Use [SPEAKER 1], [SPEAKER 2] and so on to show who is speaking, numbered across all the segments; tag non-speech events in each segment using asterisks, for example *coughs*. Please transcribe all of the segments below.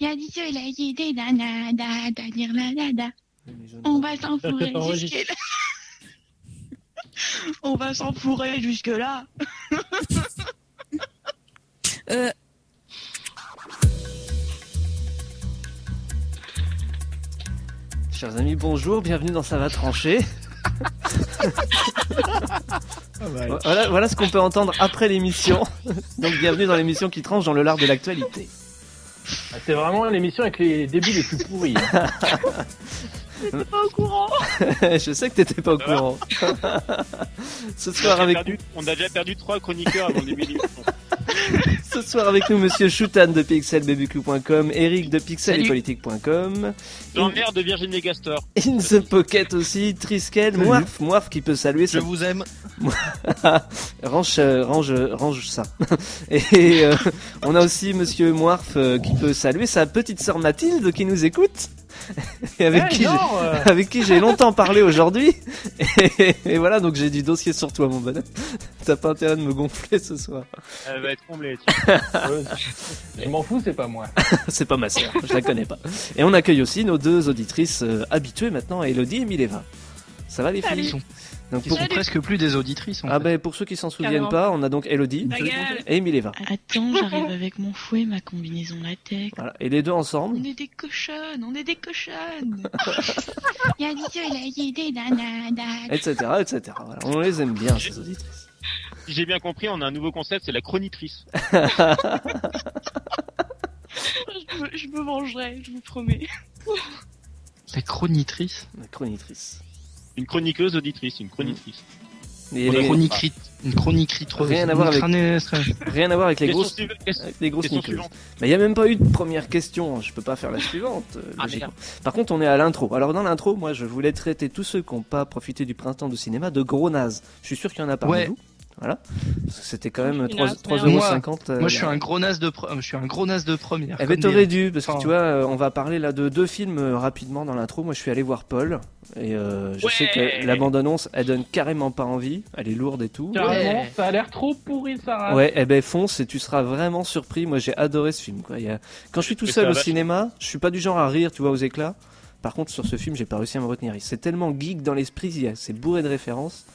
[SPEAKER 1] y a du soleil et des nanas, da, da, dir, la, la, da. On va
[SPEAKER 2] *laughs*
[SPEAKER 1] s'enfourrer jusque
[SPEAKER 3] *laughs*
[SPEAKER 1] là. On va s'enfourrer jusque là.
[SPEAKER 4] Euh,
[SPEAKER 2] Chers amis, bonjour, bienvenue dans Ça va trancher.
[SPEAKER 5] Ah bah,
[SPEAKER 2] Voilà, voilà ce qu'on peut entendre après l'émission. *laughs* Donc bienvenue dans l'émission qui tranche dans le lard de l'actualité. *laughs*
[SPEAKER 5] Ah, C'est vraiment l'émission avec les débuts les plus pourris. hein.
[SPEAKER 1] T'es pas au courant
[SPEAKER 2] Je sais que t'étais pas au courant. *laughs* ce,
[SPEAKER 6] On a,
[SPEAKER 2] soir
[SPEAKER 6] déjà
[SPEAKER 2] avec,
[SPEAKER 6] perdu, on a déjà perdu trois chroniqueurs avant le début
[SPEAKER 2] *laughs*
[SPEAKER 6] de l'émission.
[SPEAKER 2] ce soir avec nous Monsieur Choutan de pixelbabyclou.com, Eric de pixel et
[SPEAKER 6] Salut.
[SPEAKER 2] politique.com,
[SPEAKER 6] L'emmerde de Virginie Gastor.
[SPEAKER 2] In the Pocket aussi, Triskel,
[SPEAKER 7] Salut.
[SPEAKER 2] Moirf, Moirf qui peut saluer,
[SPEAKER 7] Je
[SPEAKER 2] ça
[SPEAKER 7] vous aime.
[SPEAKER 2] *laughs* range, euh, range, euh, range ça. *laughs* Et euh, on a aussi Monsieur Moirf euh, qui peut saluer sa petite sœur Mathilde qui nous écoute. Et *laughs* avec
[SPEAKER 5] Eh,
[SPEAKER 2] qui
[SPEAKER 5] non,
[SPEAKER 2] j'ai-
[SPEAKER 5] euh,
[SPEAKER 2] avec qui j'ai longtemps parlé aujourd'hui. Et, et voilà, donc j'ai du dossier sur toi, mon bonhomme. T'as pas intérêt de me gonfler ce soir.
[SPEAKER 6] Elle va être comblée.
[SPEAKER 5] euh, je m'en fous, c'est pas moi.
[SPEAKER 2] C'est pas ma sœur, je la connais pas. Et on accueille aussi nos deux auditrices euh, habituées maintenant, Elodie et Mileva. Ça va les
[SPEAKER 1] Salut.
[SPEAKER 2] filles donc
[SPEAKER 7] Ils
[SPEAKER 2] pour,
[SPEAKER 7] sont presque plus des auditrices. En
[SPEAKER 2] ah
[SPEAKER 7] fait.
[SPEAKER 2] ben pour ceux qui s'en
[SPEAKER 3] Carrément.
[SPEAKER 2] souviennent pas, on a donc Elodie
[SPEAKER 3] Ta gueule.
[SPEAKER 2] et Mileva.
[SPEAKER 1] Attends, j'arrive avec mon fouet, ma combinaison latex.
[SPEAKER 2] Voilà. Et les deux ensemble.
[SPEAKER 1] On est des cochonnes, on est des cochonnes.
[SPEAKER 2] *laughs*
[SPEAKER 1] Il y a du soleil et des nanas, da.
[SPEAKER 2] etc., etc. Voilà, On les aime bien, ces auditrices.
[SPEAKER 6] Si j'ai bien compris, on a un nouveau concept, c'est la chronitrice.
[SPEAKER 3] Je me, je me vengerai, je vous promets.
[SPEAKER 7] La chronitrice.
[SPEAKER 2] La chronitrice.
[SPEAKER 6] Une chroniqueuse auditrice, une chronitrice.
[SPEAKER 2] Et
[SPEAKER 6] On
[SPEAKER 2] les-
[SPEAKER 6] a
[SPEAKER 7] Chronicrite. Une chronicritreuse.
[SPEAKER 2] Rien à voir avec-
[SPEAKER 7] avec.
[SPEAKER 2] Rien à voir avec les
[SPEAKER 6] Question
[SPEAKER 2] grosses,
[SPEAKER 6] suivante. question-
[SPEAKER 2] avec les grosses
[SPEAKER 6] question
[SPEAKER 2] niqueuses.
[SPEAKER 6] suivante.
[SPEAKER 2] Mais il n'y a même pas eu de première question, je peux pas faire la suivante. euh,
[SPEAKER 6] Ah,
[SPEAKER 2] logiquement. Par contre, on est à l'intro. Alors dans l'intro, moi je voulais traiter tous ceux qui n'ont pas profité du printemps de cinéma de gros nazes. Je suis sûr qu'il y en a parmi
[SPEAKER 7] Ouais.
[SPEAKER 2] vous. Voilà. Parce que c'était quand même
[SPEAKER 3] Naze, merde.
[SPEAKER 2] 3,50€.
[SPEAKER 7] Moi, je suis un gros nas de. pre- euh, Je suis un gros nas de première.
[SPEAKER 2] euh, Eh ben
[SPEAKER 7] comme des-
[SPEAKER 2] t'aurais dû, parce que
[SPEAKER 7] Enfin.
[SPEAKER 2] tu vois, euh, on va parler là de deux films euh, rapidement dans l'intro. Moi je suis allé voir Paul, et euh, je sais que la bande-annonce, elle donne carrément pas envie, elle est lourde et tout.
[SPEAKER 5] Carrément, ça a l'air trop pourri, Sarah.
[SPEAKER 2] Ouais, eh ben fonce et tu seras vraiment surpris. Moi, j'ai adoré ce film. Quoi. Il y a- Quand je suis tout
[SPEAKER 6] Mais
[SPEAKER 2] seul
[SPEAKER 6] ça
[SPEAKER 2] au
[SPEAKER 6] va.
[SPEAKER 2] cinéma, je suis pas du genre à rire, tu vois, aux éclats. Par contre, sur ce film, j'ai pas réussi à me retenir. C'est tellement geek dans l'esprit, il y a- c'est bourré de références.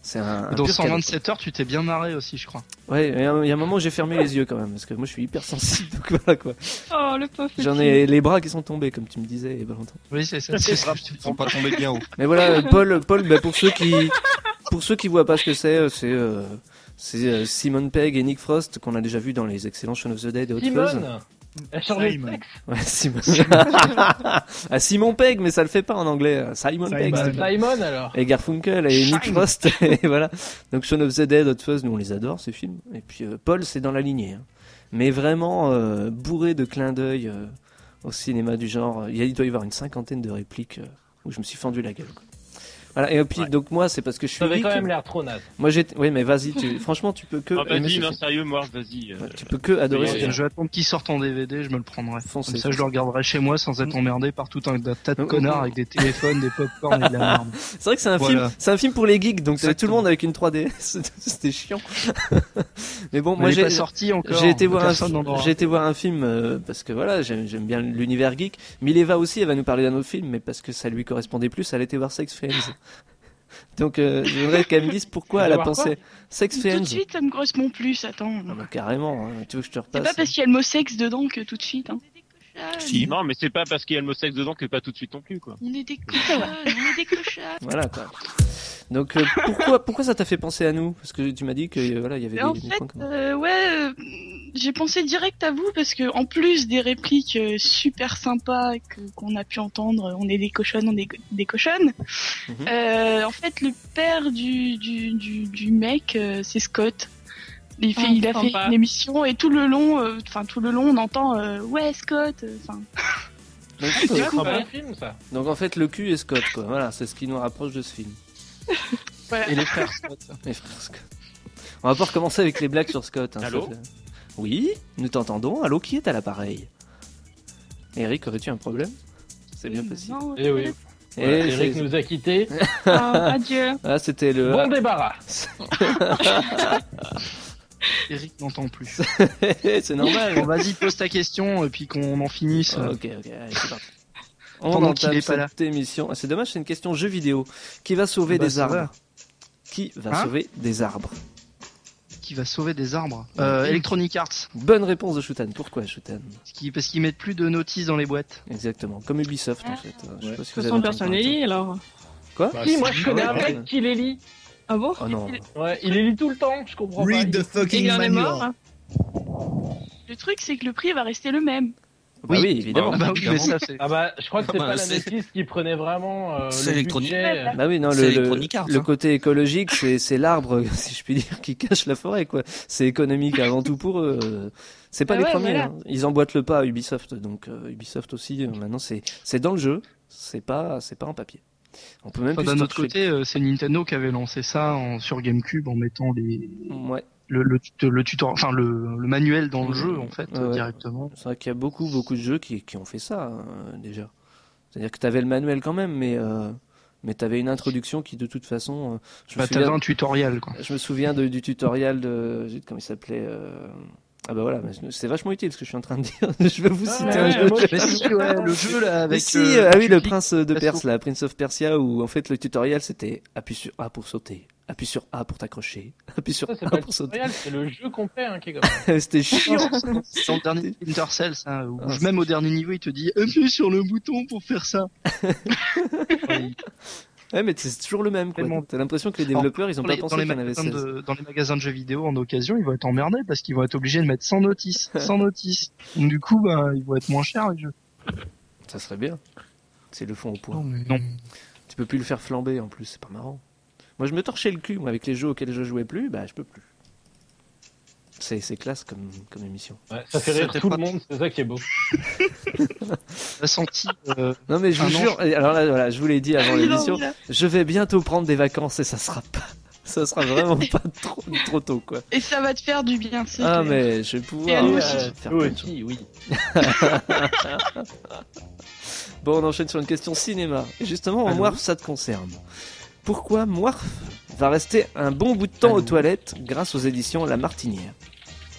[SPEAKER 2] C'est un. un
[SPEAKER 7] Dans
[SPEAKER 2] pur cadeau.
[SPEAKER 7] 127 heures, tu t'es bien marré aussi, je crois.
[SPEAKER 2] Ouais, il y a- il y a un moment où j'ai fermé les yeux quand même, parce que moi, je suis hyper sensible. Donc voilà quoi.
[SPEAKER 3] Oh, le pauvre petit.
[SPEAKER 2] J'en ai les bras qui sont tombés, comme tu me disais, il y a pas longtemps.
[SPEAKER 7] Oui, c'est ça.
[SPEAKER 6] C'est
[SPEAKER 7] c'est-
[SPEAKER 6] grave.
[SPEAKER 7] c'est-
[SPEAKER 6] tu te
[SPEAKER 7] c'est-
[SPEAKER 6] trompes.
[SPEAKER 8] pas tomber bien haut.
[SPEAKER 2] Mais voilà, euh, Paul, Paul bah, pour ceux qui pour ceux qui voient pas ce que c'est, euh, c'est euh, c'est euh, Simon Pegg et Nick Frost qu'on a déjà vu dans les excellents Shaun of the Dead et autres choses.
[SPEAKER 5] Simone, elle change de
[SPEAKER 9] Simon.
[SPEAKER 5] sexe.
[SPEAKER 2] Ouais, Simon. ah, Simon Pegg, mais ça le fait pas en anglais. euh, Simon,
[SPEAKER 9] Simon.
[SPEAKER 2] Pegg. c'est-
[SPEAKER 5] Simon, Bah, alors.
[SPEAKER 2] Et Garfunkel et Nick Frost. et voilà. Donc Shaun of the Dead, Hot Fuzz, nous on les adore ces films. Et puis euh, Paul, c'est dans la lignée. hein. Mais vraiment euh, bourré de clins d'œil euh, au cinéma du genre. Il, y a- il doit y avoir une cinquantaine de répliques euh, où je me suis fendu la gueule. quoi. Voilà. Et puis donc moi, c'est parce que je suis
[SPEAKER 5] Ça avait
[SPEAKER 2] geek.
[SPEAKER 5] quand même l'air trop naze.
[SPEAKER 2] Moi j'étais. Oui, mais vas-y. Tu... Franchement, tu peux que.
[SPEAKER 6] Ah,
[SPEAKER 2] aimer
[SPEAKER 6] vas-y,
[SPEAKER 2] ce
[SPEAKER 6] non,
[SPEAKER 2] film.
[SPEAKER 6] sérieux, moi, vas-y. euh,
[SPEAKER 2] Ouais, tu peux que adorer.
[SPEAKER 6] Et-
[SPEAKER 2] ce
[SPEAKER 7] Je
[SPEAKER 2] film.
[SPEAKER 7] vais attendre qu'il sorte en DVD, je me le prendrai. Comme
[SPEAKER 2] Foncez.
[SPEAKER 7] ça, je le regarderai chez moi sans être emmerdé par tout un tas de
[SPEAKER 2] Oh, oh, oh.
[SPEAKER 7] connards avec des téléphones, des popcorn et de la merde.
[SPEAKER 2] C'est vrai que c'est un
[SPEAKER 7] Voilà.
[SPEAKER 2] film, c'est un film pour les geeks, donc t'avais tout le
[SPEAKER 7] Exactement.
[SPEAKER 2] monde avec une 3D. *laughs* C'était chiant. *laughs* Mais bon,
[SPEAKER 7] Mais
[SPEAKER 2] moi
[SPEAKER 7] il est
[SPEAKER 2] j'ai
[SPEAKER 7] pas sorti encore.
[SPEAKER 2] j'ai été voir un
[SPEAKER 7] Personne n'en aura.
[SPEAKER 2] j'ai été voir un film euh, parce que voilà, j'aime j'aime bien l'univers geek. Mileva aussi, elle va nous parler d'un autre film, mais parce que ça lui correspondait plus, elle était voir Sex Friends. *laughs* donc euh, je voudrais qu'elle me dise pourquoi
[SPEAKER 5] Tu
[SPEAKER 2] elle a
[SPEAKER 5] vas voir
[SPEAKER 2] pensé Sex
[SPEAKER 3] Tout
[SPEAKER 2] Friends.
[SPEAKER 3] de suite, ça me correspond plus, attends.
[SPEAKER 2] Ah bah, carrément, hein, tu veux que je te
[SPEAKER 3] C'est
[SPEAKER 2] repasse
[SPEAKER 3] pas parce qu'il y a le mot sexe dedans que tout de suite. Hein.
[SPEAKER 1] On est des cochonnes.
[SPEAKER 8] Si.
[SPEAKER 6] Non, mais c'est pas parce qu'il y a le mot sexe dedans que pas tout de suite non plus, quoi.
[SPEAKER 1] On est des cochonnes, on est des cochonnes.
[SPEAKER 2] Voilà quoi. Donc euh, pourquoi pourquoi ça t'a fait penser à nous Parce que tu m'as dit que euh, voilà, il y avait
[SPEAKER 3] Mais
[SPEAKER 2] des,
[SPEAKER 3] en
[SPEAKER 2] des
[SPEAKER 3] fait,
[SPEAKER 2] points communs.
[SPEAKER 3] euh, ouais, euh, j'ai pensé direct à vous parce que en plus des répliques euh, super sympas que- qu'on a pu entendre, on est des cochonnes, on est des cochonnes.
[SPEAKER 2] Mhm.
[SPEAKER 3] euh, en fait, le père du du du, du mec, euh, c'est Scott. Il, fait,
[SPEAKER 1] Ah,
[SPEAKER 3] il a fait
[SPEAKER 1] sympa.
[SPEAKER 3] une émission et tout le long, euh, enfin tout le long, on entend euh, ouais Scott. euh, Enfin,
[SPEAKER 2] Donc,
[SPEAKER 5] C'est
[SPEAKER 2] euh,
[SPEAKER 7] Ah,
[SPEAKER 5] pas
[SPEAKER 7] bah,
[SPEAKER 5] un film, ça.
[SPEAKER 2] donc en fait, le cul et Scott quoi. Voilà, c'est ce qui nous rapproche de ce film.
[SPEAKER 7] Et les frères Scott.
[SPEAKER 2] Les frères Scott. On va pas recommencer avec les blagues sur Scott. hein,
[SPEAKER 6] Allô
[SPEAKER 2] ça fait- Oui, nous t'entendons. Allô, qui est à l'appareil Eric, aurais-tu un problème C'est bien possible.
[SPEAKER 3] non, *laughs*
[SPEAKER 5] Eh oui.
[SPEAKER 2] Eh,
[SPEAKER 5] Voilà,
[SPEAKER 2] c'est-
[SPEAKER 5] Eric nous a quittés.
[SPEAKER 2] *laughs*
[SPEAKER 3] ah, adieu.
[SPEAKER 2] Ah, c'était le.
[SPEAKER 5] Bon débarras.
[SPEAKER 7] Eric n'entend plus.
[SPEAKER 2] *laughs* c'est normal.
[SPEAKER 7] Bon, vas-y, pose ta question et puis qu'on en finisse. euh,
[SPEAKER 2] Ah, ok, ok, allez, c'est parti. On
[SPEAKER 7] Pendant qu'il
[SPEAKER 2] entame
[SPEAKER 7] est pas là.
[SPEAKER 2] cette émission. Ah, C'est dommage, c'est une question jeu vidéo. Qui va sauver
[SPEAKER 7] Bah,
[SPEAKER 2] des
[SPEAKER 7] ça va.
[SPEAKER 2] arbres Qui va
[SPEAKER 7] Hein
[SPEAKER 2] sauver des arbres
[SPEAKER 7] Qui va sauver des arbres Euh, Electronic Arts,
[SPEAKER 2] Bonne réponse de Shutan. Pourquoi Shutan
[SPEAKER 7] parce qu'ils- parce qu'ils mettent plus de notices dans les boîtes.
[SPEAKER 2] Exactement, comme Ubisoft en fait. Euh, Je sais pas si vous avez
[SPEAKER 4] toute façon,
[SPEAKER 2] entendu
[SPEAKER 4] personne n'est
[SPEAKER 2] parler de ça.
[SPEAKER 4] lié alors.
[SPEAKER 5] Bah, si, moi je connais un
[SPEAKER 2] ouais.
[SPEAKER 5] mec qui les lit.
[SPEAKER 4] Ah bon
[SPEAKER 2] Oh non.
[SPEAKER 5] Ouais, il les lit tout le temps, je comprends pas.
[SPEAKER 8] Read the
[SPEAKER 4] Il
[SPEAKER 8] fucking
[SPEAKER 4] y en est mort
[SPEAKER 8] manual.
[SPEAKER 4] hein.
[SPEAKER 3] Le truc, c'est que le prix va rester le même.
[SPEAKER 2] Bah oui, évidemment.
[SPEAKER 7] Ah bah oui, mais ça, c'est.
[SPEAKER 5] Ah bah, je crois que
[SPEAKER 9] Ah
[SPEAKER 5] c'est
[SPEAKER 9] bah,
[SPEAKER 5] pas la
[SPEAKER 9] c'est-
[SPEAKER 5] notice qui prenait vraiment euh,
[SPEAKER 9] C'est
[SPEAKER 5] le
[SPEAKER 9] électronique.
[SPEAKER 5] budget.
[SPEAKER 2] Bah oui, non,
[SPEAKER 9] C'est
[SPEAKER 2] le, le,
[SPEAKER 9] Electronic Arts,
[SPEAKER 2] le
[SPEAKER 9] hein.
[SPEAKER 2] côté écologique, c'est c'est l'arbre, *laughs* si je puis dire, qui cache la forêt, quoi. C'est économique avant tout pour eux. euh, C'est pas
[SPEAKER 4] Bah
[SPEAKER 2] les
[SPEAKER 4] ouais,
[SPEAKER 2] premiers.
[SPEAKER 4] voilà.
[SPEAKER 2] hein. Ils emboîtent le pas à Ubisoft, donc euh, Ubisoft aussi. euh, maintenant, c'est c'est dans le jeu. C'est pas c'est pas en papier. On peut même
[SPEAKER 7] Enfin,
[SPEAKER 2] plus
[SPEAKER 7] D'un
[SPEAKER 2] se
[SPEAKER 7] autre
[SPEAKER 2] torcher.
[SPEAKER 7] côté, euh, c'est Nintendo qui avait lancé ça en, sur GameCube en mettant les,
[SPEAKER 2] Ouais,
[SPEAKER 7] le, le, tut- le tutor, enfin le, le manuel
[SPEAKER 2] Mm.
[SPEAKER 7] dans le jeu en fait
[SPEAKER 2] Ouais,
[SPEAKER 7] euh,
[SPEAKER 2] ouais.
[SPEAKER 7] directement.
[SPEAKER 2] c'est vrai qu'il y a beaucoup beaucoup de jeux qui qui ont fait ça euh, déjà. C'est-à-dire que t'avais le manuel quand même, mais euh, mais t'avais une introduction qui de toute façon. euh, je me
[SPEAKER 7] Bah,
[SPEAKER 2] souviens-
[SPEAKER 7] t'avais un tutoriel quoi.
[SPEAKER 2] Je me souviens de- du tutoriel de. zut, Comment il s'appelait euh, Ah bah voilà, mais c'est vachement utile ce que je suis en train de dire. *laughs* je vais vous
[SPEAKER 5] Ah,
[SPEAKER 2] citer
[SPEAKER 5] ouais,
[SPEAKER 2] un
[SPEAKER 5] ouais,
[SPEAKER 2] jeu.
[SPEAKER 5] moi, je-
[SPEAKER 7] Mais si, ouais, le jeu là
[SPEAKER 2] Mais
[SPEAKER 7] avec.
[SPEAKER 2] si,
[SPEAKER 7] euh,
[SPEAKER 2] ah oui,
[SPEAKER 7] tu
[SPEAKER 2] le
[SPEAKER 7] cliques-
[SPEAKER 2] prince de
[SPEAKER 7] la
[SPEAKER 2] Perse,
[SPEAKER 7] soupe.
[SPEAKER 2] là, Prince of Persia, où en fait le tutoriel c'était appuie sur A pour sauter, appuie sur A pour t'accrocher, *laughs* appuie sur
[SPEAKER 5] Ça, c'est
[SPEAKER 2] A
[SPEAKER 5] pas le
[SPEAKER 2] pour sauter.
[SPEAKER 5] tutoriel, c'est le jeu complet hein, qui est comme
[SPEAKER 2] *laughs*
[SPEAKER 5] ça.
[SPEAKER 2] c'était chiant.
[SPEAKER 7] C'est dans le dernier Splinter Cell, ça, où
[SPEAKER 2] Ah,
[SPEAKER 7] même au dernier niveau, il te dit appuie sur le bouton pour
[SPEAKER 2] *laughs*
[SPEAKER 7] faire ça. Ouais,
[SPEAKER 2] *laughs* ouais, mais c'est toujours le même. quoi.
[SPEAKER 7] Tellement.
[SPEAKER 2] T'as l'impression que les développeurs ils ont
[SPEAKER 7] dans,
[SPEAKER 2] pas
[SPEAKER 7] les, dans
[SPEAKER 2] pensé
[SPEAKER 7] les
[SPEAKER 2] qu'il y en avait
[SPEAKER 7] magasins
[SPEAKER 2] 16.
[SPEAKER 7] de, dans les magasins de jeux vidéo, en occasion, ils vont être emmerdés parce qu'ils vont être obligés de mettre
[SPEAKER 2] *laughs*
[SPEAKER 7] 100 notices. 100 notices. Donc, du coup, bah, ils vont être moins chers les jeux.
[SPEAKER 2] Ça serait bien. C'est le fond au point.
[SPEAKER 9] mais...
[SPEAKER 7] Non.
[SPEAKER 2] Tu peux plus le faire flamber en plus, c'est pas marrant. Moi je me torchais le cul, moi avec les jeux auxquels je jouais plus, bah je peux plus. C'est c'est classe comme, comme émission.
[SPEAKER 5] Ouais, ça fait
[SPEAKER 7] Ça
[SPEAKER 5] rire
[SPEAKER 7] fait
[SPEAKER 5] tout
[SPEAKER 7] pas-
[SPEAKER 5] le monde, c'est ça qui est beau.
[SPEAKER 7] T'as senti euh,
[SPEAKER 2] Non mais je
[SPEAKER 7] Ah
[SPEAKER 2] vous
[SPEAKER 7] non,
[SPEAKER 2] jure, et alors là voilà, je vous l'ai dit avant
[SPEAKER 3] Il en
[SPEAKER 2] l'émission,
[SPEAKER 3] vit, là.
[SPEAKER 2] je vais bientôt prendre des vacances et ça sera pas *laughs* ça sera vraiment pas trop, trop tôt quoi.
[SPEAKER 3] Et ça va te faire du bien, c'est
[SPEAKER 2] Ah
[SPEAKER 3] clair.
[SPEAKER 2] mais je vais pouvoir
[SPEAKER 3] nous
[SPEAKER 2] euh,
[SPEAKER 3] aussi.
[SPEAKER 2] faire
[SPEAKER 5] Nous
[SPEAKER 2] plein de choses.
[SPEAKER 5] aussi, oui.
[SPEAKER 2] Bon, on enchaîne sur une question cinéma. Et justement, en
[SPEAKER 7] Allô
[SPEAKER 2] Moirf, ça te concerne. Pourquoi Moirf va rester un bon bout de temps aux
[SPEAKER 7] Allô
[SPEAKER 2] toilettes grâce aux éditions La Martinière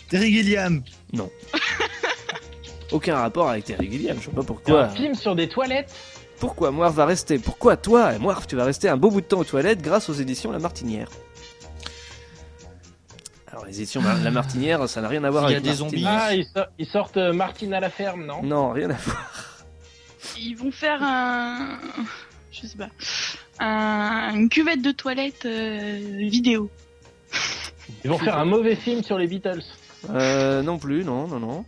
[SPEAKER 8] Terry Gilliam.
[SPEAKER 2] Aucun rapport avec Terry Gilliam, je sais pas pourquoi.
[SPEAKER 5] Un film sur des toilettes
[SPEAKER 2] Pourquoi Moirf va rester Pourquoi toi, Moirf, tu vas rester un beau bout de temps aux toilettes grâce aux éditions La Martinière Alors, les éditions Mar- La Martinière, ça n'a rien à voir
[SPEAKER 9] Il y
[SPEAKER 2] avec
[SPEAKER 9] a des
[SPEAKER 2] Martinière.
[SPEAKER 9] zombies.
[SPEAKER 5] Ah, ils, so- ils sortent euh, Martine à la ferme, non
[SPEAKER 2] Non, rien à voir.
[SPEAKER 3] Ils vont faire un. Je sais pas. Un... Une cuvette de toilette euh, vidéo.
[SPEAKER 5] Ils vont faire un mauvais film sur les Beatles.
[SPEAKER 2] Euh, non plus, non, non, non.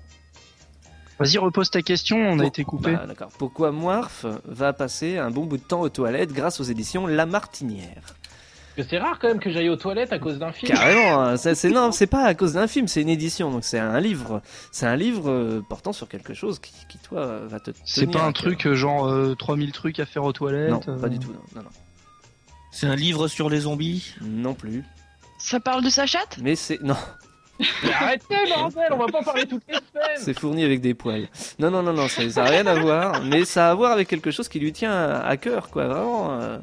[SPEAKER 7] Vas-y, repose ta question, on a été coupé.
[SPEAKER 2] Bah, D'accord. Pourquoi Moirf va passer un bon bout de temps aux toilettes grâce aux éditions
[SPEAKER 9] *laughs*
[SPEAKER 2] La Martinière
[SPEAKER 5] Parce que c'est rare quand même que j'aille aux toilettes à cause d'un film.
[SPEAKER 2] Carrément, hein, ça, c'est non, c'est pas à cause d'un film, c'est une édition, donc c'est un livre. C'est un livre euh, portant sur quelque chose qui, qui, toi euh, va te.
[SPEAKER 7] C'est
[SPEAKER 2] tenir
[SPEAKER 7] pas
[SPEAKER 2] à
[SPEAKER 7] un
[SPEAKER 2] cœur.
[SPEAKER 7] truc euh, genre euh, 3000 trucs à faire aux toilettes.
[SPEAKER 2] Non,
[SPEAKER 7] euh,
[SPEAKER 2] pas du tout. Non, non, non,
[SPEAKER 9] C'est un livre sur les zombies.
[SPEAKER 2] Non plus.
[SPEAKER 3] Ça parle de sa chatte
[SPEAKER 2] Mais c'est non,
[SPEAKER 5] Mais arrêtez, bordel, on va pas en parler toutes les semaines.
[SPEAKER 2] c'est fourni avec des poils. Non, non, non, non, ça n'a rien à voir. Mais ça a à voir avec quelque chose qui lui tient à, à cœur, quoi, vraiment. euh.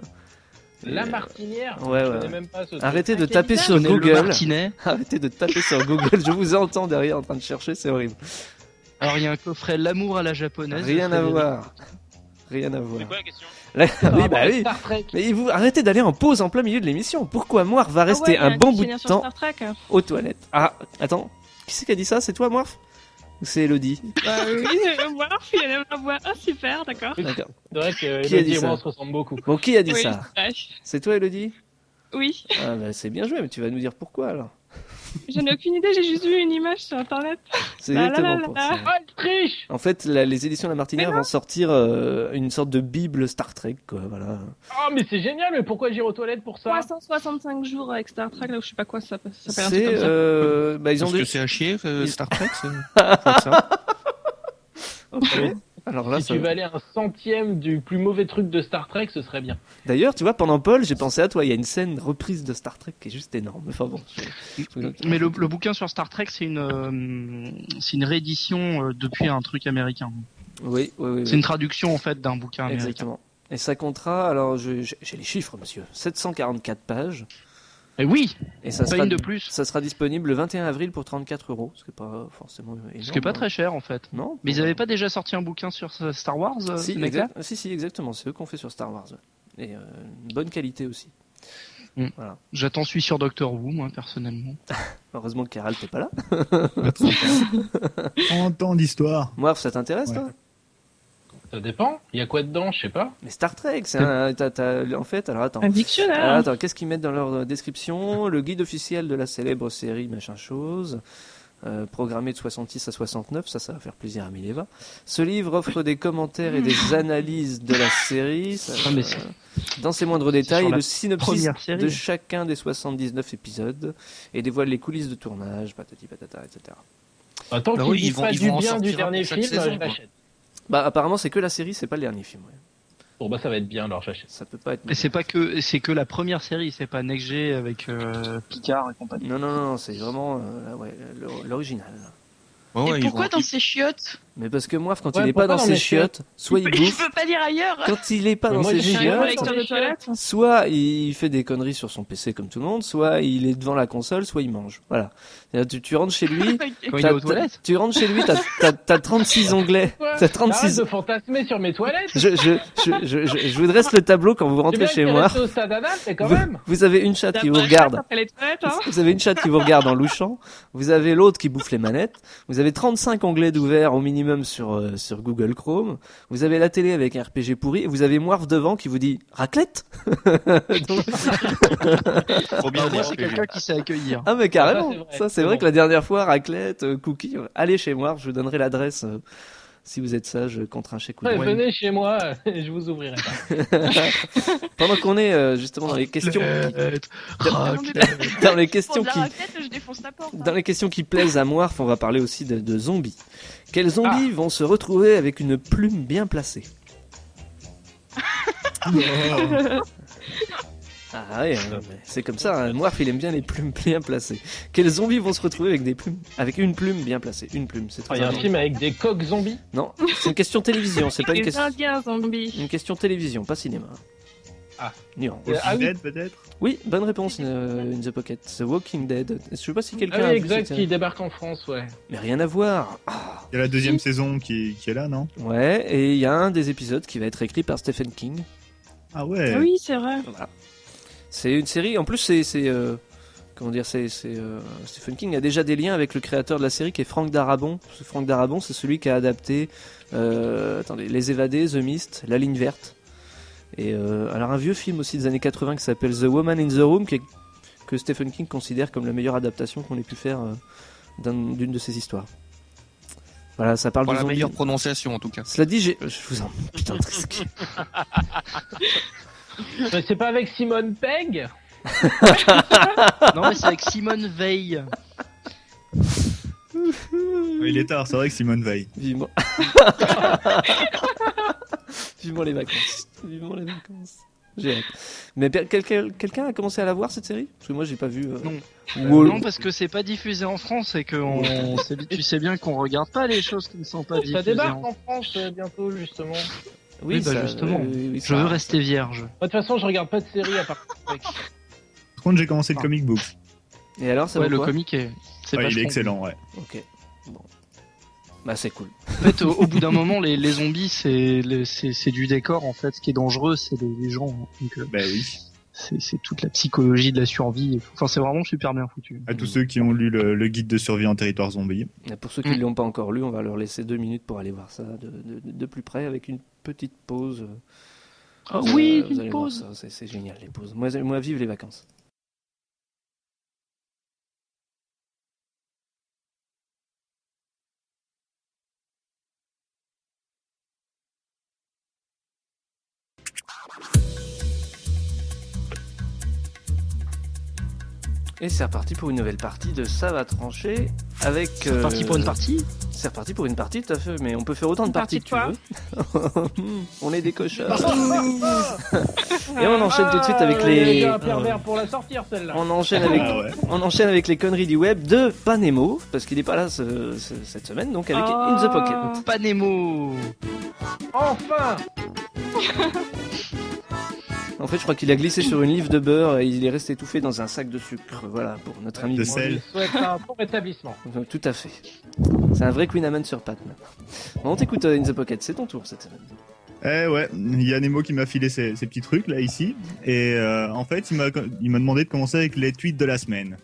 [SPEAKER 5] La
[SPEAKER 2] Et-
[SPEAKER 5] martinière
[SPEAKER 2] Ouais,
[SPEAKER 5] je
[SPEAKER 2] ouais.
[SPEAKER 5] connais même pas ce truc.
[SPEAKER 2] Arrêtez de
[SPEAKER 5] Ah,
[SPEAKER 2] taper
[SPEAKER 5] quel
[SPEAKER 2] sur
[SPEAKER 7] Connais le
[SPEAKER 2] Google.
[SPEAKER 7] Martinet.
[SPEAKER 2] *laughs* Arrêtez de taper sur Google. Je vous entends derrière en train de chercher, c'est horrible.
[SPEAKER 7] Alors il y a un coffret L'amour à la japonaise.
[SPEAKER 2] Rien
[SPEAKER 7] Très
[SPEAKER 2] à
[SPEAKER 7] bien.
[SPEAKER 2] voir. Rien à voir.
[SPEAKER 6] C'est quoi la question
[SPEAKER 2] Là-
[SPEAKER 5] bizarre.
[SPEAKER 2] oui, bah oui.
[SPEAKER 5] Ah, Star Trek.
[SPEAKER 2] Mais vous arrêtez d'aller en pause en plein milieu de l'émission. Pourquoi Moirf va
[SPEAKER 4] Ah ouais, il
[SPEAKER 2] rester
[SPEAKER 4] y a
[SPEAKER 2] un bon bout de
[SPEAKER 4] dictionnaire sur
[SPEAKER 2] temps
[SPEAKER 4] Star Trek. *laughs*
[SPEAKER 2] aux toilettes Ah, attends. Qui c'est qui a dit ça C'est toi, Moirf Ou c'est Elodie
[SPEAKER 4] Bah oui, voilà, il y en a ma voix. Ah super, d'accord.
[SPEAKER 2] D'accord.
[SPEAKER 5] C'est vrai que euh,
[SPEAKER 2] Qui a
[SPEAKER 5] Elodie
[SPEAKER 2] dit
[SPEAKER 5] et moi
[SPEAKER 2] ça
[SPEAKER 5] on se ressemble beaucoup.
[SPEAKER 2] Bon, qui a dit
[SPEAKER 4] Oui,
[SPEAKER 2] ça
[SPEAKER 4] vache.
[SPEAKER 2] C'est toi, Elodie
[SPEAKER 4] oui,
[SPEAKER 2] Ah, bah, c'est bien joué, mais tu vas nous dire pourquoi alors.
[SPEAKER 4] j'en ai aucune idée, j'ai juste vu une image sur *laughs* internet.
[SPEAKER 2] C'est
[SPEAKER 4] La la
[SPEAKER 2] exactement
[SPEAKER 4] la
[SPEAKER 2] pour
[SPEAKER 4] la.
[SPEAKER 2] ça.
[SPEAKER 5] Oh, elle triche
[SPEAKER 2] En fait, la- les éditions La Martinière vont sortir euh, une sorte de bible Star Trek, quoi. Voilà.
[SPEAKER 5] Oh, mais c'est génial, mais pourquoi j'irai aux toilettes pour ça
[SPEAKER 4] 365 jours avec Star Trek, là où je sais pas quoi, ça, ça s'appelle un truc
[SPEAKER 2] C'est,
[SPEAKER 4] comme ça.
[SPEAKER 2] euh, bah, ils ont
[SPEAKER 9] Parce
[SPEAKER 2] des.
[SPEAKER 9] que c'est à chier, euh,
[SPEAKER 2] Ils-
[SPEAKER 9] Star Trek.
[SPEAKER 2] *laughs*
[SPEAKER 9] c'est- faut que ça.
[SPEAKER 2] Ok. Alors là,
[SPEAKER 5] Si
[SPEAKER 2] ça...
[SPEAKER 5] tu valais un centième du plus mauvais truc de Star Trek, ce serait bien.
[SPEAKER 2] D'ailleurs, tu vois, pendant Paul, j'ai pensé à toi. Il y a une scène reprise de Star Trek qui est juste énorme. Enfin bon. je- je-
[SPEAKER 7] Mais le, le bouquin sur Star Trek, c'est une, euh, c'est une réédition euh, depuis un truc américain.
[SPEAKER 2] Oui, oui, oui.
[SPEAKER 7] C'est
[SPEAKER 2] oui.
[SPEAKER 7] une traduction en fait d'un bouquin américain.
[SPEAKER 2] Exactement. Et ça comptera, alors je- j'ai j'ai les chiffres, monsieur. 744 pages.
[SPEAKER 5] Et oui,
[SPEAKER 2] Et ça
[SPEAKER 5] pas
[SPEAKER 2] sera,
[SPEAKER 5] une de plus.
[SPEAKER 2] ça sera disponible le 21 avril pour 34 euros, ce qui n'est pas forcément énorme. hein.
[SPEAKER 5] Ce qui est pas très cher en fait.
[SPEAKER 2] Non.
[SPEAKER 5] Mais ils avaient pas déjà sorti un bouquin sur euh, Star Wars euh,
[SPEAKER 2] si,
[SPEAKER 5] ces mecs-là
[SPEAKER 2] exact- si, si, exactement. C'est eux qu'on fait sur Star Wars. ouais. Et euh, une bonne qualité aussi.
[SPEAKER 5] J'attends celui sur Doctor Who, moi, personnellement.
[SPEAKER 2] Heureusement que Caral, t'es pas là.
[SPEAKER 8] *laughs* Entends l'histoire.
[SPEAKER 2] Moi, ça t'intéresse,
[SPEAKER 8] Ouais.
[SPEAKER 2] toi
[SPEAKER 5] Ça dépend. Il y a quoi dedans Je sais pas.
[SPEAKER 2] Mais Star Trek, c'est un- t'as- t'as- en fait, alors attends.
[SPEAKER 4] Un dictionnaire. hein.
[SPEAKER 2] Alors, Ah, attends, qu'est-ce qu'ils mettent dans leur euh, description Le guide officiel de la célèbre série machin chose, euh, programmé de 66 à 69, ça, ça va faire plaisir à Mileva. Ce livre offre des commentaires et
[SPEAKER 5] *laughs*
[SPEAKER 2] des analyses de la série. ça,
[SPEAKER 5] Ah, mais c'est-
[SPEAKER 2] euh, dans ses moindres détails,
[SPEAKER 5] sur
[SPEAKER 2] et
[SPEAKER 5] la
[SPEAKER 2] le synopsis
[SPEAKER 5] première série.
[SPEAKER 2] de chacun des 79 épisodes et dévoile les coulisses de tournage, patati patata, etc.
[SPEAKER 5] Attends,
[SPEAKER 9] Bah
[SPEAKER 5] qu'ils
[SPEAKER 9] oui,
[SPEAKER 5] disent
[SPEAKER 9] ils vont-
[SPEAKER 5] pas
[SPEAKER 9] ils
[SPEAKER 5] du
[SPEAKER 9] vont en
[SPEAKER 5] bien
[SPEAKER 9] sortir
[SPEAKER 5] du
[SPEAKER 9] un
[SPEAKER 5] dernier
[SPEAKER 9] pour chaque
[SPEAKER 5] film,
[SPEAKER 9] saison,
[SPEAKER 5] je
[SPEAKER 9] quoi.
[SPEAKER 5] l'achète.
[SPEAKER 2] Bah, apparemment, c'est que la série, c'est pas le dernier film. ouais.
[SPEAKER 5] Bon, bah ça va être bien, alors j'achète.
[SPEAKER 2] Ça peut pas être.
[SPEAKER 7] Et c'est pas que c'est que la première série, c'est pas Next G avec euh, Picard et compagnie.
[SPEAKER 2] Non, non, non, c'est vraiment euh, là, ouais, l'or- l'original.
[SPEAKER 9] Ouais, ouais,
[SPEAKER 3] Et
[SPEAKER 9] ils
[SPEAKER 3] pourquoi
[SPEAKER 9] vont-
[SPEAKER 3] dans ces chiottes
[SPEAKER 2] Mais parce que moi, quand
[SPEAKER 5] Ouais,
[SPEAKER 2] il est pas
[SPEAKER 5] pourquoi
[SPEAKER 2] dans
[SPEAKER 5] dans
[SPEAKER 2] ses
[SPEAKER 5] les
[SPEAKER 2] chiottes, soit il
[SPEAKER 3] Je
[SPEAKER 2] bouffe,
[SPEAKER 3] peux pas dire ailleurs
[SPEAKER 2] quand il est pas
[SPEAKER 5] Mais
[SPEAKER 2] dans
[SPEAKER 5] moi,
[SPEAKER 2] ses
[SPEAKER 5] je suis un
[SPEAKER 2] chiottes,
[SPEAKER 5] collecteur
[SPEAKER 4] de toilettes.
[SPEAKER 2] soit il fait des conneries sur son PC comme tout le monde, soit il est devant la console, soit il mange. Voilà. C'est-à-dire, Tu, tu rentres chez lui.
[SPEAKER 5] *laughs*
[SPEAKER 3] Ok.
[SPEAKER 7] Quand il est
[SPEAKER 2] t'as-
[SPEAKER 7] aux toilettes.
[SPEAKER 2] t'as- Tu rentres chez lui, t'as- t'as t'as 36 onglets. T'as 36.
[SPEAKER 5] Arrête de fantasmer sur mes toilettes.
[SPEAKER 2] Je, je, je, je, je- je vous dresse le tableau quand vous rentrez chez moi.
[SPEAKER 5] C'est quand
[SPEAKER 2] Vous-
[SPEAKER 5] même.
[SPEAKER 2] Vous avez une chatte
[SPEAKER 4] T'as
[SPEAKER 2] qui
[SPEAKER 4] pas
[SPEAKER 2] vous
[SPEAKER 4] la
[SPEAKER 2] regarde.
[SPEAKER 4] chatte après les toilettes, hein
[SPEAKER 2] Vous avez une chatte qui vous regarde en louchant, vous avez l'autre qui bouffe les manettes, vous avez 35 onglets d'ouvert au minimum sur, euh, sur Google Chrome, vous avez la télé avec un RPG pourri, et vous avez Moirf devant qui vous dit
[SPEAKER 5] *laughs*
[SPEAKER 2] raclette Donc-
[SPEAKER 6] Trop bien
[SPEAKER 7] Ah, moi,
[SPEAKER 6] dit,
[SPEAKER 7] c'est
[SPEAKER 6] Félix.
[SPEAKER 7] quelqu'un qui sait accueillir.
[SPEAKER 2] Ah mais carrément,
[SPEAKER 5] Ah, ça, c'est vrai.
[SPEAKER 2] ça c'est
[SPEAKER 5] C'est
[SPEAKER 2] vrai
[SPEAKER 5] bon.
[SPEAKER 2] que la dernière fois, raclette, euh, cookie, euh, allez chez Moirf, je vous donnerai l'adresse euh, si vous êtes sage euh, contre un chèque ou
[SPEAKER 5] Ouais,
[SPEAKER 2] deux.
[SPEAKER 5] Venez chez moi, *laughs* je vous ouvrirai pas.
[SPEAKER 2] Pendant qu'on est euh, justement dans les questions...
[SPEAKER 7] Raclette,
[SPEAKER 8] *laughs*
[SPEAKER 7] raclette.
[SPEAKER 2] Ah, *laughs* Dans les
[SPEAKER 3] Pour
[SPEAKER 2] questions
[SPEAKER 3] de la
[SPEAKER 2] qui,
[SPEAKER 3] raclette, je défonce la porte. hein.
[SPEAKER 2] Dans les questions qui plaisent à Moirf, on va parler aussi de, de zombies. Quels
[SPEAKER 5] Ah.
[SPEAKER 2] zombies vont se retrouver avec une plume bien placée
[SPEAKER 4] *laughs*
[SPEAKER 2] Ah ouais, euh, c'est comme ça, hein. Moirf il aime bien les plumes bien placées. Quels zombies vont se retrouver avec des plumes Avec une plume bien placée. Une plume, c'est
[SPEAKER 5] Ah,
[SPEAKER 2] très
[SPEAKER 5] Il y a un
[SPEAKER 2] important.
[SPEAKER 5] film avec des coques zombies.
[SPEAKER 2] Non, c'est une question télévision, c'est pas une
[SPEAKER 4] Les
[SPEAKER 2] question.
[SPEAKER 4] Indiens zombies.
[SPEAKER 2] Une question télévision, pas cinéma.
[SPEAKER 5] Ah.
[SPEAKER 2] Nuance.
[SPEAKER 5] Euh, ah oui.
[SPEAKER 8] Dead, peut-être
[SPEAKER 2] Oui, bonne réponse, euh, In the Pocket. The Walking Dead. Je sais pas si quelqu'un.
[SPEAKER 5] Ah
[SPEAKER 2] a
[SPEAKER 5] oui,
[SPEAKER 2] vu
[SPEAKER 5] exact,
[SPEAKER 2] cette-
[SPEAKER 5] qui débarque en France,
[SPEAKER 2] *coughs*
[SPEAKER 5] ouais.
[SPEAKER 2] Mais rien à voir.
[SPEAKER 8] Il y a la deuxième saison qui est, qui est là, non
[SPEAKER 2] Ouais, et il y a un des épisodes qui va être écrit par Stephen King.
[SPEAKER 8] Ah ouais.
[SPEAKER 4] Oui, c'est vrai.
[SPEAKER 2] Voilà. C'est une série. En plus, c'est c'est, euh, comment dire, c'est c'est, euh, Stephen King a déjà des liens avec le créateur de la série qui est Frank Darabont. Ce Frank Darabont, c'est celui qui a adapté, euh, attendez, Les Évadés, The Mist, La Ligne Verte. Et euh, alors un vieux film aussi des années 80 qui s'appelle The Woman in the Room, qui est- que Stephen King considère comme la meilleure adaptation qu'on ait pu faire euh, d'un- d'une de ses histoires. Voilà, ça parle
[SPEAKER 9] Pour
[SPEAKER 2] de
[SPEAKER 9] la
[SPEAKER 2] zombies.
[SPEAKER 9] meilleure prononciation en tout cas.
[SPEAKER 2] Cela dit, j'ai- je vous en putain Trisky.
[SPEAKER 5] Mais c'est pas avec Simone Pegg
[SPEAKER 7] Non, mais c'est avec Simone Veil.
[SPEAKER 8] Ah, Il est tard, c'est vrai que Simone Veil.
[SPEAKER 2] Vivement. *laughs* Vivement les vacances. Vivement les vacances. J'ai hâte. Mais per- quel- quel- quelqu'un a commencé à la voir cette série Parce que moi j'ai pas vu. euh,
[SPEAKER 7] Non.
[SPEAKER 2] Wall-
[SPEAKER 7] Non, parce que c'est pas diffusé en France et que on-
[SPEAKER 2] *laughs*
[SPEAKER 7] on sait- tu sais bien qu'on regarde pas les choses qui ne sont pas
[SPEAKER 5] Ça
[SPEAKER 7] diffusées.
[SPEAKER 5] débarque
[SPEAKER 7] en-
[SPEAKER 5] en France euh, bientôt, justement. Moi,
[SPEAKER 2] Oui,
[SPEAKER 7] oui, bah,
[SPEAKER 2] ça-
[SPEAKER 7] justement.
[SPEAKER 2] oui, oui,
[SPEAKER 7] Je
[SPEAKER 2] ça-
[SPEAKER 7] veux rester vierge.
[SPEAKER 5] De toute façon, je regarde pas de série à part.
[SPEAKER 8] Par contre, j'ai commencé le comic book.
[SPEAKER 2] Et alors, ça
[SPEAKER 7] Ouais,
[SPEAKER 2] vaut
[SPEAKER 7] le
[SPEAKER 2] quoi
[SPEAKER 7] comique est. C'est
[SPEAKER 8] Ouais,
[SPEAKER 7] pas
[SPEAKER 8] Ah, il est excellent, ouais.
[SPEAKER 2] Ok. Bon. Bah c'est cool.
[SPEAKER 7] En fait, au, au bout
[SPEAKER 8] *laughs*
[SPEAKER 7] d'un moment, les, les zombies, c'est les- c'est c'est du décor en fait. Ce qui est dangereux, c'est les, les gens. Donc, euh,
[SPEAKER 8] Bah oui.
[SPEAKER 7] c'est c'est toute la psychologie de la survie. et tout. Enfin, c'est vraiment super bien foutu.
[SPEAKER 8] À tous ceux qui ont lu le, le guide de survie en territoire zombie.
[SPEAKER 2] Et pour ceux qui ne
[SPEAKER 7] Mm.
[SPEAKER 2] l'ont pas encore lu, on va leur laisser deux minutes pour aller voir ça de, de- de plus près avec une petite pause.
[SPEAKER 7] Ah
[SPEAKER 2] Vous
[SPEAKER 7] oui,
[SPEAKER 2] allez- vous
[SPEAKER 7] une
[SPEAKER 2] allez voir
[SPEAKER 7] pause.
[SPEAKER 2] ça, C'est c'est génial les pauses. Moi, moi vive les vacances. Et c'est reparti pour une nouvelle partie de Ça va trancher avec.
[SPEAKER 7] C'est parti pour une partie.
[SPEAKER 2] C'est reparti pour une partie, tout à fait, mais on peut faire autant de
[SPEAKER 4] Une
[SPEAKER 2] parties
[SPEAKER 4] partie
[SPEAKER 2] que tu veux. on est des cochons. Et on enchaîne
[SPEAKER 5] Ah,
[SPEAKER 2] tout de suite avec
[SPEAKER 5] il y a
[SPEAKER 2] les.
[SPEAKER 5] déjà un pervers pour la sortir, celle-là.
[SPEAKER 2] On enchaîne avec,
[SPEAKER 8] Ah ouais.
[SPEAKER 2] on enchaîne avec les conneries du web de Panemo, parce qu'il n'est pas là ce- ce- cette semaine, donc avec In the Pocket.
[SPEAKER 7] Pas Nemo.
[SPEAKER 5] Enfin
[SPEAKER 2] fait, je crois qu'il a glissé sur une livre de beurre et il est resté étouffé dans un sac de sucre. Voilà, pour notre ami.
[SPEAKER 8] De
[SPEAKER 2] Bourgeois.
[SPEAKER 8] sel.
[SPEAKER 5] Je souhaite un bon
[SPEAKER 2] *laughs*
[SPEAKER 5] rétablissement.
[SPEAKER 2] Donc, tout à fait. C'est un vrai Queen Amman sur pattes maintenant. Bon, on t'écoute euh, In the Pocket, c'est ton tour cette semaine.
[SPEAKER 8] Eh ouais, il y a Nemo qui m'a filé ces, ces petits trucs là ici, et euh, en fait il m'a il m'a demandé de commencer avec les tweets de la semaine.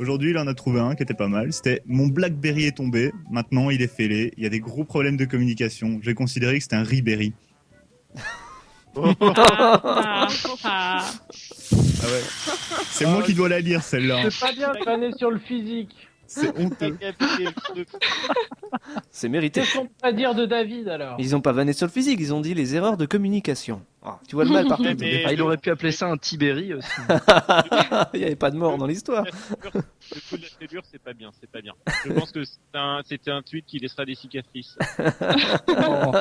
[SPEAKER 8] Aujourd'hui, il en a trouvé un qui était pas mal. C'était mon BlackBerry est tombé. Maintenant, il est fêlé. Il y a des gros problèmes de communication. J'ai considéré que c'était un Ribéry.
[SPEAKER 2] *laughs*
[SPEAKER 4] Ah, ah,
[SPEAKER 8] Ah ouais. *laughs* C'est moi qui dois la lire celle-là.
[SPEAKER 5] C'est pas bien de faner sur le physique.
[SPEAKER 8] C'est honteux.
[SPEAKER 2] C'est mérité.
[SPEAKER 5] Qu'est-ce qu'on peut pas dire de David alors
[SPEAKER 2] Ils ont pas vanné sur le physique, ils ont dit les erreurs de communication. Ah, tu vois le mal
[SPEAKER 8] Eh,
[SPEAKER 2] partout.
[SPEAKER 6] Mais-
[SPEAKER 7] Ah, il aurait pu appeler ça un Tibéri euh, aussi.
[SPEAKER 2] *laughs* Il n'y avait pas de mort dans l'histoire.
[SPEAKER 6] Le coup de la fêlure, c'est pas bien, c'est pas bien. Je pense que c'est un- c'était un tweet qui laissera des cicatrices.
[SPEAKER 7] Oh.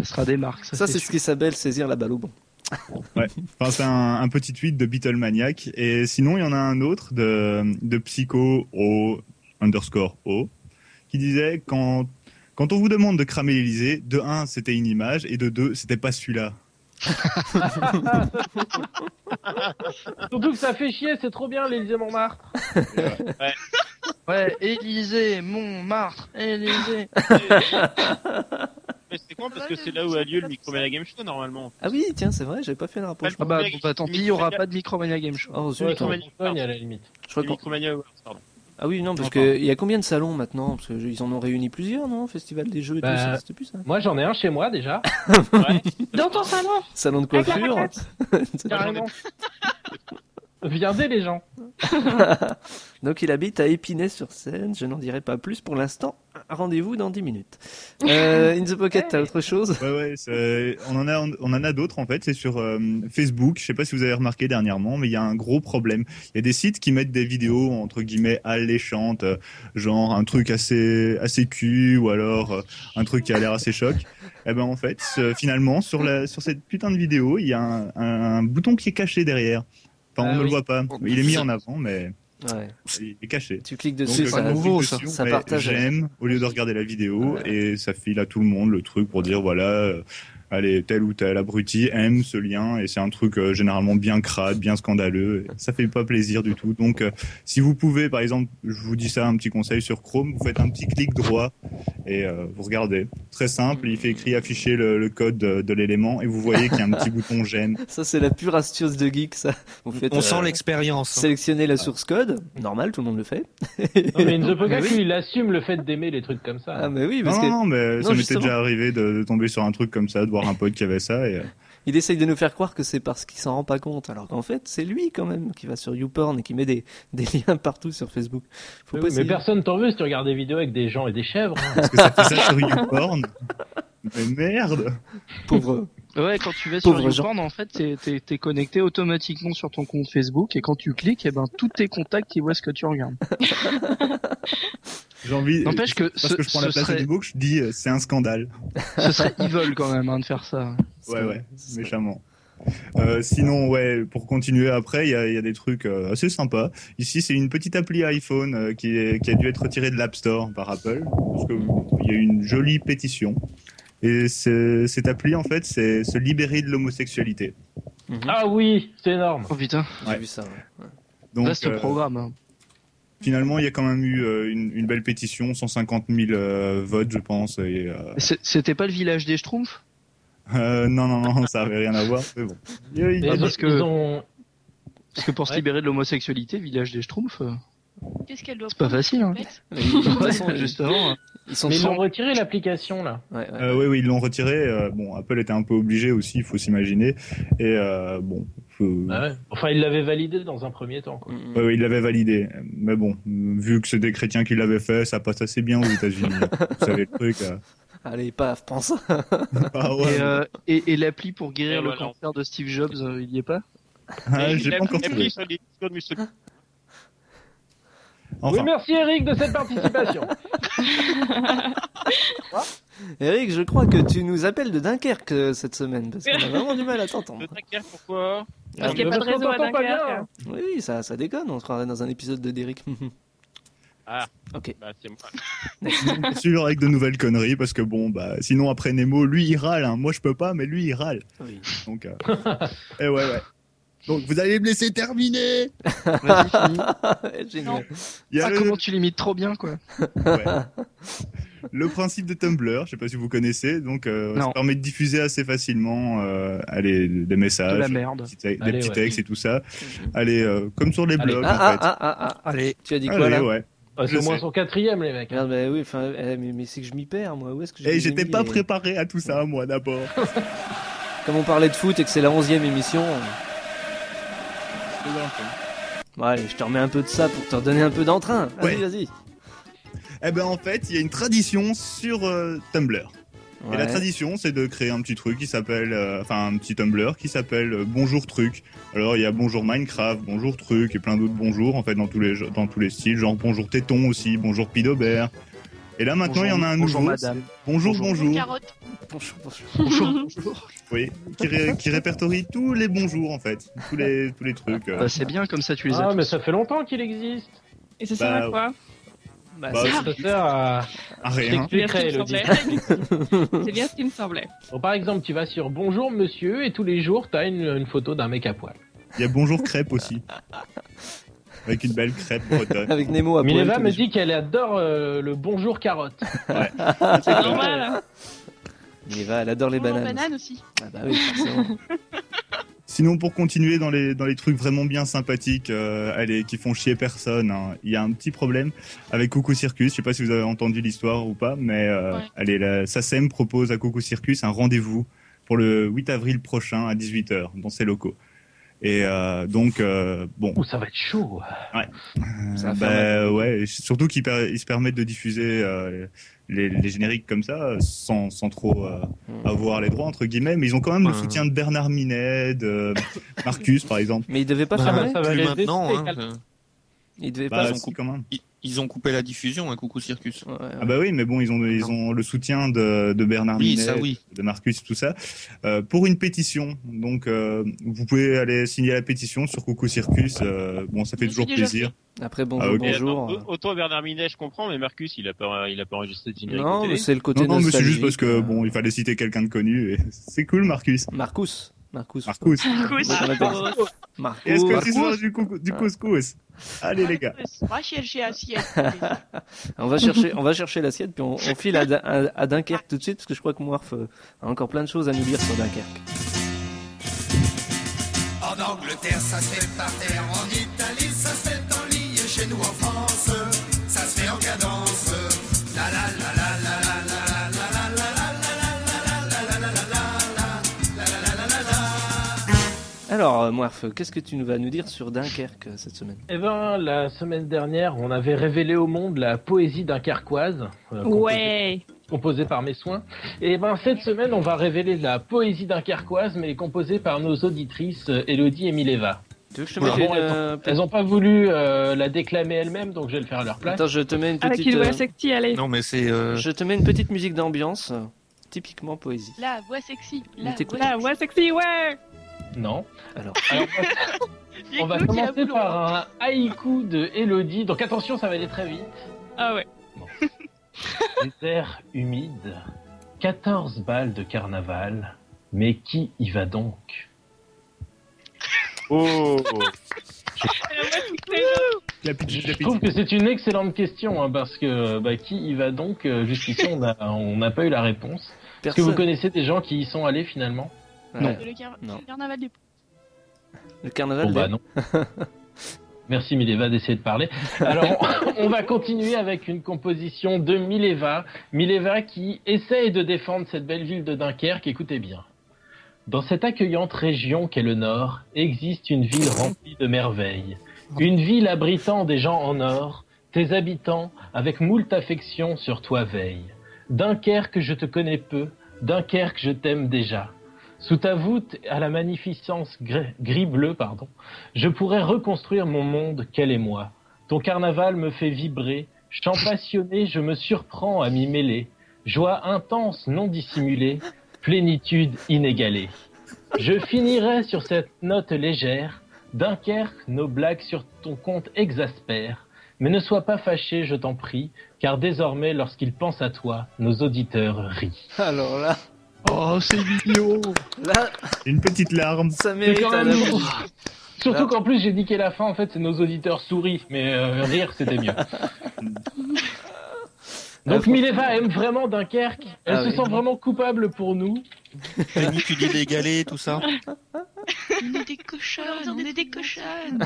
[SPEAKER 7] Ça sera des marques.
[SPEAKER 2] Ça, c'est ce qui s'appelle saisir la balle au bon.
[SPEAKER 8] Enfin, c'est un, un petit tweet de Beatlemaniac. Et sinon, il y en a un autre de, de Psycho O underscore O qui disait quand, quand on vous demande de cramer l'Elysée, de 1, c'était une image, et de 2, c'était pas celui-là.
[SPEAKER 5] Surtout que ça fait chier, c'est trop bien l'Élysée Montmartre.
[SPEAKER 7] Ouais, Élysée, Montmartre, Élysée.
[SPEAKER 6] Mais c'est con parce que c'est là où a lieu le Micromania Game Show normalement.
[SPEAKER 2] Ah oui, tiens, c'est vrai, j'avais pas fait le rapport.
[SPEAKER 7] Ah bah, bon, bah, tant pis, il y aura pas de Micromania Game Show.
[SPEAKER 2] Oh, zut.
[SPEAKER 5] Ouais,
[SPEAKER 6] Micromania-
[SPEAKER 5] c'est à la limite.
[SPEAKER 2] Je crois
[SPEAKER 6] Le
[SPEAKER 2] qu'on-
[SPEAKER 6] Micromania Awards, pardon.
[SPEAKER 2] Ah oui, non, parce
[SPEAKER 6] Enfin.
[SPEAKER 2] qu'il y a combien de salons maintenant Parce qu'ils en ont réuni plusieurs, non Festival des jeux et
[SPEAKER 5] Bah,
[SPEAKER 2] tout, ça n'existe plus ça.
[SPEAKER 5] Moi j'en ai un chez moi déjà.
[SPEAKER 6] *laughs*
[SPEAKER 8] *laughs*
[SPEAKER 6] Ouais.
[SPEAKER 4] Dans ton salon
[SPEAKER 2] Salon de
[SPEAKER 4] Avec la
[SPEAKER 2] coiffure.
[SPEAKER 4] raquette.
[SPEAKER 5] Carrément. Viendez les gens.
[SPEAKER 2] Donc il habite à Épinay-sur-Seine, je n'en dirai pas plus pour l'instant. Rendez-vous dans 10
[SPEAKER 4] *laughs*
[SPEAKER 2] minutes. Euh, In the Pocket, t'as autre chose
[SPEAKER 8] Ouais, ouais, c'est- on en a, on en a d'autres en fait. C'est sur euh, Facebook. Je sais pas si vous avez remarqué dernièrement, mais il y a un gros problème. Il y a des sites qui mettent des vidéos entre guillemets alléchantes, euh, genre un truc assez, assez cul ou alors euh, un truc qui a l'air assez choc. Et ben en fait, euh, finalement sur la, sur cette putain de vidéo, il y a un, un- un bouton qui est caché derrière. Enfin, on
[SPEAKER 5] Ah
[SPEAKER 8] ne
[SPEAKER 5] oui.
[SPEAKER 8] le voit pas. Il est mis en avant, mais
[SPEAKER 2] Ouais.
[SPEAKER 8] il est caché.
[SPEAKER 2] Tu cliques
[SPEAKER 8] Donc,
[SPEAKER 2] dessus,
[SPEAKER 8] euh,
[SPEAKER 2] ça,
[SPEAKER 8] quand on
[SPEAKER 7] nouveau,
[SPEAKER 8] clique
[SPEAKER 2] ça.
[SPEAKER 8] dessus, on
[SPEAKER 2] Ça
[SPEAKER 8] met
[SPEAKER 2] partage.
[SPEAKER 8] J'aime au lieu de regarder la vidéo
[SPEAKER 2] Voilà.
[SPEAKER 8] et ça file à tout le monde le truc pour dire voilà, euh, allez, tel ou tel abruti aime ce lien et c'est un truc euh, généralement bien crade, bien scandaleux. Et ça fait pas plaisir du tout. Donc, euh, si vous pouvez, par exemple, je vous dis ça, un petit conseil sur Chrome, vous faites un petit clic droit et euh, vous regardez. Très simple, il fait écrit afficher le, le code de, de l'élément et vous voyez qu'il y a
[SPEAKER 2] *laughs*
[SPEAKER 8] un petit bouton j'aime.
[SPEAKER 2] Ça, c'est la pure astuce de geek, ça. Vous faites,
[SPEAKER 9] On
[SPEAKER 2] euh,
[SPEAKER 9] sent l'expérience. hein.
[SPEAKER 2] Sélectionner
[SPEAKER 8] Ah.
[SPEAKER 2] la source code, normal, tout le monde le fait.
[SPEAKER 5] Non mais Nzo Pogac,
[SPEAKER 2] Mais oui.
[SPEAKER 5] lui, il assume le fait d'aimer les trucs comme ça.
[SPEAKER 2] Ah, mais oui, parce
[SPEAKER 8] Non,
[SPEAKER 2] que
[SPEAKER 8] non, non, mais ça m'était
[SPEAKER 2] justement.
[SPEAKER 8] déjà arrivé de, de tomber sur un truc comme ça, de voir un pote qui avait ça et. euh,
[SPEAKER 2] Il essaye de nous faire croire que c'est parce qu'il s'en rend pas compte, alors qu'en fait, c'est lui quand même qui va sur YouPorn et qui met des, *laughs* des liens partout sur Facebook. Faut
[SPEAKER 5] mais,
[SPEAKER 2] pas
[SPEAKER 5] oui, mais
[SPEAKER 2] essayer.
[SPEAKER 5] personne t'en veut si tu regardes des vidéos avec des gens et des chèvres. hein.
[SPEAKER 8] Parce que ça fait ça sur YouPorn. Mais merde
[SPEAKER 2] Pauvre.
[SPEAKER 7] Ouais, quand tu vas sur
[SPEAKER 2] Pauvre gens.
[SPEAKER 7] YouPorn, en fait, t'es- t'es t'es connecté automatiquement sur ton compte Facebook et quand tu cliques, eh ben, tous tes contacts, ils voient ce que tu
[SPEAKER 8] *laughs*
[SPEAKER 7] regardes.
[SPEAKER 8] J'ai envie.
[SPEAKER 7] N'empêche que
[SPEAKER 8] Parce
[SPEAKER 7] ce,
[SPEAKER 8] que je prends la
[SPEAKER 7] ce
[SPEAKER 8] place
[SPEAKER 7] serait,
[SPEAKER 8] du book, je dis euh, c'est un scandale.
[SPEAKER 7] ce serait evil quand même hein, de faire ça.
[SPEAKER 8] Ouais, ouais,
[SPEAKER 2] C'est-
[SPEAKER 8] méchamment. Euh, sinon, ouais, pour continuer après, il y a, il y a des trucs euh, assez sympas. Ici, c'est une petite appli iPhone euh, qui, est- qui a dû être retirée de l'App Store par Apple, parce qu'il y a eu une jolie pétition. Et c'est- cette appli, en fait, c'est se libérer de l'homosexualité.
[SPEAKER 2] Mhm.
[SPEAKER 5] Ah oui, c'est énorme.
[SPEAKER 7] Oh putain,
[SPEAKER 2] J'ai
[SPEAKER 8] ouais.
[SPEAKER 2] vu ça. ouais.
[SPEAKER 8] Donc,
[SPEAKER 7] vaste
[SPEAKER 8] euh,
[SPEAKER 7] programme. hein.
[SPEAKER 8] finalement, il y a quand même eu euh, une, une belle pétition, 150 000 euh, votes, je pense. Et, euh,
[SPEAKER 7] C'est- C'était pas le village des Schtroumpfs
[SPEAKER 8] Euh, non, non, non, ça avait rien à voir. Mais bon.
[SPEAKER 5] Et
[SPEAKER 8] bah,
[SPEAKER 7] Ah,
[SPEAKER 5] ils-
[SPEAKER 7] parce que-
[SPEAKER 5] ils ont-
[SPEAKER 7] Parce que pour se
[SPEAKER 5] Ouais.
[SPEAKER 7] libérer de l'homosexualité, village des Schtroumpfs, euh,
[SPEAKER 3] Qu'est-ce qu'elle doit
[SPEAKER 7] c'est pas
[SPEAKER 3] prendre,
[SPEAKER 7] facile. Hein.
[SPEAKER 3] en fait
[SPEAKER 2] Mais ils- de
[SPEAKER 8] *laughs*
[SPEAKER 2] toute façon,
[SPEAKER 7] Ouais,
[SPEAKER 2] ils-
[SPEAKER 7] justement. hein.
[SPEAKER 2] ils sont
[SPEAKER 5] Mais ils
[SPEAKER 2] sans-
[SPEAKER 5] l'ont retiré l'application là.
[SPEAKER 2] Ouais, ouais.
[SPEAKER 8] Euh, oui, oui, ils l'ont retiré. euh, bon, Apple était un peu obligé aussi, il faut s'imaginer. Et euh, bon, faut-
[SPEAKER 5] Ah ouais. Enfin, ils l'avaient validé dans un premier temps. Quoi.
[SPEAKER 2] Mhm.
[SPEAKER 8] ouais, ouais, ils l'avaient validé. Mais bon, vu que c'est des chrétiens qui l'avaient fait, ça passe assez bien aux États-Unis. hein. Vous savez le truc. euh.
[SPEAKER 2] Allez, paf, pense.
[SPEAKER 8] Ah ouais,
[SPEAKER 7] Et, euh, et- et l'appli pour guérir
[SPEAKER 6] Et
[SPEAKER 7] le
[SPEAKER 6] voilà.
[SPEAKER 7] cancer de Steve Jobs, euh, il y est pas
[SPEAKER 8] *laughs* ah, j'ai
[SPEAKER 6] Et
[SPEAKER 8] pas
[SPEAKER 6] la-
[SPEAKER 8] encore
[SPEAKER 6] la-
[SPEAKER 8] trouvé.
[SPEAKER 6] sur les discours de Mussolini.
[SPEAKER 8] Enfin,
[SPEAKER 5] Oui, merci Eric de cette participation.
[SPEAKER 2] Eric, je crois que tu nous appelles de Dunkerque euh, cette semaine, parce qu'on a vraiment du mal à t'entendre.
[SPEAKER 6] Le tracker, pourquoi
[SPEAKER 2] Ah,
[SPEAKER 4] Parce qu'il n'y a
[SPEAKER 5] mais
[SPEAKER 4] pas
[SPEAKER 5] parce
[SPEAKER 4] de
[SPEAKER 5] qu'on
[SPEAKER 4] réseau à
[SPEAKER 5] t'entend pas
[SPEAKER 4] Dunkerque.
[SPEAKER 5] bien.
[SPEAKER 2] *laughs* Oui, oui, ça, ça déconne, on se croirait dans un épisode de Derrick.
[SPEAKER 6] Bah, c'est moi.
[SPEAKER 8] sûr avec de nouvelles conneries parce que bon bah sinon après Nemo lui il râle hein. moi je peux pas mais lui il râle
[SPEAKER 2] Oui.
[SPEAKER 8] donc euh, eh ouais ouais donc vous allez me laisser terminer
[SPEAKER 7] Vas-y, finis.
[SPEAKER 2] Génial.
[SPEAKER 8] *laughs* il y a
[SPEAKER 7] Ah,
[SPEAKER 8] le,
[SPEAKER 7] comment tu limites trop bien, quoi.
[SPEAKER 8] *laughs* le principe de Tumblr je sais pas si vous connaissez donc euh, ça
[SPEAKER 7] Non.
[SPEAKER 8] permet de diffuser assez facilement euh, allez, des
[SPEAKER 7] De
[SPEAKER 8] messages
[SPEAKER 7] la merde.
[SPEAKER 8] des petits te- des
[SPEAKER 5] Allez,
[SPEAKER 8] petits
[SPEAKER 5] ouais.
[SPEAKER 8] textes et tout ça allez euh, comme sur les
[SPEAKER 5] Allez.
[SPEAKER 8] blogs
[SPEAKER 2] Ah,
[SPEAKER 8] en
[SPEAKER 2] ah,
[SPEAKER 8] fait
[SPEAKER 2] ah, ah, ah.
[SPEAKER 7] Allez.
[SPEAKER 2] Tu as dit
[SPEAKER 8] Allez,
[SPEAKER 2] quoi là
[SPEAKER 8] ouais.
[SPEAKER 5] Ah, c'est
[SPEAKER 8] Je
[SPEAKER 5] au moins
[SPEAKER 8] sais.
[SPEAKER 5] son quatrième, les mecs. hein.
[SPEAKER 2] Merde, bah oui, enfin, euh, mais, mais c'est que je m'y perds, moi. Où est-ce que je
[SPEAKER 8] Eh,
[SPEAKER 2] les ai
[SPEAKER 8] j'étais
[SPEAKER 2] mis,
[SPEAKER 8] pas
[SPEAKER 2] les-
[SPEAKER 8] préparé à tout ça moi d'abord
[SPEAKER 2] Comme on parlait de foot et que c'est la 11 e émission. euh, Bon, allez, je te remets un peu de ça pour te redonner un peu d'entrain. Vas-y,
[SPEAKER 8] Ouais.
[SPEAKER 2] vas-y.
[SPEAKER 8] eh ben en fait il y a une tradition sur euh, Tumblr Et la
[SPEAKER 2] Ouais.
[SPEAKER 8] tradition, c'est de créer un petit truc qui s'appelle, euh, enfin un petit Tumblr qui s'appelle euh, Bonjour Truc. Alors il y a Bonjour Minecraft, Bonjour Truc et plein d'autres bonjours en fait dans tous les dans tous les styles, genre Bonjour Téton aussi, Bonjour Pidobert. Et là maintenant il y en a un
[SPEAKER 7] bonjour,
[SPEAKER 8] nouveau. *laughs*
[SPEAKER 7] madame.
[SPEAKER 8] c'est Bonjour bonjour,
[SPEAKER 1] Carotte.
[SPEAKER 2] Bonjour, bonjour.
[SPEAKER 7] Bonjour, bonjour.
[SPEAKER 8] oui, qui, ré- qui répertorie tous les bonjours en fait, tous les tous les trucs. euh.
[SPEAKER 7] Bah, c'est bien, comme ça, tu les as.
[SPEAKER 5] Ah, mais ça fait longtemps qu'il existe.
[SPEAKER 4] Et ça sert
[SPEAKER 8] Bah,
[SPEAKER 4] à quoi
[SPEAKER 2] Bah,
[SPEAKER 7] Ah,
[SPEAKER 8] Bah,
[SPEAKER 2] c'est-
[SPEAKER 5] Ça sert à.
[SPEAKER 8] Ah, rien.
[SPEAKER 4] C'est bien ce
[SPEAKER 5] Secret,
[SPEAKER 4] qui me
[SPEAKER 5] Elodie.
[SPEAKER 4] semblait. C'est bien ce qui me semblait.
[SPEAKER 5] Bon, par exemple, tu vas sur Bonjour Monsieur et tous les jours, t'as une, une photo d'un mec à poil.
[SPEAKER 8] Il y a Bonjour Crêpe aussi, avec une belle crêpe bretonne. *laughs*
[SPEAKER 2] Avec Nemo à poil.
[SPEAKER 5] Mileva
[SPEAKER 2] tous
[SPEAKER 5] me
[SPEAKER 2] les
[SPEAKER 5] dit qu'elle adore euh, le Bonjour Carotte.
[SPEAKER 4] C'est
[SPEAKER 8] Ah,
[SPEAKER 4] normal.
[SPEAKER 2] jours. Mileva, elle adore les
[SPEAKER 3] Bonjour,
[SPEAKER 2] bananes.
[SPEAKER 3] banane aussi.
[SPEAKER 2] Ah bah oui,
[SPEAKER 8] *laughs*
[SPEAKER 2] forcément.
[SPEAKER 8] Sinon, pour continuer dans les, dans les trucs vraiment bien sympathiques, euh, allez, qui font chier personne, hein, il y a un petit problème avec Coucou Circus. Je sais pas si vous avez entendu l'histoire ou pas, mais euh,
[SPEAKER 3] Ouais.
[SPEAKER 8] allez, la SACEM propose à Coucou Circus un rendez-vous pour le 8 avril prochain à 18h dans ses locaux. Et euh, donc, euh, bon,
[SPEAKER 5] Ouh, ça va être chaud.
[SPEAKER 8] euh,
[SPEAKER 2] Ça va
[SPEAKER 8] bah,
[SPEAKER 2] faire
[SPEAKER 8] ouais, surtout qu'ils per- ils se permettent de diffuser euh, les, les génériques comme ça, euh, sans, sans trop euh, avoir les droits, entre guillemets, mais ils ont quand même le
[SPEAKER 9] Ouais.
[SPEAKER 8] soutien de Bernard Minet, de Marcus, par exemple.
[SPEAKER 2] Mais il devait pas
[SPEAKER 5] Bah,
[SPEAKER 2] fermer.
[SPEAKER 5] ça va
[SPEAKER 9] Plus
[SPEAKER 5] les
[SPEAKER 9] maintenant,
[SPEAKER 5] détester,
[SPEAKER 9] hein,
[SPEAKER 5] calme-
[SPEAKER 9] euh,
[SPEAKER 2] Il devait
[SPEAKER 8] Bah,
[SPEAKER 2] pas.
[SPEAKER 9] ils ont
[SPEAKER 8] si,
[SPEAKER 9] coupé.
[SPEAKER 8] quand même.
[SPEAKER 9] ils- ils ont coupé la diffusion, un coucou circus.
[SPEAKER 2] Ouais, ouais.
[SPEAKER 8] Ah bah oui, mais bon, ils ont, ils ont le soutien de, de Bernard
[SPEAKER 9] Oui,
[SPEAKER 8] Minet,
[SPEAKER 9] ça oui.
[SPEAKER 8] de Marcus, tout ça, euh, pour une pétition. Donc, euh, vous pouvez aller signer la pétition sur Coucou Circus. euh, bon, ça fait
[SPEAKER 3] Je
[SPEAKER 8] toujours
[SPEAKER 3] l'ai déjà
[SPEAKER 8] plaisir.
[SPEAKER 2] Après, bonjour,
[SPEAKER 8] Ah, ok.
[SPEAKER 6] Et attends,
[SPEAKER 2] bonjour. euh,
[SPEAKER 6] au- autant Bernard Minet, je comprends, mais Marcus, il a pas, il a pas enregistré de générique. de
[SPEAKER 2] Non,
[SPEAKER 6] télé.
[SPEAKER 2] mais c'est le côté
[SPEAKER 8] Non, non, mais c'est juste
[SPEAKER 2] nostalgique,
[SPEAKER 8] parce que
[SPEAKER 2] euh,
[SPEAKER 8] bon, il fallait citer quelqu'un de connu. Et *laughs* c'est cool, Marcus.
[SPEAKER 2] Marcus. Marcus.
[SPEAKER 8] Marcus.
[SPEAKER 3] Marcus.
[SPEAKER 2] Comment on l'appelle Marcus.
[SPEAKER 8] Est-ce que tu sors du, coucou- du couscous Allez, les gars.
[SPEAKER 3] On va chercher assiette.
[SPEAKER 2] On va chercher, on va chercher l'assiette, puis on, on file à, Dun- à- à Dunkerque tout de suite, parce que je crois que Moirf euh, a encore plein de choses à nous dire sur Dunkerque.
[SPEAKER 10] En Angleterre, ça se fait par terre. En Italie, ça se fait en ligne. Chez nous, en France, ça se fait en cadence. La la la la la la la la la la la la la la la la la la la la la la la la.
[SPEAKER 2] Alors, euh, Moirf, qu'est-ce que tu nous vas nous dire sur Dunkerque euh, cette semaine
[SPEAKER 5] Eh ben, la semaine dernière, on avait révélé au monde la poésie d'un carquoise. euh, composée-
[SPEAKER 4] Ouais.
[SPEAKER 5] Composée par mes soins. Et ben, cette semaine, on va révéler la poésie d'un carquoise, mais composée par nos auditrices euh, Elodie et Mileva.
[SPEAKER 2] Tu veux que je te
[SPEAKER 5] Oula,
[SPEAKER 2] mette
[SPEAKER 5] bon,
[SPEAKER 2] une, euh,
[SPEAKER 5] Elles n'ont pas voulu euh, la déclamer elles-mêmes, donc je vais le faire à leur place.
[SPEAKER 2] Attends, je te mets une
[SPEAKER 4] Avec
[SPEAKER 2] petite,
[SPEAKER 4] une voix
[SPEAKER 2] euh,
[SPEAKER 4] sexy, allez.
[SPEAKER 9] Non, mais c'est. euh,
[SPEAKER 2] je te mets une petite musique d'ambiance, euh, typiquement poésie.
[SPEAKER 3] La voix sexy. La
[SPEAKER 2] Mais t'écoutes-
[SPEAKER 3] voix
[SPEAKER 4] La voix sexy, ouais.
[SPEAKER 5] Non.
[SPEAKER 2] Alors.
[SPEAKER 5] Alors, on va
[SPEAKER 3] Écoute, il a
[SPEAKER 5] commencer
[SPEAKER 3] vouloir.
[SPEAKER 5] par un haïku de Elodie. Donc attention, ça va aller très vite.
[SPEAKER 4] Ah ouais.
[SPEAKER 5] Désert humide, 14 balles de carnaval, mais qui y va donc
[SPEAKER 6] Oh,
[SPEAKER 4] La voix sexy.
[SPEAKER 8] La petite,
[SPEAKER 5] Je
[SPEAKER 8] la
[SPEAKER 5] trouve que
[SPEAKER 8] petite.
[SPEAKER 5] c'est une excellente question, hein, parce que bah, qui y va donc euh, Jusqu'ici, on n'a on n'a pas eu la réponse. Est-ce que vous connaissez des gens qui y sont allés finalement
[SPEAKER 2] Ouais,
[SPEAKER 3] Le car-
[SPEAKER 2] Non.
[SPEAKER 3] le carnaval des
[SPEAKER 2] Le carnaval.
[SPEAKER 5] Bon, bah,
[SPEAKER 2] des-
[SPEAKER 5] non. Merci Mileva d'essayer de parler. Alors, on va continuer avec une composition de Mileva. Mileva qui essaye de défendre cette belle ville de Dunkerque. Écoutez bien. Dans cette accueillante région qu'est le Nord, existe une ville remplie de merveilles. Une ville abritant des gens en or, tes habitants, avec moult affection sur toi veillent. Dunkerque, je te connais peu, Dunkerque, je t'aime déjà. Sous ta voûte, à la magnificence gré- gris-bleu, pardon, je pourrais reconstruire mon monde, quel est moi. Ton carnaval me fait vibrer, chant passionné, je me surprends à m'y mêler. Joie intense, non dissimulée, plénitude inégalée. Je finirai sur cette note légère, Dunkerque, nos blagues sur ton compte exaspèrent. Mais ne sois pas fâché, je t'en prie, car désormais, lorsqu'ils pensent à toi, nos auditeurs rient.
[SPEAKER 2] Alors là.
[SPEAKER 7] Oh, c'est vidéo
[SPEAKER 2] Là,
[SPEAKER 8] Une petite larme.
[SPEAKER 2] ça mérite
[SPEAKER 5] C'est quand
[SPEAKER 2] un
[SPEAKER 5] même-
[SPEAKER 2] avis.
[SPEAKER 5] Surtout qu'en plus, j'ai niqué la fin, en fait, c'est nos auditeurs sourient, mais euh, rire, c'était
[SPEAKER 2] *laughs*
[SPEAKER 5] mieux. Donc Mileva aime vraiment Dunkerque, elle
[SPEAKER 2] Ah
[SPEAKER 5] se
[SPEAKER 2] oui.
[SPEAKER 5] sent vraiment coupable pour nous.
[SPEAKER 9] Fanny, tu dis les galets, tout ça.
[SPEAKER 1] On est des
[SPEAKER 3] *laughs*
[SPEAKER 1] cochonnes, on est des cochonnes.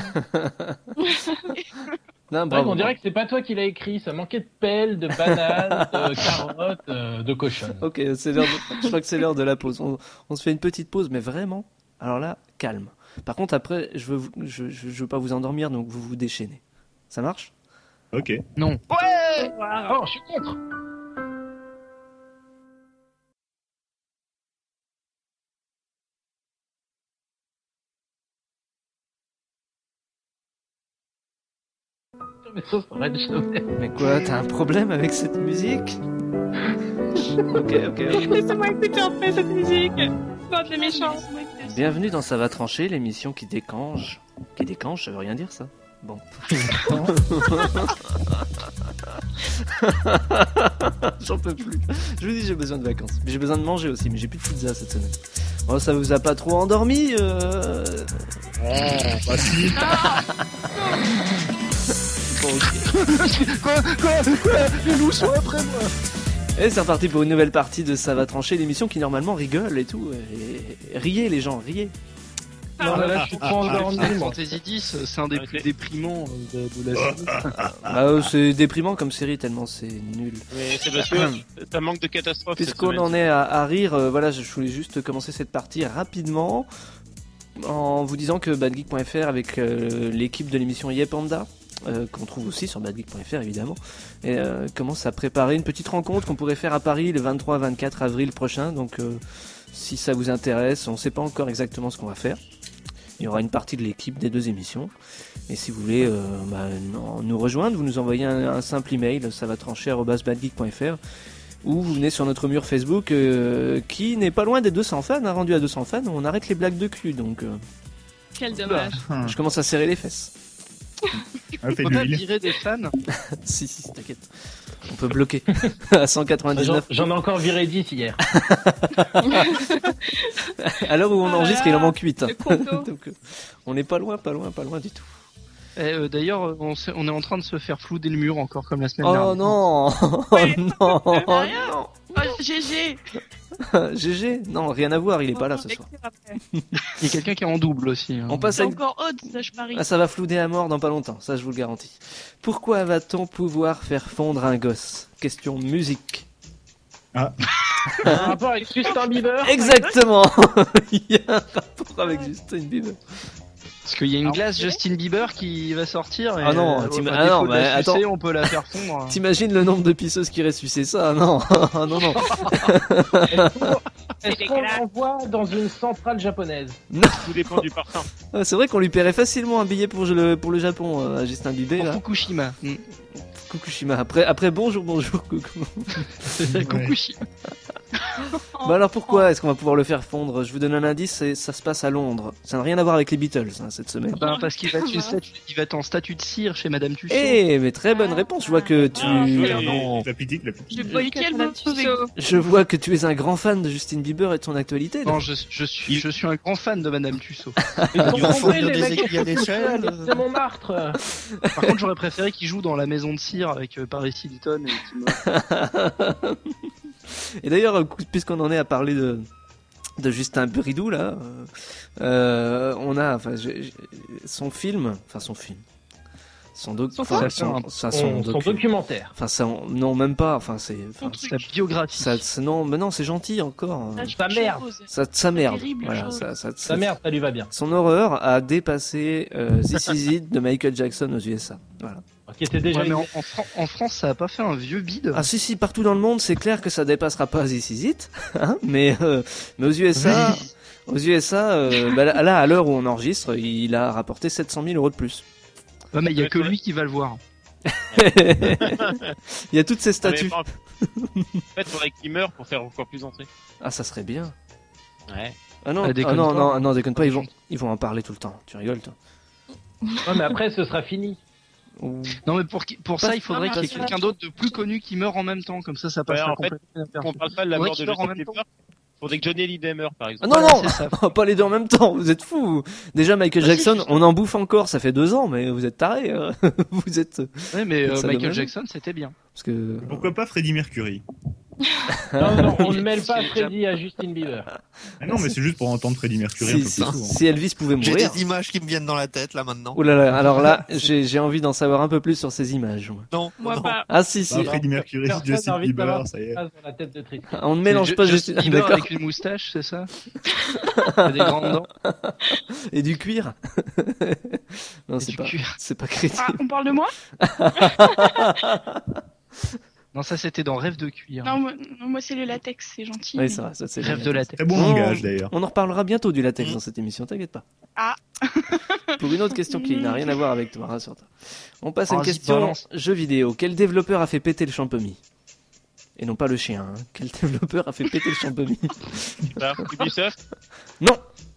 [SPEAKER 2] Non,
[SPEAKER 5] C'est vrai
[SPEAKER 2] bravo.
[SPEAKER 5] qu'on dirait que c'est pas toi qui l'as écrit, ça manquait de pelles, de bananes,
[SPEAKER 2] *laughs*
[SPEAKER 5] de carottes, euh, de cochonnes.
[SPEAKER 2] Ok, c'est l'heure. de- Je crois que c'est l'heure de la pause. On, on se fait une petite pause, mais vraiment. Alors là, calme. Par contre, après, je veux, vous- je, je- je veux pas vous endormir, donc vous vous déchaînez. Ça marche
[SPEAKER 8] Ok. Ah,
[SPEAKER 5] Oh, je suis contre Mais ça, ça aurait jamais-
[SPEAKER 2] Mais quoi, t'as un problème avec cette musique Ok, ok. ok.
[SPEAKER 4] Laissez-moi écouter en fait cette musique. Bande de méchants.
[SPEAKER 2] Bienvenue dans Ça va trancher, l'émission qui décange. Qui décange, ça veut rien dire ça Bon. *laughs* J'en peux plus. Je vous dis, j'ai besoin de vacances. Mais j'ai besoin de manger aussi, mais j'ai plus de pizza cette semaine. Bon, ça vous a pas trop endormi euh...
[SPEAKER 8] Bah, si.
[SPEAKER 4] Ah,
[SPEAKER 2] bon, ok.
[SPEAKER 7] Quoi Quoi Quoi Les loups sont après moi
[SPEAKER 2] Et c'est reparti pour une nouvelle partie de Ça va trancher, l'émission qui normalement rigole et tout. Et... et Riez les gens, riez. Ah,
[SPEAKER 5] Non,
[SPEAKER 4] hein.
[SPEAKER 5] là, là, je suis trop
[SPEAKER 8] Ah,
[SPEAKER 5] endormi.
[SPEAKER 7] Final
[SPEAKER 5] moi.
[SPEAKER 7] Fantasy X, c'est un des plus
[SPEAKER 6] Ok.
[SPEAKER 7] déprimants euh, de, de la
[SPEAKER 8] Ah,
[SPEAKER 7] série.
[SPEAKER 2] Bah, euh, c'est déprimant comme série tellement c'est nul.
[SPEAKER 6] Mais c'est parce que
[SPEAKER 2] *laughs*
[SPEAKER 6] ça manque de catastrophe. Oh, cette
[SPEAKER 2] Puisqu'on
[SPEAKER 6] semaine.
[SPEAKER 2] en est à, à rire, euh, voilà, je voulais juste commencer cette partie rapidement en vous disant que badgeek.fr avec euh, l'équipe de l'émission Yepanda euh, qu'on trouve aussi sur badgeek.fr évidemment et euh, commence à préparer une petite rencontre qu'on pourrait faire à Paris le 23-24 avril prochain donc euh, si ça vous intéresse on ne sait pas encore exactement ce qu'on va faire il y aura une partie de l'équipe des deux émissions et si vous voulez euh, bah, non, nous rejoindre vous nous envoyez un, un simple email ça va trancher badgeek.fr ou vous venez sur notre mur Facebook euh, qui n'est pas loin des 200 fans, hein, rendu à 200 fans, on arrête les blagues de cul donc euh,
[SPEAKER 4] Quel dommage.
[SPEAKER 2] je commence à serrer les fesses. *laughs*
[SPEAKER 8] Ah, fait
[SPEAKER 7] Faut
[SPEAKER 8] de
[SPEAKER 7] pas
[SPEAKER 8] l'huile.
[SPEAKER 7] virer des fans
[SPEAKER 2] Ah, si, si, t'inquiète. On peut bloquer à
[SPEAKER 5] J'en
[SPEAKER 2] 199.
[SPEAKER 5] j'en ai encore viré 10 hier.
[SPEAKER 2] À l'heure où on
[SPEAKER 4] Ah
[SPEAKER 2] enregistre,
[SPEAKER 4] là
[SPEAKER 2] il
[SPEAKER 4] là,
[SPEAKER 2] en manque 8.
[SPEAKER 4] le conto.
[SPEAKER 2] Donc, euh, on n'est pas loin, pas loin, pas loin du tout.
[SPEAKER 7] Eh, euh, D'ailleurs, euh, on, s'est- on est en train de se faire flouder le mur encore comme la semaine
[SPEAKER 2] Oh
[SPEAKER 7] dernière.
[SPEAKER 2] non *laughs* Oh non Oh
[SPEAKER 3] Oh, GG
[SPEAKER 2] non GG Non, rien à voir, il est pas là ce soir.
[SPEAKER 7] Il y a quelqu'un qui est en double aussi. hein.
[SPEAKER 2] On passe
[SPEAKER 3] C'est
[SPEAKER 2] à
[SPEAKER 3] encore haute, ça je parie.
[SPEAKER 2] Ah, ça va flouder à mort dans pas longtemps, ça je vous le garantis. Pourquoi va-t-on pouvoir faire fondre un gosse Question musique.
[SPEAKER 5] Un rapport avec Justin Bieber
[SPEAKER 2] Exactement *laughs* Il y a un rapport avec Justin Bieber.
[SPEAKER 7] Parce qu'il y a une glace Justin Bieber qui va sortir. Et,
[SPEAKER 2] Ah non,
[SPEAKER 7] euh,
[SPEAKER 2] t'im-
[SPEAKER 7] ouais,
[SPEAKER 2] ah
[SPEAKER 7] à défaut
[SPEAKER 2] non,
[SPEAKER 7] de la
[SPEAKER 2] mais
[SPEAKER 7] sucer,
[SPEAKER 2] attends.
[SPEAKER 7] on peut la faire fondre.
[SPEAKER 2] T'imagines le nombre de pisseuses qui ressuscitent ça Non, *laughs* non, non.
[SPEAKER 4] Ah,
[SPEAKER 5] Est-ce qu'on l'envoie dans une centrale japonaise
[SPEAKER 6] Tout dépend du parfum.
[SPEAKER 2] Ah, C'est vrai qu'on lui paierait facilement un billet pour le, pour le Japon euh, à Justin Bieber.
[SPEAKER 7] Pour
[SPEAKER 2] Là.
[SPEAKER 7] Fukushima. Mm.
[SPEAKER 2] Fukushima. Après, après bonjour, bonjour, coucou.
[SPEAKER 7] *laughs* Fukushima.
[SPEAKER 2] Bah alors pourquoi est-ce qu'on va pouvoir le faire fondre Je vous donne un indice, c'est- ça se passe à Londres. Ça n'a rien à voir avec les Beatles hein, cette semaine.
[SPEAKER 7] Ben, parce qu'il
[SPEAKER 6] *laughs*
[SPEAKER 7] va, être sur statut- il va être en statut de cire chez Madame Tussaud.
[SPEAKER 2] Eh, mais très bonne réponse. Je vois que tu.
[SPEAKER 4] Ah,
[SPEAKER 6] Ouais,
[SPEAKER 4] alors
[SPEAKER 6] non.
[SPEAKER 8] La petite, la petite.
[SPEAKER 3] Je boycott Madame Tussaud.
[SPEAKER 2] Je vois que tu es un grand fan de Justin Bieber et de son actualité.
[SPEAKER 7] Non, je, je suis, je suis un grand fan de Madame Tussaud.
[SPEAKER 9] Ils vont
[SPEAKER 5] Comprends-les,
[SPEAKER 9] fournir
[SPEAKER 5] les
[SPEAKER 9] des
[SPEAKER 5] mecs.
[SPEAKER 9] aiguilles à l'échelle.
[SPEAKER 5] C'est euh, Montmartre
[SPEAKER 7] Par contre, j'aurais préféré qu'il joue dans la maison de cire avec euh, Paris Hilton et Tim Burton.
[SPEAKER 2] Et d'ailleurs, euh, puisqu'on en est à parler de, de Justin Bridou, là, euh, euh, on a enfin, j'ai- j'ai- son film, enfin son film, son, doc,
[SPEAKER 4] Son
[SPEAKER 2] enfin,
[SPEAKER 4] quoi
[SPEAKER 2] son, ça, Ah, son
[SPEAKER 5] Son, son
[SPEAKER 2] docu-
[SPEAKER 5] documentaire.
[SPEAKER 2] enfin, ça, on- non, même pas, enfin, c'est, enfin,
[SPEAKER 3] truc.
[SPEAKER 7] sa biographie.
[SPEAKER 2] ça, c'est- non, mais non, c'est gentil encore.
[SPEAKER 3] Ça,
[SPEAKER 2] euh,
[SPEAKER 3] je
[SPEAKER 5] Sa
[SPEAKER 3] propose.
[SPEAKER 5] merde.
[SPEAKER 2] Ça, ça merde,
[SPEAKER 3] terrible
[SPEAKER 2] voilà,
[SPEAKER 3] chose.
[SPEAKER 2] ça, ça,
[SPEAKER 5] Sa merde, ça lui va bien.
[SPEAKER 2] Son horreur a dépassé euh, This Is It de Michael Jackson aux *laughs* USA. Voilà.
[SPEAKER 5] Qui était déjà
[SPEAKER 7] Ouais,
[SPEAKER 5] une-
[SPEAKER 7] mais en, en Fran- en France, ça a pas fait un vieux bide.
[SPEAKER 2] Ah si si, partout dans le monde, c'est clair que ça dépassera pas This Is It, *laughs* hein, mais euh, mais aux *laughs* USA, Aux USA, euh, bah, là, là, à l'heure où on enregistre, il a rapporté 700 000 euros de
[SPEAKER 8] *laughs*
[SPEAKER 2] plus.
[SPEAKER 7] Ouais, mais il y a que lui qui va le voir.
[SPEAKER 2] il y a toutes ces
[SPEAKER 8] Ah,
[SPEAKER 2] statues.
[SPEAKER 6] En fait, faudrait qu'il meure pour faire encore plus entrer.
[SPEAKER 2] Ah, ça serait bien.
[SPEAKER 6] Ouais.
[SPEAKER 2] Ah non,
[SPEAKER 7] Ah,
[SPEAKER 2] ah,
[SPEAKER 7] déconne
[SPEAKER 2] non,
[SPEAKER 7] pas.
[SPEAKER 2] non, non, déconne pas, ils vont, ils vont en parler tout le temps. Tu rigoles, toi.
[SPEAKER 5] Ouais, mais après, ce sera fini.
[SPEAKER 7] Non, mais pour, qui- pour ça, il faudrait
[SPEAKER 6] Ah,
[SPEAKER 7] qu'il y ait
[SPEAKER 6] parce que-
[SPEAKER 7] quelqu'un d'autre de plus connu qui meurt en même temps. Comme ça, ça passe
[SPEAKER 6] Ouais,
[SPEAKER 7] la
[SPEAKER 6] en fait, on parle pas de la
[SPEAKER 7] Ouais,
[SPEAKER 6] mort
[SPEAKER 7] qui
[SPEAKER 6] de
[SPEAKER 7] meurt en
[SPEAKER 6] Justin
[SPEAKER 7] même temps.
[SPEAKER 6] Bieber. Faudrait que Johnny Hallyday meure, par
[SPEAKER 2] Ah
[SPEAKER 6] exemple.
[SPEAKER 2] non, non, *laughs* pas les deux en même temps, vous êtes fous. Déjà, Michael
[SPEAKER 6] Bah si,
[SPEAKER 2] Jackson, on en bouffe encore, ça fait deux ans, mais vous êtes tarés. hein. *laughs* vous êtes.
[SPEAKER 7] Ouais, mais euh,
[SPEAKER 2] vous êtes
[SPEAKER 7] Michael
[SPEAKER 2] sadomaso.
[SPEAKER 7] Jackson, c'était bien.
[SPEAKER 2] Parce que.
[SPEAKER 8] Pourquoi pas Freddie Mercury
[SPEAKER 5] Non, non, on ne mêle pas Freddy à Justin Bieber.
[SPEAKER 8] Ah Non, mais c'est juste pour entendre Freddie Mercury un
[SPEAKER 2] Si,
[SPEAKER 8] peu
[SPEAKER 2] si,
[SPEAKER 8] partout, hein.
[SPEAKER 2] si Elvis pouvait
[SPEAKER 8] J'ai
[SPEAKER 2] mourir.
[SPEAKER 8] des
[SPEAKER 9] images qui me viennent dans la tête là maintenant.
[SPEAKER 2] Oh là là, alors
[SPEAKER 8] *laughs*
[SPEAKER 2] là, j'ai j'ai envie d'en savoir un peu plus sur ces images. moi.
[SPEAKER 9] Non,
[SPEAKER 5] Moi non. pas.
[SPEAKER 2] Ah si, si.
[SPEAKER 5] Bah, Freddie Mercury, Personne Justin n'a envie de Bieber, savoir ça y est.
[SPEAKER 7] Ah,
[SPEAKER 5] Dans la tête de Tristan.
[SPEAKER 8] bah.
[SPEAKER 2] On ne mélange
[SPEAKER 7] Ju-
[SPEAKER 2] pas
[SPEAKER 7] Justin
[SPEAKER 2] Justin-
[SPEAKER 7] Bieber
[SPEAKER 2] d'accord.
[SPEAKER 7] avec une moustache, c'est ça Il a Des grandes dents.
[SPEAKER 2] Et du cuir. *laughs* non, c'est pas, c'est pas crédible.
[SPEAKER 3] Ah, on parle de moi
[SPEAKER 7] Non, ça c'était dans Rêve de cuir.
[SPEAKER 3] Non, moi, non, moi, c'est le latex, c'est gentil.
[SPEAKER 2] Oui, ça va, ça c'est
[SPEAKER 7] Rêve
[SPEAKER 2] bien.
[SPEAKER 7] de latex. Très
[SPEAKER 8] bon
[SPEAKER 2] On-
[SPEAKER 8] langage, d'ailleurs.
[SPEAKER 2] On en reparlera bientôt du latex dans cette émission, t'inquiète pas.
[SPEAKER 3] Mm. Ah.
[SPEAKER 2] *laughs* Pour une autre question qui n'a rien à voir avec toi, rassure-toi. On passe à
[SPEAKER 7] Oh,
[SPEAKER 2] une
[SPEAKER 7] vas-y,
[SPEAKER 2] question
[SPEAKER 7] balance.
[SPEAKER 2] jeu vidéo. Quel développeur a fait péter le champomy Et non pas le chien. hein. Quel développeur a fait péter le
[SPEAKER 7] *laughs*
[SPEAKER 2] champomy
[SPEAKER 6] Bah,
[SPEAKER 2] *laughs*
[SPEAKER 6] Ubisoft
[SPEAKER 2] Non,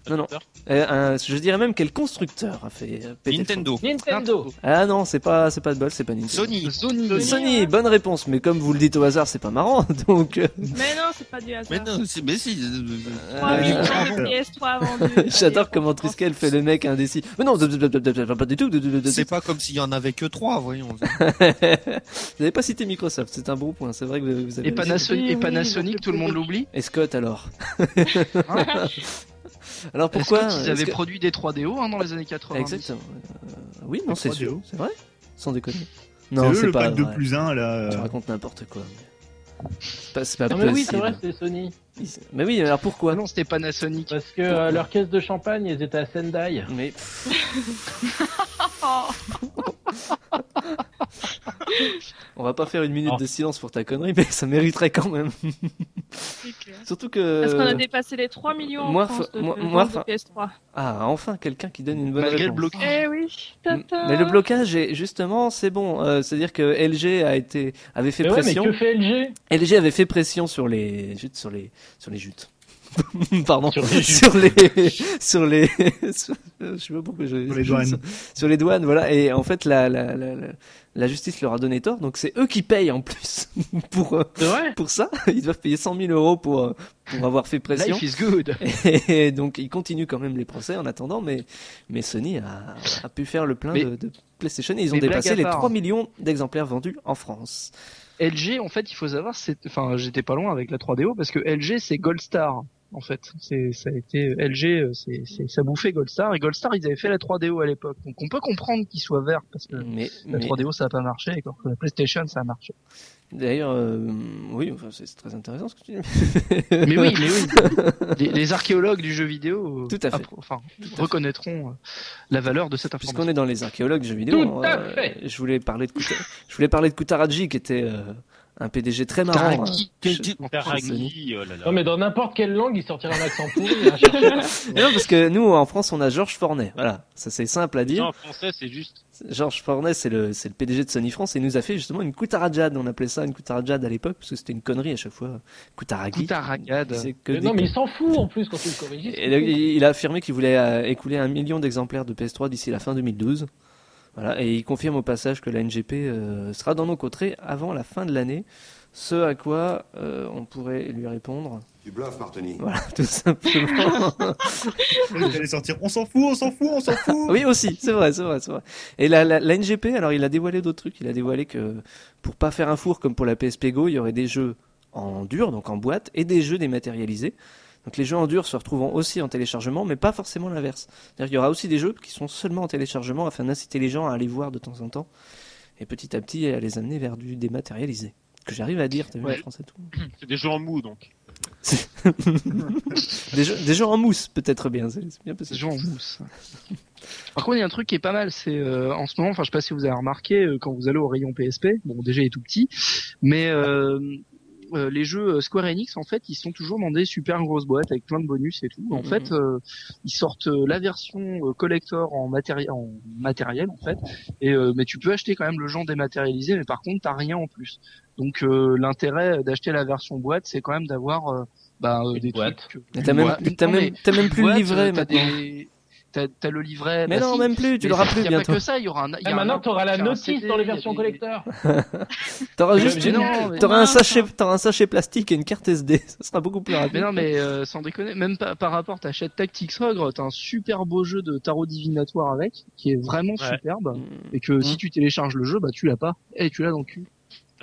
[SPEAKER 2] non, non. Euh, un- je dirais même quel constructeur a fait euh, péter le
[SPEAKER 9] Nintendo.
[SPEAKER 5] Nintendo.
[SPEAKER 2] Ah non, c'est pas, c'est pas de bol, c'est pas Nintendo. Sony.
[SPEAKER 9] Sony.
[SPEAKER 2] Sony, bonne réponse, mais comme vous le dites au hasard, c'est pas marrant, *laughs* donc. euh,
[SPEAKER 4] Mais non, c'est pas du hasard.
[SPEAKER 9] Mais non, c'est- mais si.
[SPEAKER 2] euh,
[SPEAKER 4] Le PS3 avant de-
[SPEAKER 2] *laughs* J'adore comment Triskel fait le mec indécis. Mais non, pas du tout.
[SPEAKER 9] C'est pas comme s'il y en avait que trois, voyons.
[SPEAKER 2] *laughs* Vous n'avez pas cité Microsoft, c'est un bon point, c'est vrai que vous avez.
[SPEAKER 7] Et Panasonic, et Panasonic, tout le monde l'oublie.
[SPEAKER 2] Et Scott alors
[SPEAKER 7] Hein
[SPEAKER 2] Alors pourquoi
[SPEAKER 7] Est-ce qu'ils
[SPEAKER 2] est-ce
[SPEAKER 7] avaient
[SPEAKER 2] que-
[SPEAKER 7] produit des 3DO hein, dans les années 80
[SPEAKER 2] Exactement. Euh, oui, non, c'est sûr, c'est vrai, sans déconner.
[SPEAKER 8] eux,
[SPEAKER 2] Non,
[SPEAKER 8] le
[SPEAKER 2] c'est pas
[SPEAKER 8] pack de
[SPEAKER 2] vrai.
[SPEAKER 8] plus un, là.
[SPEAKER 2] Tu
[SPEAKER 8] euh,
[SPEAKER 2] racontes n'importe quoi. mais- C'est pas, c'est pas
[SPEAKER 5] Non, mais oui,
[SPEAKER 2] possible.
[SPEAKER 5] c'est vrai, c'est Sony.
[SPEAKER 2] Mais oui, alors pourquoi
[SPEAKER 7] Non, c'était Panasonic.
[SPEAKER 5] Parce que euh, leur caisse de champagne, ils étaient à Sendai.
[SPEAKER 2] Mais. On va pas faire une minute de silence pour ta connerie, *laughs* mais ça mériterait quand même. Surtout que.
[SPEAKER 4] Parce qu'on a dépassé les 3 millions en
[SPEAKER 2] Euh, Moi,
[SPEAKER 4] France
[SPEAKER 2] fa-
[SPEAKER 4] de,
[SPEAKER 2] moi-
[SPEAKER 4] de
[SPEAKER 2] moi,
[SPEAKER 4] ventes de
[SPEAKER 2] fa-
[SPEAKER 4] PS3.
[SPEAKER 2] Ah, enfin quelqu'un qui donne une bonne
[SPEAKER 7] Malgré le
[SPEAKER 2] réponse.
[SPEAKER 7] blocage.
[SPEAKER 4] Eh oui, tata.
[SPEAKER 2] Mais le blocage, est, justement, c'est bon. Euh, C'est-à-dire que LG a été, avait fait
[SPEAKER 5] Mais ouais, mais
[SPEAKER 2] pression.
[SPEAKER 5] que fait LG
[SPEAKER 2] LG avait fait pression sur les jutes, sur les, sur les
[SPEAKER 5] *laughs*
[SPEAKER 2] jutes. Pardon. Sur
[SPEAKER 5] les jutes.
[SPEAKER 2] les, *laughs* sur les, sur- je sais pas pourquoi je,
[SPEAKER 8] Sur les douanes.
[SPEAKER 2] sur les douanes, voilà. Et en fait, la, la, la, la- la justice leur a donné tort, donc c'est eux qui payent en plus *laughs* pour, euh, pour ça. Ils doivent payer 100 000 euros pour, euh, pour avoir fait pression.
[SPEAKER 7] Life is good.
[SPEAKER 2] *laughs* Et donc, ils continuent quand même les procès en attendant, mais, mais Sony a, a pu faire le plein
[SPEAKER 7] Mais-
[SPEAKER 2] de, de PlayStation et ils ont
[SPEAKER 7] mais blague
[SPEAKER 2] dépassé
[SPEAKER 7] à
[SPEAKER 2] les
[SPEAKER 7] part. hein.
[SPEAKER 2] 3 millions d'exemplaires vendus en France.
[SPEAKER 7] LG, en fait, il faut savoir, c'est, enfin, j'étais pas loin avec la 3DO parce que LG, c'est Gold Star. En fait, c'est, ça a été LG, euh, c'est, c'est, ça bouffait Gold Star et Gold Star, ils avaient fait la 3DO à l'époque, donc on peut comprendre qu'ils soient verts parce que
[SPEAKER 2] Mais,
[SPEAKER 7] Mmh. la
[SPEAKER 2] Mm. mais-
[SPEAKER 7] 3DO ça a pas marché et que la PlayStation ça a marché.
[SPEAKER 2] D'ailleurs, euh, oui, enfin, c'est très intéressant ce que tu dis.
[SPEAKER 7] Mais oui, mais oui.
[SPEAKER 2] *laughs*
[SPEAKER 7] Les, les archéologues du jeu vidéo, euh,
[SPEAKER 2] Tout à fait.
[SPEAKER 7] appro- enfin, reconnaîtront euh, la valeur de cette information.
[SPEAKER 2] Puisqu'on est dans les archéologues jeux vidéo, euh,
[SPEAKER 7] Tout à fait.
[SPEAKER 2] je voulais parler de Kuta- je voulais parler de Kutaraji qui était euh, un PDG très marrant.
[SPEAKER 7] Kutaragi,
[SPEAKER 2] hein, chez- chez Sony.
[SPEAKER 6] Taraki, oh là là.
[SPEAKER 5] Non, mais dans n'importe quelle langue, il sortira un accent
[SPEAKER 2] *laughs*
[SPEAKER 5] pourri. hein, cherchez-le.
[SPEAKER 2] Mais non, parce que nous en France on a Georges Fornet. Voilà, ça c'est simple à dire.
[SPEAKER 6] Non, en français, c'est juste.
[SPEAKER 2] Georges Fornet, c'est le, c'est le PDG de Sony France, et il nous a fait justement une coutarajade. On appelait ça une coutarajade à l'époque, parce que c'était une connerie à chaque fois. Coutaragi.
[SPEAKER 7] Kutaragade.
[SPEAKER 2] C'est que
[SPEAKER 5] Mais
[SPEAKER 2] des
[SPEAKER 5] non,
[SPEAKER 2] conneries.
[SPEAKER 5] mais il s'en fout en plus quand tu le corriges. il s'en
[SPEAKER 2] Et donc,
[SPEAKER 5] fout.
[SPEAKER 2] il il a affirmé qu'il voulait euh, écouler un million d'exemplaires de PS3 d'ici la fin 2012. Voilà, et il confirme au passage que la NGP euh, sera dans nos contrées avant la fin de l'année. Ce à quoi euh, on pourrait lui répondre.
[SPEAKER 10] Tu bluffes, Martini.
[SPEAKER 2] Voilà, *laughs* tout simplement.
[SPEAKER 8] Vous allez sortir. On s'en fout, on s'en fout, on s'en fout.
[SPEAKER 2] Ah Oui, aussi, c'est vrai, c'est vrai, c'est vrai. Et la, la, la NGP, alors il a dévoilé d'autres trucs. Il a dévoilé que pour pas faire un four comme pour la PSP Go, il y aurait des jeux en dur, donc en boîte, et des jeux dématérialisés. Donc les jeux en dur se retrouveront aussi en téléchargement, mais pas forcément l'inverse. C'est-à-dire qu'il y aura aussi des jeux qui sont seulement en téléchargement afin d'inciter les gens à aller voir de temps en temps et petit à petit à les amener vers du dématérialisé. Que j'arrive à dire, t'as vu,
[SPEAKER 6] Ouais.
[SPEAKER 2] je français tout.
[SPEAKER 6] C'est des gens en mou, donc.
[SPEAKER 2] Des jeux, des jeux en mousse, peut-être bien, c'est c'est bien possible.
[SPEAKER 7] Jean Mousse. *laughs* Par contre, il y a un truc qui est pas mal, c'est euh, en ce moment, enfin je sais pas si vous avez remarqué, euh, quand vous allez au rayon PSP, bon déjà il est tout petit, mais euh, euh, les jeux euh, Square Enix, en fait, ils sont toujours dans des super grosses boîtes avec plein de bonus et tout. En
[SPEAKER 2] Mhm.
[SPEAKER 7] fait, euh, ils sortent euh, la version euh, collector en, matéri- en matériel, en fait, et, euh, mais tu peux acheter quand même le genre dématérialisé, mais par contre, t'as rien en plus. Donc euh, l'intérêt d'acheter la version boîte, c'est quand même d'avoir euh, bah, euh, des
[SPEAKER 5] boîte.
[SPEAKER 7] trucs...
[SPEAKER 2] Et T'as même,
[SPEAKER 7] Une boîte.
[SPEAKER 2] t'as
[SPEAKER 7] Non,
[SPEAKER 2] même,
[SPEAKER 7] mais-
[SPEAKER 2] t'as même plus le
[SPEAKER 7] boîte,
[SPEAKER 2] livret
[SPEAKER 7] euh, t'as
[SPEAKER 2] maintenant.
[SPEAKER 7] des- T'as t'as le livret. bah
[SPEAKER 2] Mais non, même plus, tu l'auras plus
[SPEAKER 7] Il a
[SPEAKER 2] bientôt.
[SPEAKER 7] pas que ça, il y aura un. il y a
[SPEAKER 5] Et
[SPEAKER 7] un
[SPEAKER 5] Ah, maintenant,
[SPEAKER 7] app-
[SPEAKER 5] t'auras la
[SPEAKER 7] il y a un
[SPEAKER 5] notice
[SPEAKER 7] CD,
[SPEAKER 5] dans les
[SPEAKER 7] il y a
[SPEAKER 5] versions
[SPEAKER 7] des-
[SPEAKER 5] collector.
[SPEAKER 2] T'auras
[SPEAKER 7] Mais
[SPEAKER 2] juste
[SPEAKER 7] mais
[SPEAKER 2] une-
[SPEAKER 7] non, mais-
[SPEAKER 2] t'auras un sachet, t'auras un sachet plastique et une carte SD. *laughs* Ça sera beaucoup plus rapide.
[SPEAKER 7] Mais non, mais euh, sans déconner, même pas, par rapport, t'achètes Tactics Ogre, t'as un super beau jeu de tarot divinatoire avec, qui est vraiment
[SPEAKER 6] Ouais.
[SPEAKER 7] superbe,
[SPEAKER 2] Mm.
[SPEAKER 7] et que si tu télécharges le jeu, bah tu l'as pas, et tu l'as dans le cul.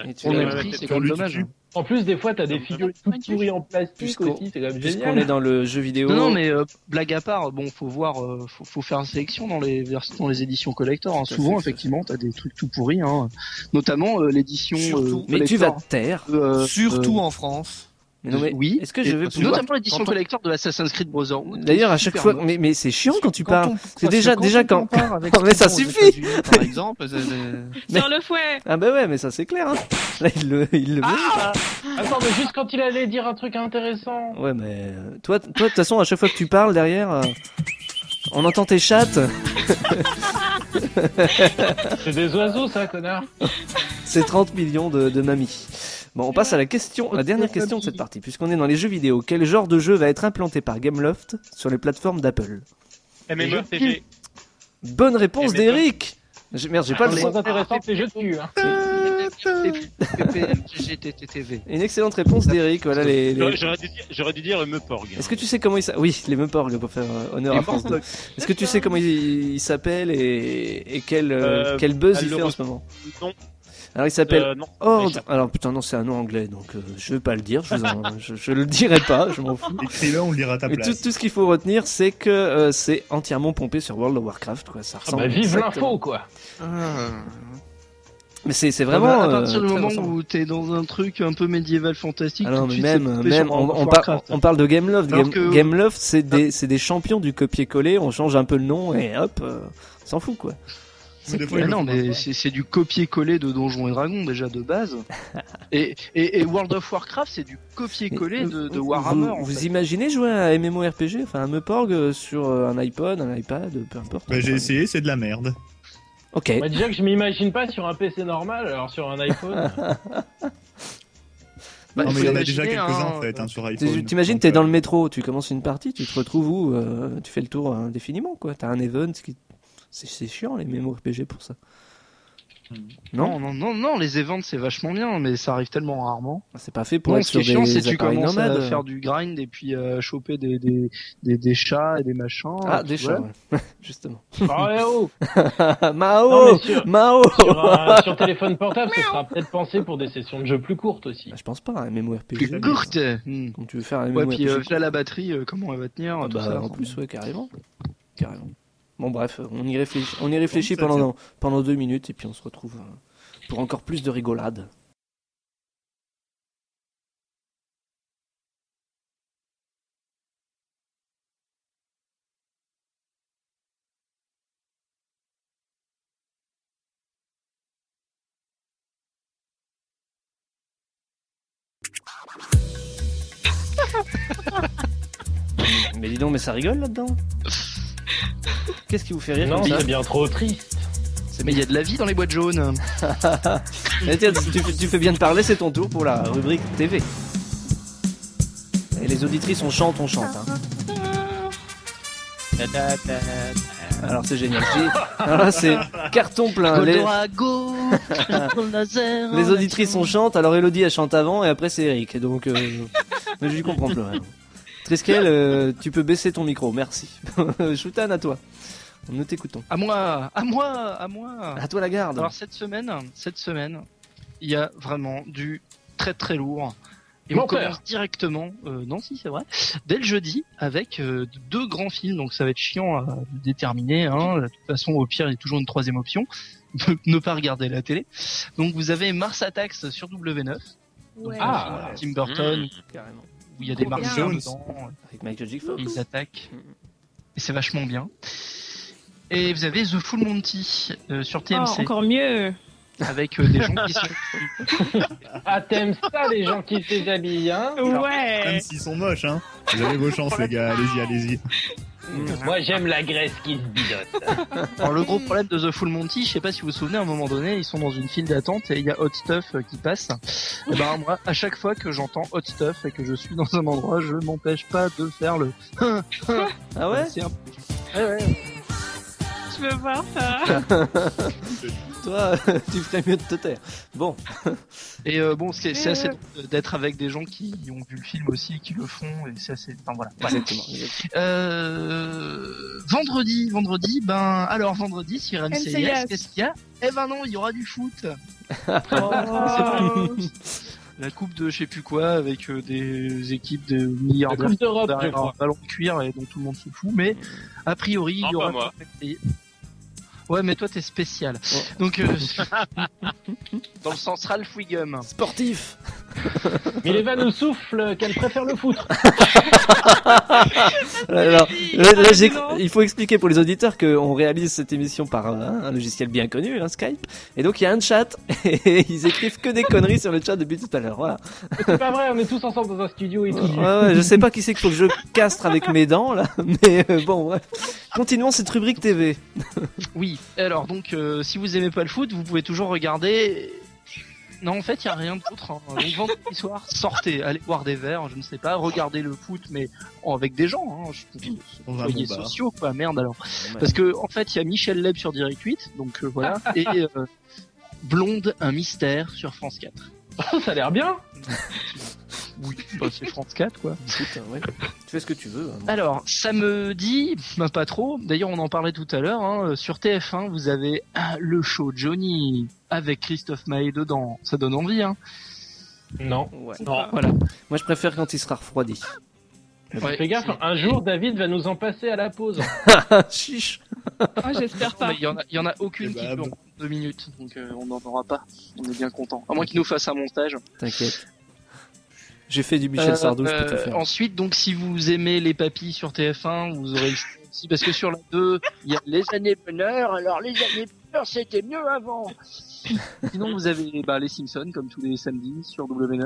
[SPEAKER 2] Et tu
[SPEAKER 7] On
[SPEAKER 2] l'as-
[SPEAKER 7] est
[SPEAKER 6] ouais,
[SPEAKER 7] pris,
[SPEAKER 6] ouais,
[SPEAKER 7] c'est
[SPEAKER 6] ouais,
[SPEAKER 7] quand même
[SPEAKER 8] lui,
[SPEAKER 7] dommage. hein.
[SPEAKER 8] tu-
[SPEAKER 5] En plus, des fois, t'as des figurines toutes pourries en plastique
[SPEAKER 2] Puisqu'on-
[SPEAKER 5] aussi, c'est quand même
[SPEAKER 2] Euh, Puisqu'on
[SPEAKER 5] génial.
[SPEAKER 2] est dans le jeu vidéo.
[SPEAKER 7] Non, non, mais euh, blague à part, bon, faut voir, euh, faut, faut faire une sélection dans les vers- dans les éditions collector. hein.
[SPEAKER 2] Tout à
[SPEAKER 7] Souvent,
[SPEAKER 2] fait, tout à
[SPEAKER 7] effectivement, t'as des trucs tout pourris, hein. notamment euh, l'édition
[SPEAKER 9] Surtout.
[SPEAKER 7] euh,
[SPEAKER 2] Mais tu vas
[SPEAKER 7] collector.
[SPEAKER 2] te taire.
[SPEAKER 7] de, euh,
[SPEAKER 9] Surtout
[SPEAKER 7] euh,
[SPEAKER 9] en
[SPEAKER 11] *laughs*
[SPEAKER 9] France.
[SPEAKER 2] Mais non, mais
[SPEAKER 7] oui.
[SPEAKER 2] Est-ce que je
[SPEAKER 7] Et
[SPEAKER 2] vais pouvoir
[SPEAKER 7] notamment l'édition
[SPEAKER 2] Quand on-
[SPEAKER 7] collector de Assassin's Creed Brotherhood.
[SPEAKER 2] D'ailleurs, à chaque
[SPEAKER 7] Super
[SPEAKER 2] fois,
[SPEAKER 7] bon.
[SPEAKER 2] mais, mais c'est chiant quand tu
[SPEAKER 9] Quand
[SPEAKER 2] parles.
[SPEAKER 9] on-
[SPEAKER 2] C'est
[SPEAKER 9] parce
[SPEAKER 2] déjà,
[SPEAKER 9] que
[SPEAKER 2] déjà
[SPEAKER 9] on
[SPEAKER 2] quand.
[SPEAKER 9] compare avec
[SPEAKER 2] mais
[SPEAKER 9] ce
[SPEAKER 2] ça
[SPEAKER 9] qu'ils font aux
[SPEAKER 2] suffit.
[SPEAKER 9] États-Unis, Par exemple, c'est- c'est-
[SPEAKER 4] Sur le fouet
[SPEAKER 2] Ah bah ouais, mais ça c'est clair. Hein. Là, il le, il le
[SPEAKER 5] Attends, mais juste quand il allait dire un truc intéressant.
[SPEAKER 2] met. Ouais, mais euh, toi, toi, de toute façon, à chaque fois que tu parles derrière, euh, on entend tes chattes.
[SPEAKER 5] C'est des oiseaux, ça, connard.
[SPEAKER 2] C'est 30 millions de, de mamies. Bon, on passe à la question, la dernière question de cette partie, puisqu'on est dans les jeux vidéo. Quel genre de jeu va être implanté par Gameloft sur les plateformes d'Apple
[SPEAKER 6] MMO, RPG.
[SPEAKER 2] Bonne réponse
[SPEAKER 6] Eh ben,
[SPEAKER 2] d'Eric. J'ai- Merde, j'ai pas
[SPEAKER 5] Pas
[SPEAKER 2] le
[SPEAKER 5] le
[SPEAKER 2] son.
[SPEAKER 5] moins intéressant, c'est les jeux de cul. Hein.
[SPEAKER 7] PPMGTTTV.
[SPEAKER 2] Une excellente réponse d'Eric. Voilà les. les-
[SPEAKER 6] J'aurais- J'aurais dû dire, j'aurais dû dire euh, Meuporg.
[SPEAKER 2] Est-ce que tu sais comment il s'appelle Oui, les Meuporg pour faire euh, honneur à France 2. Est-ce que tu sais comment il, il s'appelle et, et quel, euh,
[SPEAKER 6] Euh,
[SPEAKER 2] quel buzz
[SPEAKER 6] à
[SPEAKER 2] il fait en
[SPEAKER 6] l'Euro-
[SPEAKER 2] ce moment
[SPEAKER 6] Euh, Non,
[SPEAKER 2] Alors il s'appelle
[SPEAKER 6] euh, non.
[SPEAKER 2] Horde. Alors putain non c'est un nom anglais donc euh, je vais pas le dire, je, vous en- je, je le dirai pas, je m'en fous.
[SPEAKER 8] Écris-le, on le lira à ta
[SPEAKER 2] Mais tout,
[SPEAKER 8] place.
[SPEAKER 2] tout ce qu'il faut retenir c'est que euh, c'est entièrement pompé sur World of Warcraft quoi, ça
[SPEAKER 5] Ah
[SPEAKER 2] ressemble.
[SPEAKER 5] bah, vive
[SPEAKER 2] exactement.
[SPEAKER 5] l'info, quoi.
[SPEAKER 9] Ah.
[SPEAKER 2] Mais c'est
[SPEAKER 7] Ah
[SPEAKER 2] c'est vraiment.
[SPEAKER 7] à partir
[SPEAKER 2] euh,
[SPEAKER 7] du
[SPEAKER 2] très
[SPEAKER 7] moment
[SPEAKER 2] ensemble.
[SPEAKER 7] où t'es dans un truc un peu médiéval fantastique,
[SPEAKER 2] Ah non,
[SPEAKER 7] tout de
[SPEAKER 2] mais
[SPEAKER 7] suite, c'est
[SPEAKER 2] même,
[SPEAKER 7] coupé
[SPEAKER 2] même
[SPEAKER 7] sur
[SPEAKER 2] on,
[SPEAKER 7] World
[SPEAKER 2] on
[SPEAKER 7] of
[SPEAKER 2] par-
[SPEAKER 7] Warcraft.
[SPEAKER 2] on parle de Gameloft.
[SPEAKER 7] Alors
[SPEAKER 2] Game,
[SPEAKER 7] que- Ah.
[SPEAKER 2] Gameloft, c'est des, c'est des champions du copier-coller. On change un peu le nom et hop, euh, on s'en fout quoi.
[SPEAKER 8] Mais des
[SPEAKER 7] Mais
[SPEAKER 8] fois, il
[SPEAKER 7] non,
[SPEAKER 8] le fera
[SPEAKER 7] mais
[SPEAKER 8] pas.
[SPEAKER 7] c'est c'est du copier-coller de Donjons et Dragons déjà de base. et, et, et World of Warcraft, c'est du copier-coller
[SPEAKER 2] Mais
[SPEAKER 7] de, de
[SPEAKER 2] vous-
[SPEAKER 7] Warhammer.
[SPEAKER 2] Vous,
[SPEAKER 7] en
[SPEAKER 2] vous
[SPEAKER 7] fait.
[SPEAKER 2] imaginez jouer à un MMORPG, enfin un Meporg euh, sur euh, un iPod, un iPad, euh, peu importe.
[SPEAKER 8] Bah, j'ai essayé, c'est de la merde.
[SPEAKER 2] Ok.
[SPEAKER 5] Bah, déjà que je m'imagine pas sur un PC normal, alors sur un
[SPEAKER 2] *laughs*
[SPEAKER 5] iPhone.
[SPEAKER 7] Bah,
[SPEAKER 8] non, mais
[SPEAKER 7] faut
[SPEAKER 8] il y en a
[SPEAKER 7] imaginer
[SPEAKER 8] déjà quelques-uns
[SPEAKER 7] un-
[SPEAKER 8] en fait hein, sur
[SPEAKER 2] Tu-
[SPEAKER 8] iPhone.
[SPEAKER 2] T'imagines,
[SPEAKER 8] Donc,
[SPEAKER 2] t'es dans
[SPEAKER 8] euh,
[SPEAKER 2] le métro, tu commences une partie, tu te retrouves où euh, Tu fais le tour indéfiniment quoi. T'as un event qui. C'est c'est chiant les MMORPG pour ça.
[SPEAKER 7] Hmm. Non, non, non, non, les events c'est vachement bien, mais ça arrive tellement rarement.
[SPEAKER 2] C'est pas fait pour
[SPEAKER 7] Non,
[SPEAKER 2] être
[SPEAKER 7] ce qui est
[SPEAKER 2] sur
[SPEAKER 7] chiant, c'est
[SPEAKER 2] des
[SPEAKER 7] que tu
[SPEAKER 2] appareils
[SPEAKER 7] commences
[SPEAKER 2] nomades.
[SPEAKER 7] à faire du grind et puis euh, choper des, des, des, des chats et des machins.
[SPEAKER 2] Ah,
[SPEAKER 7] et puis
[SPEAKER 2] des
[SPEAKER 7] voilà.
[SPEAKER 2] chats, ouais. *laughs* justement.
[SPEAKER 5] Oh, là, oh. Non,
[SPEAKER 2] Ah, Mao
[SPEAKER 5] mais sur,
[SPEAKER 2] Mao
[SPEAKER 5] sur, *laughs* un- sur téléphone portable, ce sera peut-être pensé pour des sessions de jeux plus courtes aussi.
[SPEAKER 2] Ah, Je pense pas, un MMORPG.
[SPEAKER 7] Plus courte. Hmm.
[SPEAKER 2] Quand tu veux faire un
[SPEAKER 7] Ouais,
[SPEAKER 2] MMORPG.
[SPEAKER 7] puis euh, là la batterie, euh, comment elle va tenir
[SPEAKER 2] Ah
[SPEAKER 7] tout
[SPEAKER 2] bah,
[SPEAKER 7] ça.
[SPEAKER 2] en plus, ouais, carrément. Carrément. Bon, bref, on y réfléchit, on y
[SPEAKER 8] Bon,
[SPEAKER 2] réfléchit
[SPEAKER 8] ça
[SPEAKER 2] pendant, pendant deux minutes et puis on se retrouve euh, pour encore plus de rigolade. Mais dis donc, mais ça rigole là-dedans Qu'est-ce qui vous fait rire
[SPEAKER 5] Non,
[SPEAKER 2] comme ça
[SPEAKER 5] c'est bien trop triste.
[SPEAKER 7] Mais il y a de la vie dans les boîtes jaunes.
[SPEAKER 2] Eh, tiens, tu, fais- tu fais bien de parler, c'est ton tour pour la rubrique TV. Et les auditrices, on chante, on chante. hein. Alors c'est génial. C'est- Alors là, c'est carton plein. Ah, Les, *laughs*
[SPEAKER 7] Coldorago, laser.
[SPEAKER 2] les auditrices, on chante. Alors Elodie, elle chante avant et après c'est Eric. Donc, euh, mais je lui comprends plus rien. Triskel, euh, tu peux baisser ton micro, merci. *laughs* Shoutan, à toi. Nous t'écoutons.
[SPEAKER 7] À moi, à moi, à moi.
[SPEAKER 2] À toi la garde.
[SPEAKER 7] Alors cette semaine, cette semaine, il y a vraiment du très très lourd. Et on
[SPEAKER 5] Menteur.
[SPEAKER 7] commence directement, euh, non si c'est vrai, dès le jeudi avec euh, deux grands films, donc ça va être chiant à déterminer. Hein. De toute façon, au pire, il y a toujours une troisième option, *laughs* ne pas regarder la télé. Donc vous avez Mars Attacks sur W9,
[SPEAKER 3] Ouais.
[SPEAKER 5] Ah,
[SPEAKER 7] Tim Burton,
[SPEAKER 2] Carrément.
[SPEAKER 7] où il y a des
[SPEAKER 8] Gros
[SPEAKER 7] martiens
[SPEAKER 8] Jones.
[SPEAKER 7] dedans,
[SPEAKER 2] Avec Michael J. Fox.
[SPEAKER 7] ils attaquent.
[SPEAKER 2] Mhm.
[SPEAKER 7] Et c'est vachement bien. Et vous avez The Full Monty euh, sur
[SPEAKER 4] Oh,
[SPEAKER 7] TMC
[SPEAKER 4] Encore mieux
[SPEAKER 7] avec euh, des gens qui sont
[SPEAKER 5] Ah, t'aimes ça, les gens qui se déshabillent, hein
[SPEAKER 8] Même
[SPEAKER 4] Ouais
[SPEAKER 8] s'ils sont moches, hein. Vous avez vos chances, les gars. Allez-y, allez-y.
[SPEAKER 5] hmm, Moi, j'aime la Grèce qui se bidote.
[SPEAKER 7] Alors
[SPEAKER 2] *laughs*
[SPEAKER 7] le gros problème de The Full Monty, je sais pas si vous vous souvenez, à un moment donné, ils sont dans une file d'attente et il y a Hot Stuff euh, qui passe. Et ben moi, à chaque fois que j'entends Hot Stuff et que je suis dans un endroit, je m'empêche pas de faire le.
[SPEAKER 2] Ah ouais
[SPEAKER 7] C'est un-
[SPEAKER 4] Je veux voir *laughs* ça.
[SPEAKER 2] Toi, *laughs* tu ferais mieux de te taire. Bon.
[SPEAKER 7] Et euh, bon, c'est c'est
[SPEAKER 2] Euh.
[SPEAKER 7] assez drôle d'être avec des gens qui ont vu le film aussi et qui le font. Et c'est assez. Enfin voilà. Voilà.
[SPEAKER 2] Exactement.
[SPEAKER 7] Euh, vendredi, vendredi, ben alors vendredi sur MCIS,
[SPEAKER 10] MCIS.
[SPEAKER 7] qu'est-ce qu'il y a Eh ben non, il y aura du foot.
[SPEAKER 4] Oh,
[SPEAKER 7] La coupe de je sais plus quoi avec euh, des équipes de milliardaires.
[SPEAKER 5] La Coupe d'Europe,
[SPEAKER 7] derrière
[SPEAKER 5] je crois.
[SPEAKER 7] un ballon de cuir et dont tout le monde se fout. Mais a priori, il y
[SPEAKER 5] Non,
[SPEAKER 7] aura.
[SPEAKER 5] pas moi.
[SPEAKER 7] Ouais, mais toi t'es spécial. Donc euh, Oh. *laughs* dans le sens Ralph Wiggum.
[SPEAKER 2] Sportif.
[SPEAKER 5] Mileva nous souffle qu'elle préfère le foot.
[SPEAKER 2] Alors,
[SPEAKER 5] dit,
[SPEAKER 2] là, là,
[SPEAKER 5] ah,
[SPEAKER 2] j'ai-
[SPEAKER 5] non.
[SPEAKER 2] il faut expliquer pour les auditeurs qu'on réalise cette émission par un, un logiciel bien connu, un Skype. Et donc, il y a un chat. *laughs* Et ils écrivent que des conneries sur le chat depuis tout à l'heure. Voilà.
[SPEAKER 5] C'est pas vrai, on est tous ensemble dans un studio et tout.
[SPEAKER 2] Ouais, ouais, je sais pas qui c'est qu'il faut que je castre avec mes dents, là. *laughs* Mais euh, bon, bref. Continuons cette rubrique TV.
[SPEAKER 7] Oui, alors donc euh, si vous aimez pas le foot, vous pouvez toujours regarder. Non, en fait, il y a rien d'autre. hein. Donc vendredi soir, sortez, allez boire des verres, je ne sais pas, regardez le foot, mais en- avec des gens. Hein, je...
[SPEAKER 10] va à
[SPEAKER 7] Soyez
[SPEAKER 10] mon bar.
[SPEAKER 7] sociaux, quoi, merde alors.
[SPEAKER 10] Ouais.
[SPEAKER 7] Parce que en fait, il y a Michel Leb sur Direct 8, donc euh, *laughs* voilà, et euh, Blonde, un mystère sur France 4.
[SPEAKER 5] Oh, Ça a l'air bien.
[SPEAKER 7] Oui, bah, c'est France 4 quoi.
[SPEAKER 2] hein, Tu fais ce que tu veux. hein.
[SPEAKER 7] Alors, samedi, bah pas trop. D'ailleurs, on en parlait tout à l'heure. hein, euh, sur TF1, vous avez ah, le show Johnny avec Christophe Maé dedans. Ça donne envie, hein
[SPEAKER 5] Non. Non.
[SPEAKER 2] Voilà. Moi, je préfère quand il sera *laughs* refroidi.
[SPEAKER 5] Fais gaffe, hein,
[SPEAKER 7] hein.
[SPEAKER 5] un jour David va nous en passer à la pause.
[SPEAKER 2] Ah, Chiche.
[SPEAKER 4] Oh, j'espère
[SPEAKER 7] pas. Il y en a, il y en a aucune qui dure deux minutes, donc euh, on n'en aura pas. On est bien content. À moins qu'il nous fasse un montage.
[SPEAKER 2] T'inquiète. J'ai fait du Michel
[SPEAKER 7] Euh,
[SPEAKER 2] Sardou, je peux tout
[SPEAKER 7] euh,
[SPEAKER 2] faire.
[SPEAKER 7] Ensuite, donc, si vous aimez les papis sur TF1, vous aurez le choix aussi, parce que sur la 2, il y a les années bonheur. Alors, les années bonheur, c'était mieux avant. Sinon, vous avez bah, les Simpsons, comme tous les samedis, sur W9.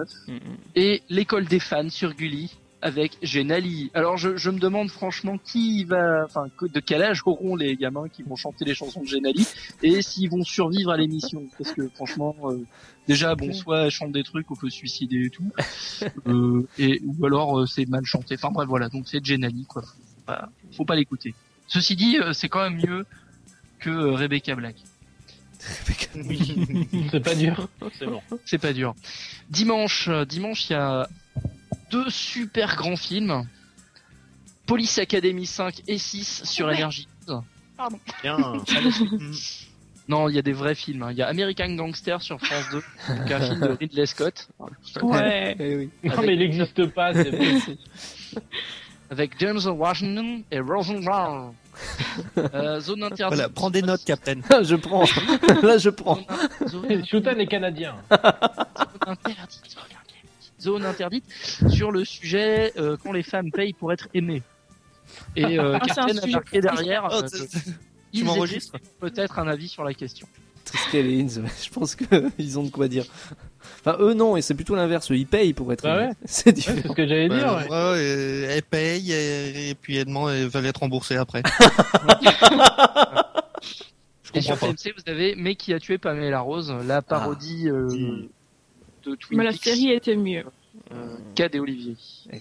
[SPEAKER 7] Et l'école des fans sur Gulli, avec Genali. Alors, je, je me demande franchement qui va, enfin, que- de quel âge auront les gamins qui vont chanter les chansons de Genali et s'ils vont survivre à l'émission. Parce que franchement, euh, déjà, bon, soit elle chante des trucs, on peut se suicider et tout. Euh, et ou alors euh, c'est mal chanté. Enfin bref, voilà, donc c'est Jenali quoi. Faut pas, faut pas l'écouter. Ceci dit, euh, c'est quand même mieux que euh, Rebecca Black.
[SPEAKER 5] C'est pas dur. C'est bon.
[SPEAKER 7] C'est pas dur. Dimanche, euh, dimanche, il y a deux super grands films. Police Academy 5 et 6 sur
[SPEAKER 3] Ouais.
[SPEAKER 7] Energy.
[SPEAKER 3] Pardon.
[SPEAKER 6] *laughs* Oh,
[SPEAKER 7] Non, il y a des vrais films. hein. Il y a American Gangster sur France 2, donc un film de
[SPEAKER 11] *laughs*
[SPEAKER 7] Ridley Scott.
[SPEAKER 5] Ouais.
[SPEAKER 2] Eh oui.
[SPEAKER 5] Non, mais il n'existe pas. C'est vrai. *laughs*
[SPEAKER 7] Avec James Washington et
[SPEAKER 11] *laughs*
[SPEAKER 7] Rosenbaum. Euh, zone interdite.
[SPEAKER 11] Voilà, prends des notes, Captain.
[SPEAKER 2] *laughs* je *laughs* prends. Là, je prends.
[SPEAKER 5] *laughs* Shootan est canadien.
[SPEAKER 7] interdite, zone interdite sur le sujet euh, quand les femmes payent pour être aimées. Et euh,
[SPEAKER 11] Ah, c'est un
[SPEAKER 7] Captain a
[SPEAKER 11] sujet.
[SPEAKER 7] marqué derrière.
[SPEAKER 11] Oh,
[SPEAKER 7] euh,
[SPEAKER 11] c'est-
[SPEAKER 7] que
[SPEAKER 11] tu
[SPEAKER 7] ils
[SPEAKER 11] m'enregistres
[SPEAKER 7] écrivent Peut-être un avis sur la question.
[SPEAKER 2] Triskel et Inz, ouais, *laughs* je pense qu'ils ont de quoi dire. Enfin, eux, non, et c'est plutôt l'inverse. Eux, Ils payent pour être.
[SPEAKER 7] Ah
[SPEAKER 11] Bah
[SPEAKER 2] aimés.
[SPEAKER 11] ouais.
[SPEAKER 2] *laughs* C'est différent.
[SPEAKER 11] Bah, ouais, euh, elle paye et, et puis elle demande, elle va être remboursée après. Je
[SPEAKER 7] Et sur
[SPEAKER 11] comprends pas. Ah.
[SPEAKER 7] TMC, vous avez Mais qui a tué Pamela Rose, la parodie euh,
[SPEAKER 11] Mm.
[SPEAKER 7] de Twin
[SPEAKER 4] Mais la
[SPEAKER 7] Peaks,
[SPEAKER 4] série était mieux.
[SPEAKER 7] euh, Cad et Olivier.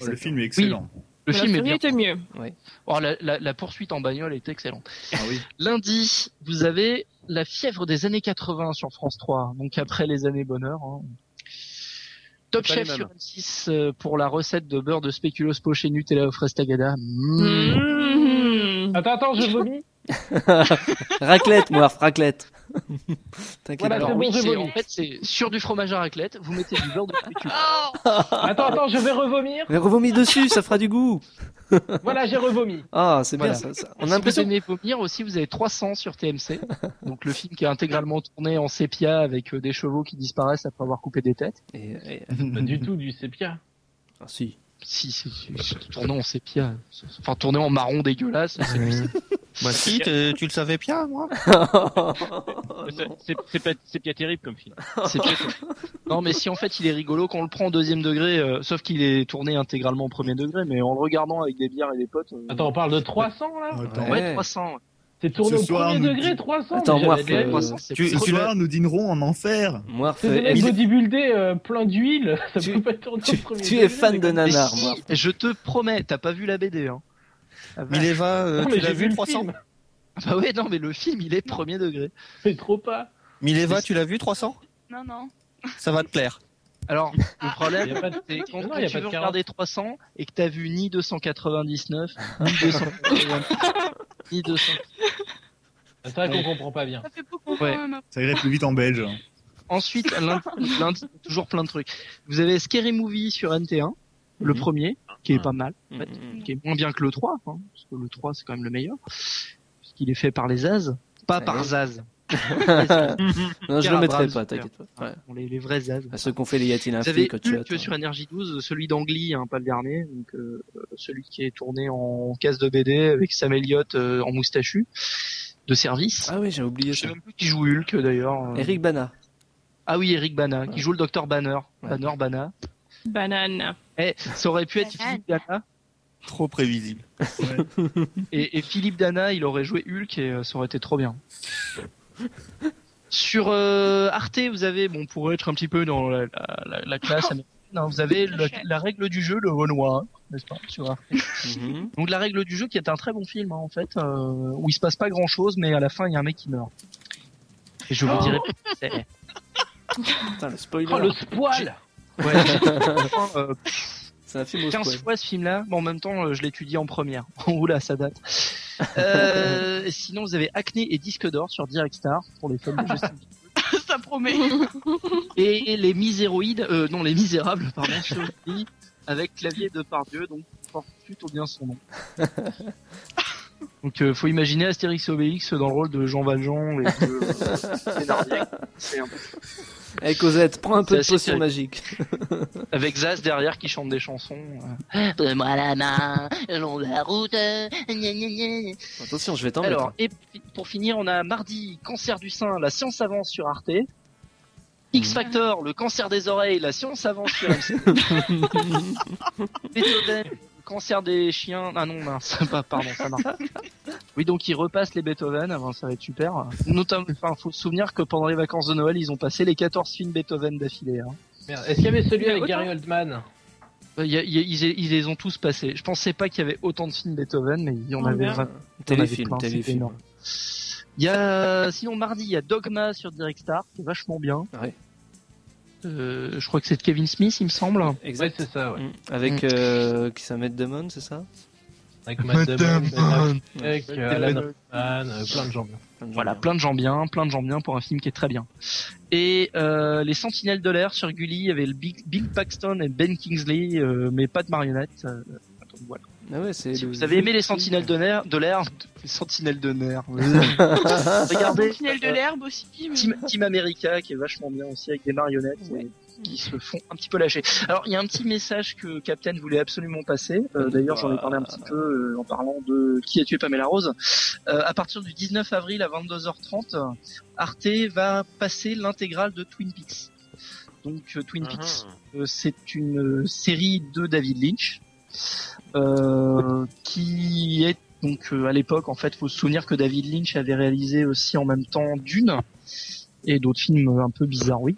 [SPEAKER 8] le film est excellent.
[SPEAKER 7] Le
[SPEAKER 4] Mais la
[SPEAKER 7] film est
[SPEAKER 4] série
[SPEAKER 7] bien.
[SPEAKER 4] était mieux.
[SPEAKER 7] Oh, la, la- la poursuite en bagnole est excellente.
[SPEAKER 5] Ah
[SPEAKER 7] Lundi, vous avez la fièvre des années 80 sur France 3, donc après les années bonheur. hein. Top
[SPEAKER 5] C'est pas les
[SPEAKER 7] Chef
[SPEAKER 5] mêmes.
[SPEAKER 7] sur M6 euh, pour la recette de beurre de spéculoos poché Nutella au fraise tagada.
[SPEAKER 4] Mm.
[SPEAKER 7] Mmh.
[SPEAKER 4] Mm-hmm.
[SPEAKER 5] Attends, attends, je vomis.
[SPEAKER 2] raclette, moi,
[SPEAKER 7] *laughs*
[SPEAKER 2] raclette. T'inquiète
[SPEAKER 7] Voilà,
[SPEAKER 2] pas.
[SPEAKER 7] alors oui, c'est- en fait, c'est sur du fromage à raclette, vous mettez du beurre de spéculoos.
[SPEAKER 5] Attends, attends, je vais revomir.
[SPEAKER 2] Mais revomis dessus, ça fera du goût.
[SPEAKER 5] Voilà, j'ai revomi.
[SPEAKER 2] Ah, c'est bien
[SPEAKER 7] Voilà.
[SPEAKER 2] ça. ça-
[SPEAKER 7] Si
[SPEAKER 2] On
[SPEAKER 7] vous
[SPEAKER 2] a l'impression.
[SPEAKER 7] aimez vomir aussi, vous avez 300 sur TMC. Donc le film qui est intégralement tourné en sépia avec euh, des chevaux qui disparaissent après avoir coupé des têtes.
[SPEAKER 2] Et, et-
[SPEAKER 5] Pas du tout du sépia.
[SPEAKER 2] Ah, si.
[SPEAKER 7] Si, si, si, si, tourné en sépia. Enfin, tourné en marron *laughs* dégueulasse. c'est lui, c'est-
[SPEAKER 11] Bah si, t'es- tu le savais bien, moi.
[SPEAKER 6] C'est- c'est- C'est pas, c'est pas terrible comme film.
[SPEAKER 7] c'est pire, quoi. Non, mais si en fait il est rigolo, quand on le prend au deuxième degré, euh, sauf qu'il est tourné intégralement au premier degré, mais en le regardant avec des bières et des potes. euh,
[SPEAKER 5] Attends, on parle de 300 là
[SPEAKER 2] Ah
[SPEAKER 8] Attends.
[SPEAKER 7] ouais, 300. ouais.
[SPEAKER 5] C'est tourné
[SPEAKER 8] Ce
[SPEAKER 5] au
[SPEAKER 8] soir,
[SPEAKER 5] premier
[SPEAKER 8] nous-
[SPEAKER 5] degré, 300.
[SPEAKER 2] Attends,
[SPEAKER 5] mais
[SPEAKER 2] moi,
[SPEAKER 5] j'avais
[SPEAKER 2] fais-
[SPEAKER 5] des-
[SPEAKER 7] Ouais, 300, c'est
[SPEAKER 8] Tu,
[SPEAKER 7] c'est-
[SPEAKER 8] ce soir, nous dînerons en enfer.
[SPEAKER 2] Moi,
[SPEAKER 5] C'est des
[SPEAKER 2] fais-
[SPEAKER 5] mecs
[SPEAKER 2] eh, tu,
[SPEAKER 5] bodybuildés euh, plein d'huile, *laughs* ça peut pas être tourné au premier
[SPEAKER 2] tu es
[SPEAKER 5] degré,
[SPEAKER 2] fan
[SPEAKER 5] mais
[SPEAKER 2] de
[SPEAKER 5] comme-
[SPEAKER 7] Mais
[SPEAKER 2] nanar,
[SPEAKER 7] si,
[SPEAKER 2] moi.
[SPEAKER 7] je te promets, t'as pas vu la BD. Hein.
[SPEAKER 11] Mileva, euh,
[SPEAKER 7] Non, mais
[SPEAKER 11] tu l'as
[SPEAKER 7] j'ai
[SPEAKER 11] vu,
[SPEAKER 7] vu le
[SPEAKER 11] 300
[SPEAKER 7] film. Ah Bah ouais, non, mais le film, il est premier degré.
[SPEAKER 5] C'est trop pas.
[SPEAKER 11] Mileva, tu l'as vu 300
[SPEAKER 3] Non, non.
[SPEAKER 11] Ça va te plaire.
[SPEAKER 7] Alors, le
[SPEAKER 11] Y
[SPEAKER 7] problème,
[SPEAKER 11] a pas de-
[SPEAKER 7] c'est
[SPEAKER 11] non,
[SPEAKER 7] quand,
[SPEAKER 11] y a
[SPEAKER 7] quand tu
[SPEAKER 11] pas de
[SPEAKER 7] veux
[SPEAKER 11] carotte.
[SPEAKER 7] regarder 300 et que t'as vu ni 299, ni 200, ni 200.
[SPEAKER 5] C'est vrai qu'on comprend pas bien.
[SPEAKER 3] Ça fait beaucoup hein,
[SPEAKER 7] Ouais.
[SPEAKER 3] quand même.
[SPEAKER 8] Ça irait plus vite en belge.
[SPEAKER 7] Ensuite, lundi, lundi, toujours plein de trucs. Vous avez Scary Movie sur NT1, le
[SPEAKER 2] Mhm.
[SPEAKER 7] premier, qui est pas mal, en fait, qui est moins bien que le 3, hein, parce que le 3 c'est quand même le meilleur, puisqu'il est fait par les Zaz, pas
[SPEAKER 2] Ouais.
[SPEAKER 7] par
[SPEAKER 2] *laughs*
[SPEAKER 7] Zaz.
[SPEAKER 2] non, je le
[SPEAKER 7] Car
[SPEAKER 2] mettrai
[SPEAKER 7] Abrams,
[SPEAKER 2] pas, t'inquiète pas. Ouais.
[SPEAKER 7] Les, les vrais Zaz.
[SPEAKER 2] À ceux qu'on fait les Yatin
[SPEAKER 7] Vous
[SPEAKER 2] Afri,
[SPEAKER 7] avez
[SPEAKER 2] quand tu as.
[SPEAKER 7] Hulk sur NRJ12, celui d'Angly, hein, pas le dernier, donc euh, celui qui est tourné en case de BD avec Sam Elliott euh, en moustachu de service.
[SPEAKER 2] Ah oui, j'ai oublié.
[SPEAKER 7] Je sais même plus qui joue Hulk d'ailleurs. euh.
[SPEAKER 2] Eric Bana.
[SPEAKER 7] Ah oui, Eric Bana, qui joue le docteur Banner. Banner, Bana.
[SPEAKER 4] Banane.
[SPEAKER 7] Eh, ça aurait pu être Philippe Dana.
[SPEAKER 11] Trop prévisible.
[SPEAKER 7] Et, et Philippe Dana, il aurait joué Hulk et euh, ça aurait été trop bien. Sur euh, Arte, vous avez, bon, pour être un petit peu dans la, la- la- la classe américaine, hein, vous avez la, la règle du jeu, le Renoir, n'est-ce pas, sur Arte. Donc la règle du jeu qui est un très bon film hein, en fait, euh, où il se passe pas grand chose, mais à la fin il y a un mec qui meurt. Et je vous
[SPEAKER 10] Oh.
[SPEAKER 7] dirai. c'est-
[SPEAKER 2] Putain, le spoiler.
[SPEAKER 7] Oh, le
[SPEAKER 5] spoil
[SPEAKER 7] Ouais. Euh,
[SPEAKER 2] C'est un film au
[SPEAKER 7] 15
[SPEAKER 2] spoil.
[SPEAKER 7] fois ce film-là, mais en même temps euh, je l'étudie en première. *laughs* Oula, ça date. Euh, sinon vous avez Acné et Disque d'or sur Direct Star pour les fans de Justin
[SPEAKER 3] Ça promet.
[SPEAKER 7] et les miséroïdes, euh, non les misérables, pardon, sur Glee, avec clavier de Pardieu, donc je porte plutôt bien son nom. Donc euh, faut imaginer Astérix et Obélix dans le rôle de Jean Valjean et de euh, Thénardier. C'est un peu-
[SPEAKER 2] Eh, Cosette, prends un peu
[SPEAKER 7] C'est
[SPEAKER 2] de
[SPEAKER 7] assez
[SPEAKER 2] potion
[SPEAKER 7] terrible.
[SPEAKER 2] magique.
[SPEAKER 7] *laughs* Avec Zaz derrière qui chante des chansons. euh.
[SPEAKER 12] Donne-moi la main, long la route. gna, gna, gna.
[SPEAKER 2] Attention, je vais t'en
[SPEAKER 7] Alors,
[SPEAKER 2] mettre.
[SPEAKER 7] et puis, pour finir, on a mardi, cancer du sein, la science avance sur Arte.
[SPEAKER 5] Mmh.
[SPEAKER 7] X Factor, le cancer des oreilles, la science avance
[SPEAKER 5] *laughs*
[SPEAKER 7] sur MC. Beethoven, le cancer des chiens. Ah non, mince, *laughs* pas, pardon, ça marche. Oui, donc ils repassent les Beethoven, avant ça va être super. Notamment, enfin, faut se souvenir que pendant les vacances de Noël, ils ont passé les 14 films Beethoven d'affilée. hein.
[SPEAKER 5] Merde, Est-ce qu'il y avait celui
[SPEAKER 7] Mais
[SPEAKER 5] avec
[SPEAKER 7] autant-
[SPEAKER 5] Gary Oldman
[SPEAKER 7] Euh, y a- y a- ils, les- ils les ont tous passés. Je pensais pas qu'il y avait autant de films Beethoven, mais il y en
[SPEAKER 5] Oh,
[SPEAKER 7] avait
[SPEAKER 5] merde.
[SPEAKER 7] vraiment. il y en avait
[SPEAKER 2] Téléfilm,
[SPEAKER 7] plein, c'était
[SPEAKER 2] téléfilm.
[SPEAKER 7] énorme. Il y a, sinon mardi, il y a Dogma sur Direct Star, qui est vachement bien. Euh, je crois que c'est de Kevin Smith, il me semble.
[SPEAKER 5] Exact, c'est ça, ouais.
[SPEAKER 2] Mm. Avec euh, qui ça Matt Damon, c'est ça
[SPEAKER 5] Avec Matt Damon,
[SPEAKER 2] Damon.
[SPEAKER 5] avec
[SPEAKER 2] Ouais.
[SPEAKER 5] euh, Alan Rickman, euh, plein de gens. bien.
[SPEAKER 7] Voilà, plein de gens bien, plein de gens bien pour un film qui est très bien. Et euh, les Sentinelles de l'air sur Gulli, il y avait le Big, Big Paxton et Ben Kingsley, euh, mais pas de marionnettes. euh, donc voilà.
[SPEAKER 2] Ah ouais, c'est
[SPEAKER 7] Si
[SPEAKER 2] le-
[SPEAKER 7] vous avez aimé les Sentinelles de l'air, de l'air, les Sentinelles de nerfs. *laughs* Regardez.
[SPEAKER 3] Sentinelles de l'herbe aussi. mais-
[SPEAKER 7] Team, Team America qui est vachement bien aussi avec des marionnettes et qui se font un petit peu lâcher. Alors il y a un petit message que Captain voulait absolument passer. Euh, D'ailleurs j'en ai parlé un petit peu euh, en parlant de qui a tué Pamela Rose. Euh, à partir du 19 avril à 22h30, euh, Arte va passer l'intégrale de Twin Peaks. Donc euh, Twin
[SPEAKER 6] Mhm.
[SPEAKER 7] Peaks,
[SPEAKER 6] ah.
[SPEAKER 7] euh, c'est une euh, série de David Lynch euh, qui est donc euh, à l'époque en fait faut se souvenir que David Lynch avait réalisé aussi en même temps Dune et d'autres films euh, un peu bizarres oui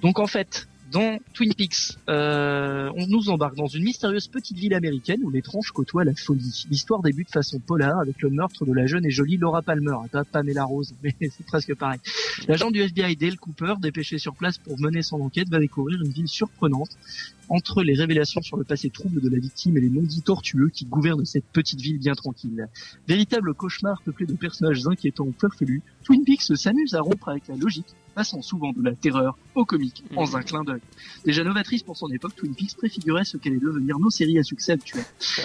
[SPEAKER 7] donc en fait dans Twin Peaks euh, on nous embarque dans une mystérieuse petite ville américaine où l'étrange côtoie la folie l'histoire débute façon polar avec le meurtre de la jeune et jolie Laura Palmer Ah, pas Pamela Rose mais *laughs* c'est presque pareil l'agent du FBI Dale Cooper dépêché sur place pour mener son enquête va découvrir une ville surprenante entre les révélations sur le passé trouble de la victime et les non-dits tortueux qui gouvernent cette petite ville bien tranquille. Véritable cauchemar peuplé de personnages inquiétants ou farfelus, Twin Peaks s'amuse à rompre avec la logique, passant souvent de la terreur au comique en un clin d'œil. Déjà novatrice pour son époque, Twin Peaks préfigurait ce qu'allaient devenir nos séries à succès actuelles.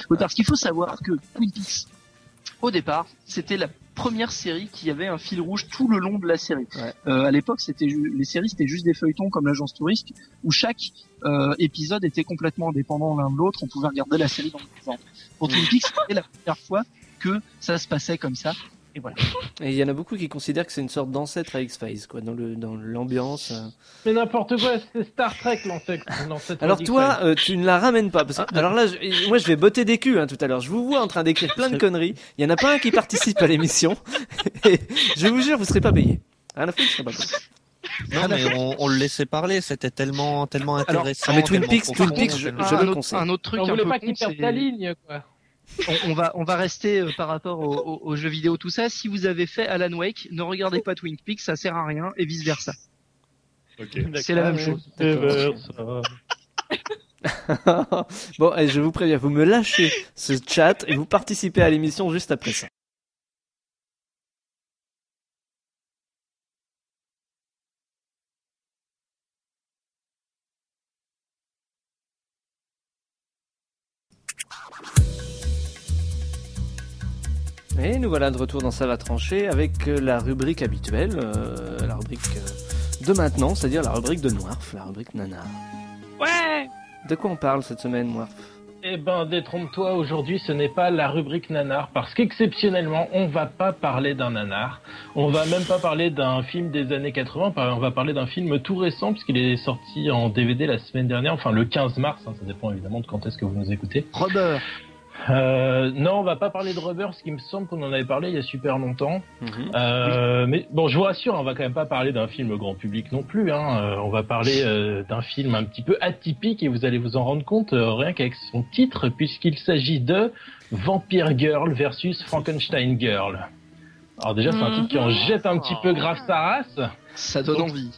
[SPEAKER 7] Oui, Parce qu'il faut savoir que Twin Peaks, au départ, c'était la première série qui avait un fil rouge tout le long de la série. Euh, à l'époque, c'était ju- les séries c'était juste des feuilletons comme l'agence touriste où chaque euh, épisode était complètement indépendant l'un de l'autre, on pouvait regarder la série dans le désordre. Pour Twin Peaks, c'était la première fois que ça se passait comme ça. Et voilà.
[SPEAKER 2] Et il y en a beaucoup qui considèrent que c'est une sorte d'ancêtre à X-Files, quoi, dans le dans l'ambiance. euh.
[SPEAKER 5] Mais n'importe quoi, c'est Star Trek l'ancêtre. l'ancêtre
[SPEAKER 2] Alors
[SPEAKER 5] Dick
[SPEAKER 2] toi,
[SPEAKER 5] Tracy.
[SPEAKER 2] euh, tu ne la ramènes pas. Parce que,
[SPEAKER 7] Ah,
[SPEAKER 2] alors là, je- moi je vais botter des culs hein, tout à l'heure. Je vous vois en train d'écrire plein de conneries. Il y en a pas un qui participe à l'émission. *laughs* Et je vous jure, vous serez pas payé. Rien à foutre, je serai pas payé.
[SPEAKER 11] Non, mais on, on le laissait parler, c'était tellement, tellement
[SPEAKER 7] Alors-
[SPEAKER 11] intéressant.
[SPEAKER 2] Ah, mais Twin
[SPEAKER 11] tellement
[SPEAKER 2] Peaks,
[SPEAKER 11] profond,
[SPEAKER 7] Ah,
[SPEAKER 2] Twin Peaks, je-
[SPEAKER 11] tellement-
[SPEAKER 2] je le
[SPEAKER 5] autre-
[SPEAKER 2] conseille.
[SPEAKER 5] un autre truc On un voulait peu pas con, qu'il perde c'est- ta ligne, quoi.
[SPEAKER 7] on, on va, on va rester euh, par rapport au- au- aux jeux vidéo, tout ça. Si vous avez fait Alan Wake, ne regardez pas Twin Peaks, ça sert à rien, et vice versa. C'est la même chose.
[SPEAKER 6] Eh ben, Euh,
[SPEAKER 2] *laughs* bon, allez, je vous préviens, vous me lâchez ce chat et vous participez à l'émission juste après ça. Et nous voilà de retour dans Ça va trancher avec euh, la rubrique habituelle, euh, la rubrique euh, de maintenant, c'est-à-dire la rubrique de Noirf, la rubrique Nana.
[SPEAKER 4] Ouais
[SPEAKER 2] De quoi on parle cette semaine, Noirf
[SPEAKER 5] Eh ben, détrompe-toi, aujourd'hui ce n'est pas la rubrique nanar, parce qu'exceptionnellement, on va pas parler d'un nanar. On va même pas parler d'un film des années 80, par- on va parler d'un film tout récent, puisqu'il est sorti en DVD la semaine dernière, enfin le 15 mars, hein, ça dépend évidemment de quand est-ce que vous nous écoutez.
[SPEAKER 7] Robert
[SPEAKER 5] euh, non, on va pas parler de Rubber, ce qui me semble qu'on en avait parlé il y a super longtemps. Euh, Mais bon, je vous rassure, on va quand même pas parler d'un film grand public non plus. Hein. Euh, on va parler euh, d'un film un petit peu atypique et vous allez vous en rendre compte euh, rien qu'avec son titre, puisqu'il s'agit de Vampire Girl versus Frankenstein Girl. Alors déjà, c'est un titre qui en jette un petit peu grave sa race.
[SPEAKER 7] Ça donne envie.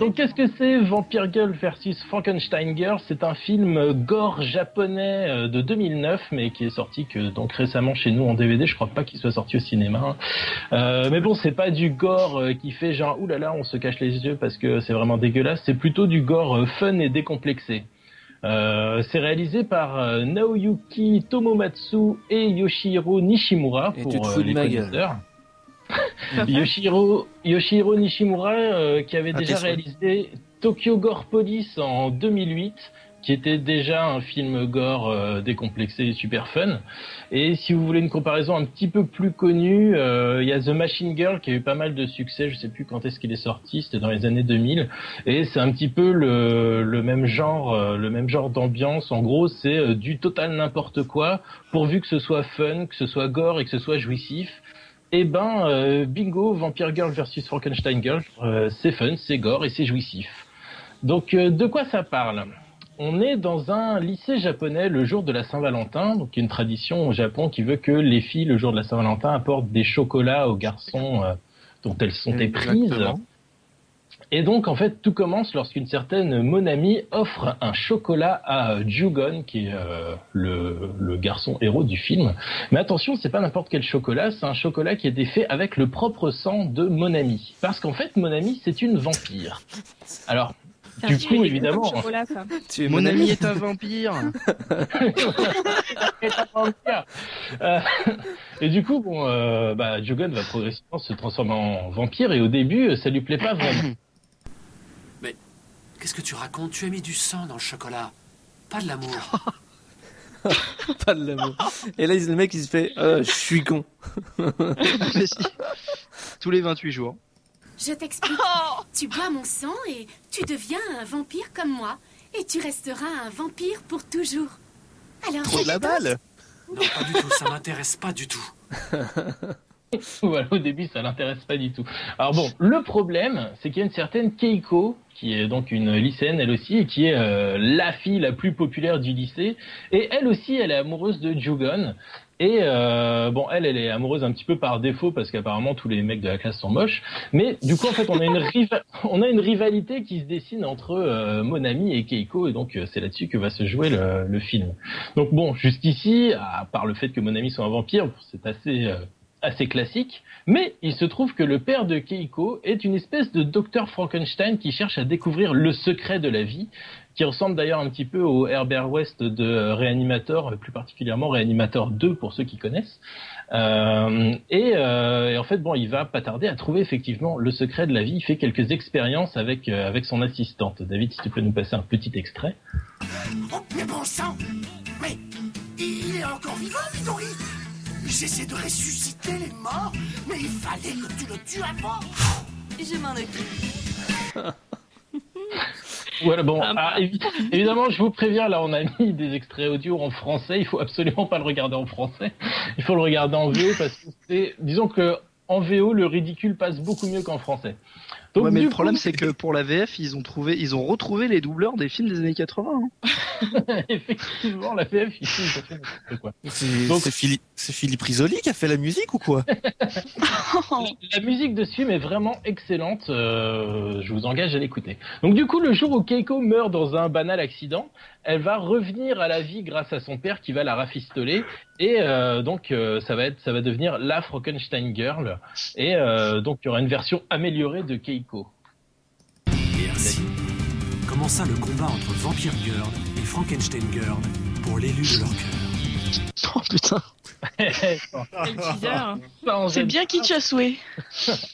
[SPEAKER 5] Donc qu'est-ce que c'est Vampire Girl versus Frankenstein Girl C'est un film euh, gore japonais euh, de 2009, mais qui est sorti que donc récemment chez nous en DVD. Je crois pas qu'il soit sorti au cinéma. hein. Euh, mais bon, c'est pas du gore euh, qui fait genre oulala, on se cache les yeux parce que c'est vraiment dégueulasse. C'est plutôt du gore euh, fun et décomplexé. Euh, c'est réalisé par euh, Naoyuki Tomomatsu et Yoshihiro Nishimura
[SPEAKER 2] Et
[SPEAKER 5] pour
[SPEAKER 2] tu te
[SPEAKER 5] euh,
[SPEAKER 2] fous de
[SPEAKER 5] les
[SPEAKER 2] ma gueule.
[SPEAKER 5] connaisseurs. *laughs* Yoshihiro, Yoshihiro Nishimura, euh, qui avait
[SPEAKER 2] Ah,
[SPEAKER 5] déjà
[SPEAKER 2] t'es sûr.
[SPEAKER 5] réalisé Tokyo Gore Police en 2008, qui était déjà un film gore euh, décomplexé et super fun. Et si vous voulez une comparaison un petit peu plus connue, euh, il y a The Machine Girl qui a eu pas mal de succès, je sais plus quand est-ce qu'il est sorti, c'était dans les années 2000. Et c'est un petit peu le, le même genre, euh, le même genre d'ambiance. En gros, c'est euh, du total n'importe quoi, pourvu que ce soit fun, que ce soit gore et que ce soit jouissif. Eh ben, euh, bingo, Vampire Girl versus Frankenstein Girl, euh, c'est fun, c'est gore et c'est jouissif. Donc, euh, de quoi ça parle On est dans un lycée japonais le jour de la Saint-Valentin, donc une tradition au Japon qui veut que les filles, le jour de la Saint-Valentin, apportent des chocolats aux garçons euh, dont elles sont éprises.
[SPEAKER 11] Exactement.
[SPEAKER 5] Et donc, en fait, tout commence lorsqu'une certaine Monami offre un chocolat à euh, Jugon, qui est euh, le, le garçon héros du film. Mais attention, c'est pas n'importe quel chocolat, c'est un chocolat qui a été fait avec le propre sang de Monami. Parce qu'en fait, Monami, c'est une vampire. Alors, *laughs* du coup, évidemment...
[SPEAKER 4] *laughs*
[SPEAKER 5] Tu es
[SPEAKER 7] Mon
[SPEAKER 5] mon
[SPEAKER 7] ami
[SPEAKER 5] ami.
[SPEAKER 7] est un vampire.
[SPEAKER 5] Euh, et du coup, bon, euh, bah, Jugon va progressivement se transformer en vampire, et au début, euh, ça lui plaît pas vraiment.
[SPEAKER 13] Mais qu'est-ce que tu racontes Tu as mis du sang dans le chocolat, pas de l'amour.
[SPEAKER 2] Pas de l'amour. *laughs* Et là, il- le mec, il se fait euh, Je suis con.
[SPEAKER 7] Mais si. Tous les 28 jours.
[SPEAKER 14] Je t'explique.
[SPEAKER 4] Oh.
[SPEAKER 14] Tu bois mon sang et tu deviens un vampire comme moi. Et tu resteras un vampire pour toujours. Alors,
[SPEAKER 13] Trop de la
[SPEAKER 14] j'adore.
[SPEAKER 13] balle. Non, pas du tout, ça m'intéresse pas du tout.
[SPEAKER 5] *laughs* voilà, au début, ça l'intéresse pas du tout. Alors bon, le problème, c'est qu'il y a une certaine Keiko, qui est donc une lycéenne elle aussi, et qui est euh, la fille la plus populaire du lycée, et elle aussi, elle est amoureuse de Jugon. Et euh, bon, elle, elle est amoureuse un petit peu par défaut parce qu'apparemment tous les mecs de la classe sont moches. Mais du coup, en fait, on a une, riva- *laughs* on a une rivalité qui se dessine entre euh, Monami et Keiko, et donc euh, c'est là-dessus que va se jouer le, le film. Donc bon, jusqu'ici, à part le fait que Monami soit un vampire, c'est assez euh, assez classique, mais il se trouve que le père de Keiko est une espèce de docteur Frankenstein qui cherche à découvrir le secret de la vie, qui ressemble d'ailleurs un petit peu au Herbert West de euh, Reanimator, euh, plus particulièrement Reanimator 2 pour ceux qui connaissent. Euh, et, euh, et en fait, bon, il va pas tarder à trouver effectivement le secret de la vie. Il fait quelques expériences avec euh, avec son assistante. David, si tu peux nous passer un petit extrait.
[SPEAKER 13] Oh, mais bon sang Mais il est encore vivant, Midori J'essaie de ressusciter les morts, mais il fallait que tu le tues avant Je m'en occupe.
[SPEAKER 5] Voilà, bon, ah, évi- évidemment, je vous préviens, là, on a mis des extraits audio en français. Il faut absolument pas le regarder en français. Il faut le regarder en VO parce que c'est, disons que en VO, le ridicule passe beaucoup mieux qu'en français. Donc,
[SPEAKER 7] ouais, mais
[SPEAKER 5] du
[SPEAKER 7] le
[SPEAKER 5] coup,
[SPEAKER 7] problème, c'est que pour la VF, ils ont trouvé, ils ont retrouvé les doubleurs des films des années 80.
[SPEAKER 5] Effectivement, la VF, ils font ils ont fait n'importe quoi.
[SPEAKER 11] C'est
[SPEAKER 5] Donc-
[SPEAKER 11] c'est Philippe, c'est Philippe Risoli qui a fait la musique ou quoi
[SPEAKER 5] La musique de ce film est vraiment excellente. euh, je vous engage à l'écouter. Donc du coup, le jour où Keiko meurt dans un banal accident, elle va revenir à la vie grâce à son père qui va la rafistoler. Et euh, donc euh, ça va être, ça va devenir la Frankenstein Girl. Et euh, donc il y aura une version améliorée de Keiko. *laughs*
[SPEAKER 15] Merci. Commença le combat entre Vampire Girl et Frankenstein Girl pour l'élu de leur cœur.
[SPEAKER 7] *laughs* Oh putain
[SPEAKER 3] C'est bien kitsch à souhait.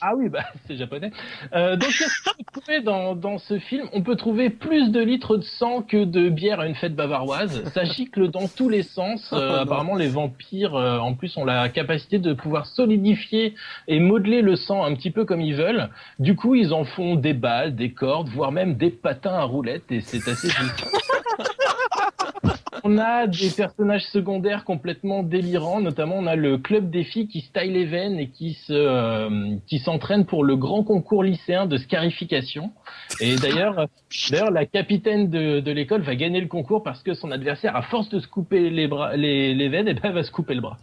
[SPEAKER 5] ah oui, bah *laughs* c'est japonais. Euh, donc qu'est-ce qu'on peut trouver dans, dans ce film On peut trouver plus de litres de sang que de bière à une fête bavaroise. Ça gicle dans tous les sens. Euh,
[SPEAKER 6] Oh non.
[SPEAKER 5] apparemment, les vampires, euh, en plus, ont la capacité de pouvoir solidifier et modeler le sang un petit peu comme ils veulent. Du coup, ils en font des balles, des cordes, voire même des patins à roulettes. Et c'est assez... On a des personnages secondaires complètement délirants, notamment on a le club des filles qui se taille les veines et qui se euh, qui s'entraîne pour le grand concours lycéen de scarification. Et d'ailleurs, d'ailleurs la capitaine de, de l'école va gagner le concours parce que son adversaire, à force de se couper les bras, les, les veines, et ben elle va se couper le bras.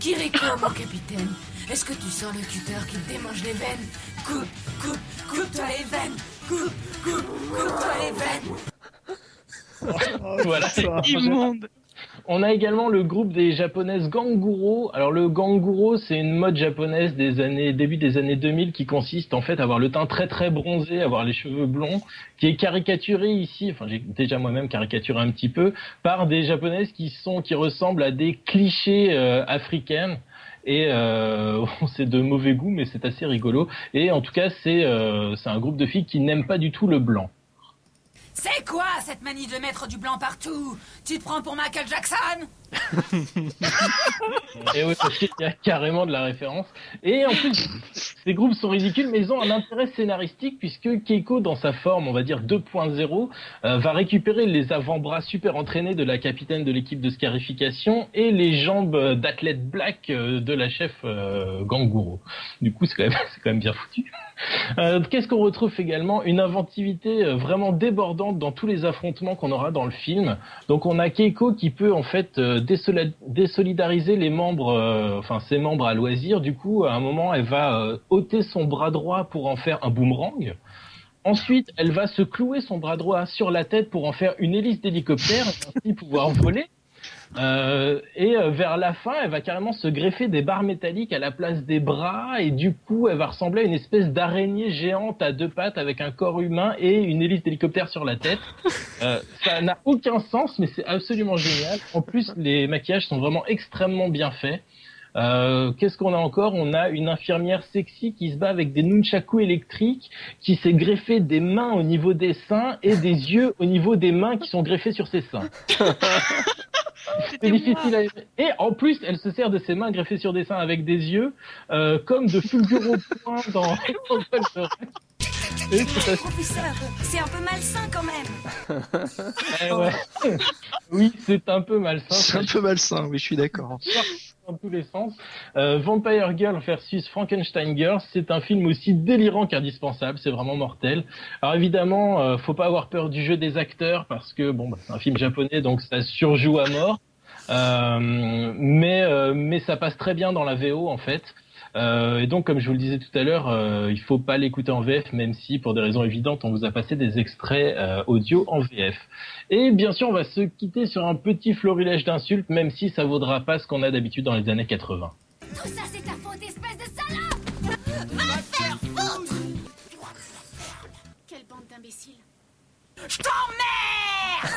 [SPEAKER 16] Kiriko, mon capitaine, est-ce que tu sens le tuteur qui te démange les veines Coupe, coupe, coupe-toi les veines Coupe, coupe, coupe-toi les veines
[SPEAKER 5] *laughs* voilà,
[SPEAKER 10] c'est
[SPEAKER 3] immonde.
[SPEAKER 5] On a également le groupe des japonaises Ganguro. Alors le Ganguro, c'est une mode japonaise des années début des années 2000 qui consiste en fait à avoir le teint très très bronzé, avoir les cheveux blonds, qui est caricaturé ici. Enfin, j'ai déjà moi-même caricaturé un petit peu par des japonaises qui sont qui ressemblent à des clichés euh, africains. Et euh, *laughs* c'est de mauvais goût, mais c'est assez rigolo. Et en tout cas, c'est euh, c'est un groupe de filles qui n'aiment pas du tout le blanc.
[SPEAKER 16] C'est quoi cette manie de mettre du blanc partout Tu te prends pour Michael Jackson
[SPEAKER 5] Et oui, parce qu'il y a carrément de la référence. Et en plus, ces groupes sont ridicules, mais ils ont un intérêt scénaristique puisque Keiko, dans sa forme, on va dire 2.0, euh, va récupérer les avant-bras super entraînés de la capitaine de l'équipe de scarification et les jambes euh, d'athlète black euh, de la chef euh, Ganguro. Du coup, c'est quand, même- *laughs* c'est quand même bien foutu. Euh, Qu'est-ce qu'on retrouve également Une inventivité euh, vraiment débordante dans tous les affrontements qu'on aura dans le film. Donc on a Keiko qui peut en fait euh, désola- désolidariser les membres, euh, enfin ses membres à loisir. Du coup, à un moment, elle va euh, ôter son bras droit pour en faire un boomerang. Ensuite, elle va se clouer son bras droit sur la tête pour en faire une hélice d'hélicoptère et ainsi pouvoir voler. Euh, et euh, vers la fin, elle va carrément se greffer des barres métalliques à la place des bras et du coup, elle va ressembler à une espèce d'araignée géante à deux pattes avec un corps humain et une hélice d'hélicoptère sur la tête. Euh, ça n'a aucun sens, mais c'est absolument génial. En plus, les maquillages sont vraiment extrêmement bien faits. Euh, Qu'est-ce qu'on a encore On a une infirmière sexy qui se bat avec des nunchaku électriques, qui s'est greffé des mains au niveau des seins et des yeux au niveau des mains qui sont greffés sur ses seins. C'est difficile à Et en plus, elle se sert de ses mains greffées sur des seins avec des yeux, euh, comme de fulguraux points dans dans Goldorak. Et c'est assez-
[SPEAKER 14] Professeur, c'est un peu malsain quand même.
[SPEAKER 5] Eh ouais. oui, c'est un peu
[SPEAKER 7] *laughs*
[SPEAKER 5] malsain.
[SPEAKER 7] C'est un peu malsain, oui, je suis d'accord.
[SPEAKER 5] dans tous les sens. Euh, Vampire Girl versus Frankenstein Girl, c'est un film aussi délirant qu'indispensable, c'est vraiment mortel. Alors évidemment, euh, faut pas avoir peur du jeu des acteurs parce que bon, bah, c'est un film japonais donc ça surjoue à mort. Euh, mais euh, mais ça passe très bien dans la VO en fait. Euh, et donc, comme je vous le disais tout à l'heure, euh, il faut pas l'écouter en VF, même si, pour des raisons évidentes, on vous a passé des extraits euh, audio en VF. Et bien sûr, on va se quitter sur un petit florilège d'insultes, même si ça vaudra pas ce qu'on a d'habitude dans les années 80.
[SPEAKER 14] Tout ça, c'est ta faute, espèce de salope Va te faire foutre Quelle bande d'imbéciles Je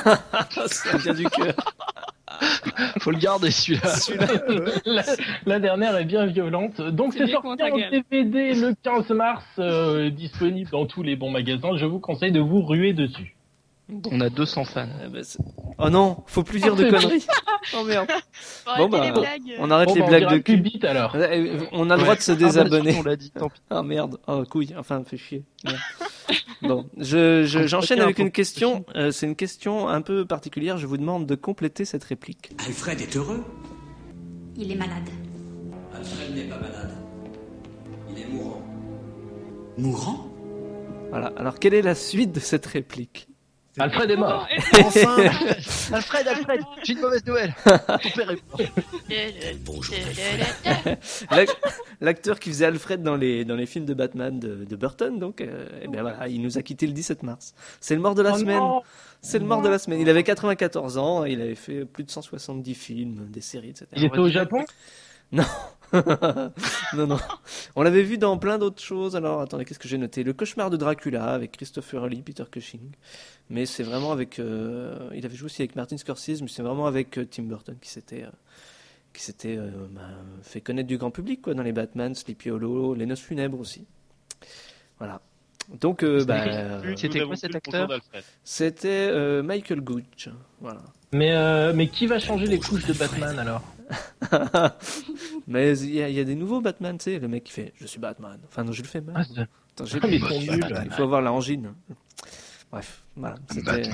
[SPEAKER 14] t'emmerde
[SPEAKER 7] Ça vient du cœur. Faut le garder celui-là.
[SPEAKER 5] *laughs* la, la dernière est bien violente. Donc
[SPEAKER 7] C'est
[SPEAKER 5] c'est
[SPEAKER 7] bien
[SPEAKER 5] sorti
[SPEAKER 7] qu'on
[SPEAKER 5] en
[SPEAKER 7] t'engueule.
[SPEAKER 5] DVD le 15 mars, euh, disponible dans tous les bons magasins. Je vous conseille de vous ruer dessus.
[SPEAKER 7] On a 200 fans.
[SPEAKER 2] Oh non, faut plus
[SPEAKER 4] *laughs*
[SPEAKER 2] dire de conneries.
[SPEAKER 7] Oh merde.
[SPEAKER 2] Bon, bah, on arrête
[SPEAKER 5] Bon,
[SPEAKER 2] les
[SPEAKER 5] bah, on
[SPEAKER 2] blagues
[SPEAKER 5] dira
[SPEAKER 2] de
[SPEAKER 5] plus
[SPEAKER 2] cul.
[SPEAKER 5] vite, alors.
[SPEAKER 2] Euh, On a le droit de se
[SPEAKER 5] Ouais. Ah, bah,
[SPEAKER 2] désabonner.
[SPEAKER 5] si, on l'a dit, tant
[SPEAKER 2] Ah merde, oh couille, enfin fait chier. Merde. bon, je, je-
[SPEAKER 7] Quand
[SPEAKER 2] j'enchaîne
[SPEAKER 7] chacun
[SPEAKER 2] avec
[SPEAKER 7] a
[SPEAKER 2] une
[SPEAKER 7] son
[SPEAKER 2] question. euh, c'est une question un peu particulière. Je vous demande de compléter cette réplique.
[SPEAKER 15] Alfred est heureux
[SPEAKER 14] Il est malade.
[SPEAKER 15] Alfred n'est pas malade. Il est mourant. Mourant
[SPEAKER 2] Voilà. Alors, quelle est la suite de cette réplique
[SPEAKER 5] Alfred est mort.
[SPEAKER 7] Enfin Alfred, Alfred, j'ai une mauvaise nouvelle. Ton père est mort.
[SPEAKER 1] Bonjour.
[SPEAKER 2] L'ac- L'acteur qui faisait Alfred dans les, dans les films de Batman de, de Burton, donc, euh, eh ben voilà, il nous a quitté le 17 mars. C'est le mort de la
[SPEAKER 7] Oh
[SPEAKER 2] semaine.
[SPEAKER 7] non. Oh
[SPEAKER 2] C'est le mort de la semaine. Il avait 94 ans, il avait fait plus de 170 films, des séries, etc.
[SPEAKER 5] Il était au Japon
[SPEAKER 2] Non. non, non. On l'avait vu dans plein d'autres choses. Alors, attendez, qu'est-ce que j'ai noté Le cauchemar de Dracula avec Christopher Lee, Peter Cushing. Mais c'est vraiment avec. euh, il avait joué aussi avec Martin Scorsese, mais c'est vraiment avec euh, Tim Burton qui s'était. euh, qui s'était euh, bah, fait connaître du grand public quoi, dans les Batman, Sleepy Hollow, Les Noces Funèbres aussi. Voilà. Donc, euh, bah, euh,
[SPEAKER 7] C'était quoi cet acteur
[SPEAKER 6] *laughs*
[SPEAKER 2] C'était euh, Michael Gooch. Voilà.
[SPEAKER 5] Mais, euh, mais qui va changer les couches de Batman alors
[SPEAKER 2] Mais il y, a- il y a des nouveaux Batman, tu sais, le mec qui fait Je suis Batman. Enfin, non, je le fais même. Attends, j'ai
[SPEAKER 5] Ah, mais
[SPEAKER 2] plus.
[SPEAKER 5] ils sont nuls.
[SPEAKER 2] Il faut avoir la angine. Bref, voilà. c'était-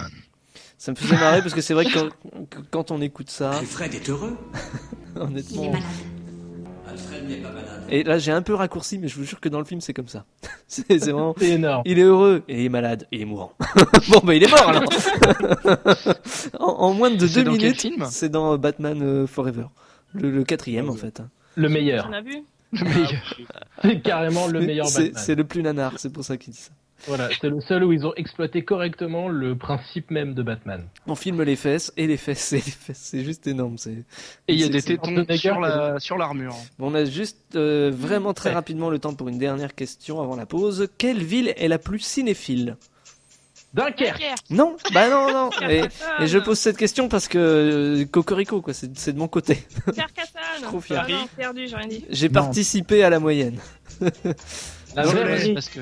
[SPEAKER 2] Ça me faisait marrer parce que c'est vrai que quand, que- quand on écoute ça.
[SPEAKER 15] Fred est heureux.
[SPEAKER 2] *laughs* Honnêtement.
[SPEAKER 15] Alfred n'est pas malade.
[SPEAKER 2] Et là, j'ai un peu raccourci, mais je vous jure que dans le film, c'est comme ça. *laughs* C'est c'est vraiment.
[SPEAKER 5] C'est énorme.
[SPEAKER 2] Il est heureux et il est malade et il est mourant. *laughs* bon, bah, il est mort alors. *laughs* en, en moins de
[SPEAKER 5] C'est
[SPEAKER 2] deux
[SPEAKER 5] dans quel
[SPEAKER 2] minutes,
[SPEAKER 5] film
[SPEAKER 2] c'est dans euh, Batman euh, Forever, le, le quatrième en fait. hein.
[SPEAKER 5] Le meilleur.
[SPEAKER 4] On a vu
[SPEAKER 5] Le
[SPEAKER 6] Ah,
[SPEAKER 5] meilleur. C'est carrément le meilleur
[SPEAKER 2] C'est-
[SPEAKER 5] Batman.
[SPEAKER 2] C'est le plus nanar, c'est pour ça qu'il dit ça.
[SPEAKER 5] Voilà, c'est le seul où ils ont exploité correctement le principe même de Batman.
[SPEAKER 2] On filme les fesses et les fesses et les fesses, c'est juste énorme. c'est-
[SPEAKER 7] Et il y a
[SPEAKER 2] c'est-
[SPEAKER 7] des
[SPEAKER 2] c'est-
[SPEAKER 7] tétons sur la sur l'armure.
[SPEAKER 2] Bon, on a juste euh, vraiment très rapidement le temps pour une dernière question avant la pause. Quelle ville est la plus cinéphile
[SPEAKER 5] Dunkerque
[SPEAKER 2] Non, bah non,
[SPEAKER 7] *laughs*
[SPEAKER 2] non. Et,
[SPEAKER 4] Carcassonne.
[SPEAKER 2] et je pose cette question parce que euh, Cocorico, quoi, c'est c'est de mon côté.
[SPEAKER 4] Carcassonne
[SPEAKER 2] Trop fier.
[SPEAKER 4] Ah non, perdu, j'ai rien dit.
[SPEAKER 2] J'ai participé à la moyenne.
[SPEAKER 5] La
[SPEAKER 7] vraie Cholet. raison, Ah parce que-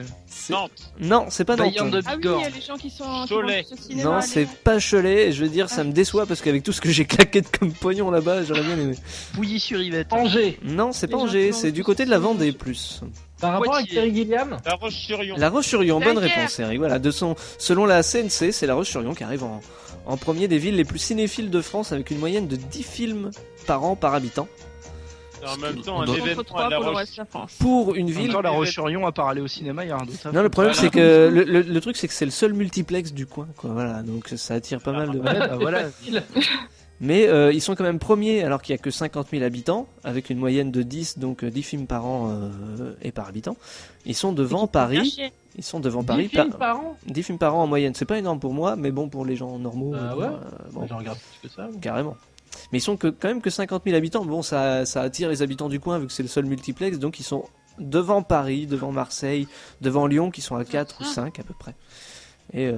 [SPEAKER 2] Nantes. Non, c'est pas Nantes.
[SPEAKER 4] Ah oui, il y a les gens qui sont. qui vont
[SPEAKER 6] Cholet.
[SPEAKER 4] au cinéma,
[SPEAKER 2] Non,
[SPEAKER 4] les-
[SPEAKER 2] c'est pas Cholet. et Je veux dire,
[SPEAKER 7] Ah.
[SPEAKER 2] ça me déçoit parce qu'avec tout ce que j'ai claqué de comme pognon là-bas, j'aurais bien aimé.
[SPEAKER 7] Pouilly sur Yvette.
[SPEAKER 5] Angers.
[SPEAKER 2] Non, c'est pas
[SPEAKER 7] Les gens
[SPEAKER 2] Angers,
[SPEAKER 7] qui vont
[SPEAKER 2] c'est du côté de la Vendée plus.
[SPEAKER 5] Par rapport à Terry
[SPEAKER 7] Ah,
[SPEAKER 5] Gilliam
[SPEAKER 6] La Roche-sur-Yon.
[SPEAKER 2] La Roche-sur-Yon, bonne
[SPEAKER 6] Dunkerque.
[SPEAKER 2] réponse, Eric. Voilà, de son, selon la CNC, c'est La Roche-sur-Yon qui arrive en, en premier des villes les plus cinéphiles de France avec une moyenne de 10 films par an par habitant.
[SPEAKER 6] En même temps, un
[SPEAKER 2] doit-
[SPEAKER 6] événement
[SPEAKER 7] Entre trois
[SPEAKER 6] à la
[SPEAKER 7] pour le
[SPEAKER 6] Roche-
[SPEAKER 7] reste de la France.
[SPEAKER 2] Pour une
[SPEAKER 7] En même
[SPEAKER 2] ville.
[SPEAKER 7] temps, la Roche-sur-Yon, à part aller au cinéma, il y a un autre.
[SPEAKER 2] Non, le problème
[SPEAKER 7] Voilà.
[SPEAKER 2] c'est que le, le- le truc c'est que c'est le seul multiplex du coin, quoi. Voilà, donc ça attire pas mal de.
[SPEAKER 7] Ouais, bah voilà.
[SPEAKER 2] Mais euh, ils sont quand même premiers alors qu'il n'y a que 50 000 habitants, avec une moyenne de 10, donc euh, 10 films par an euh, et par habitant. Ils sont devant Paris.
[SPEAKER 5] chier.
[SPEAKER 2] Ils sont devant
[SPEAKER 5] 10
[SPEAKER 2] Paris.
[SPEAKER 5] films par an
[SPEAKER 2] 10 films par an en moyenne. C'est pas énorme pour moi, mais bon, pour les gens normaux.
[SPEAKER 5] Bah
[SPEAKER 2] euh,
[SPEAKER 5] ouais.
[SPEAKER 2] bon,
[SPEAKER 5] J'en regarde plus que ça.
[SPEAKER 2] Carrément. Mais ils sont que, quand même que 50 000 habitants. Bon, ça, ça attire les habitants du coin vu que c'est le seul multiplex, donc ils sont devant Paris, devant Marseille, devant Lyon, qui sont à 4 ou 5 à peu près. Et euh,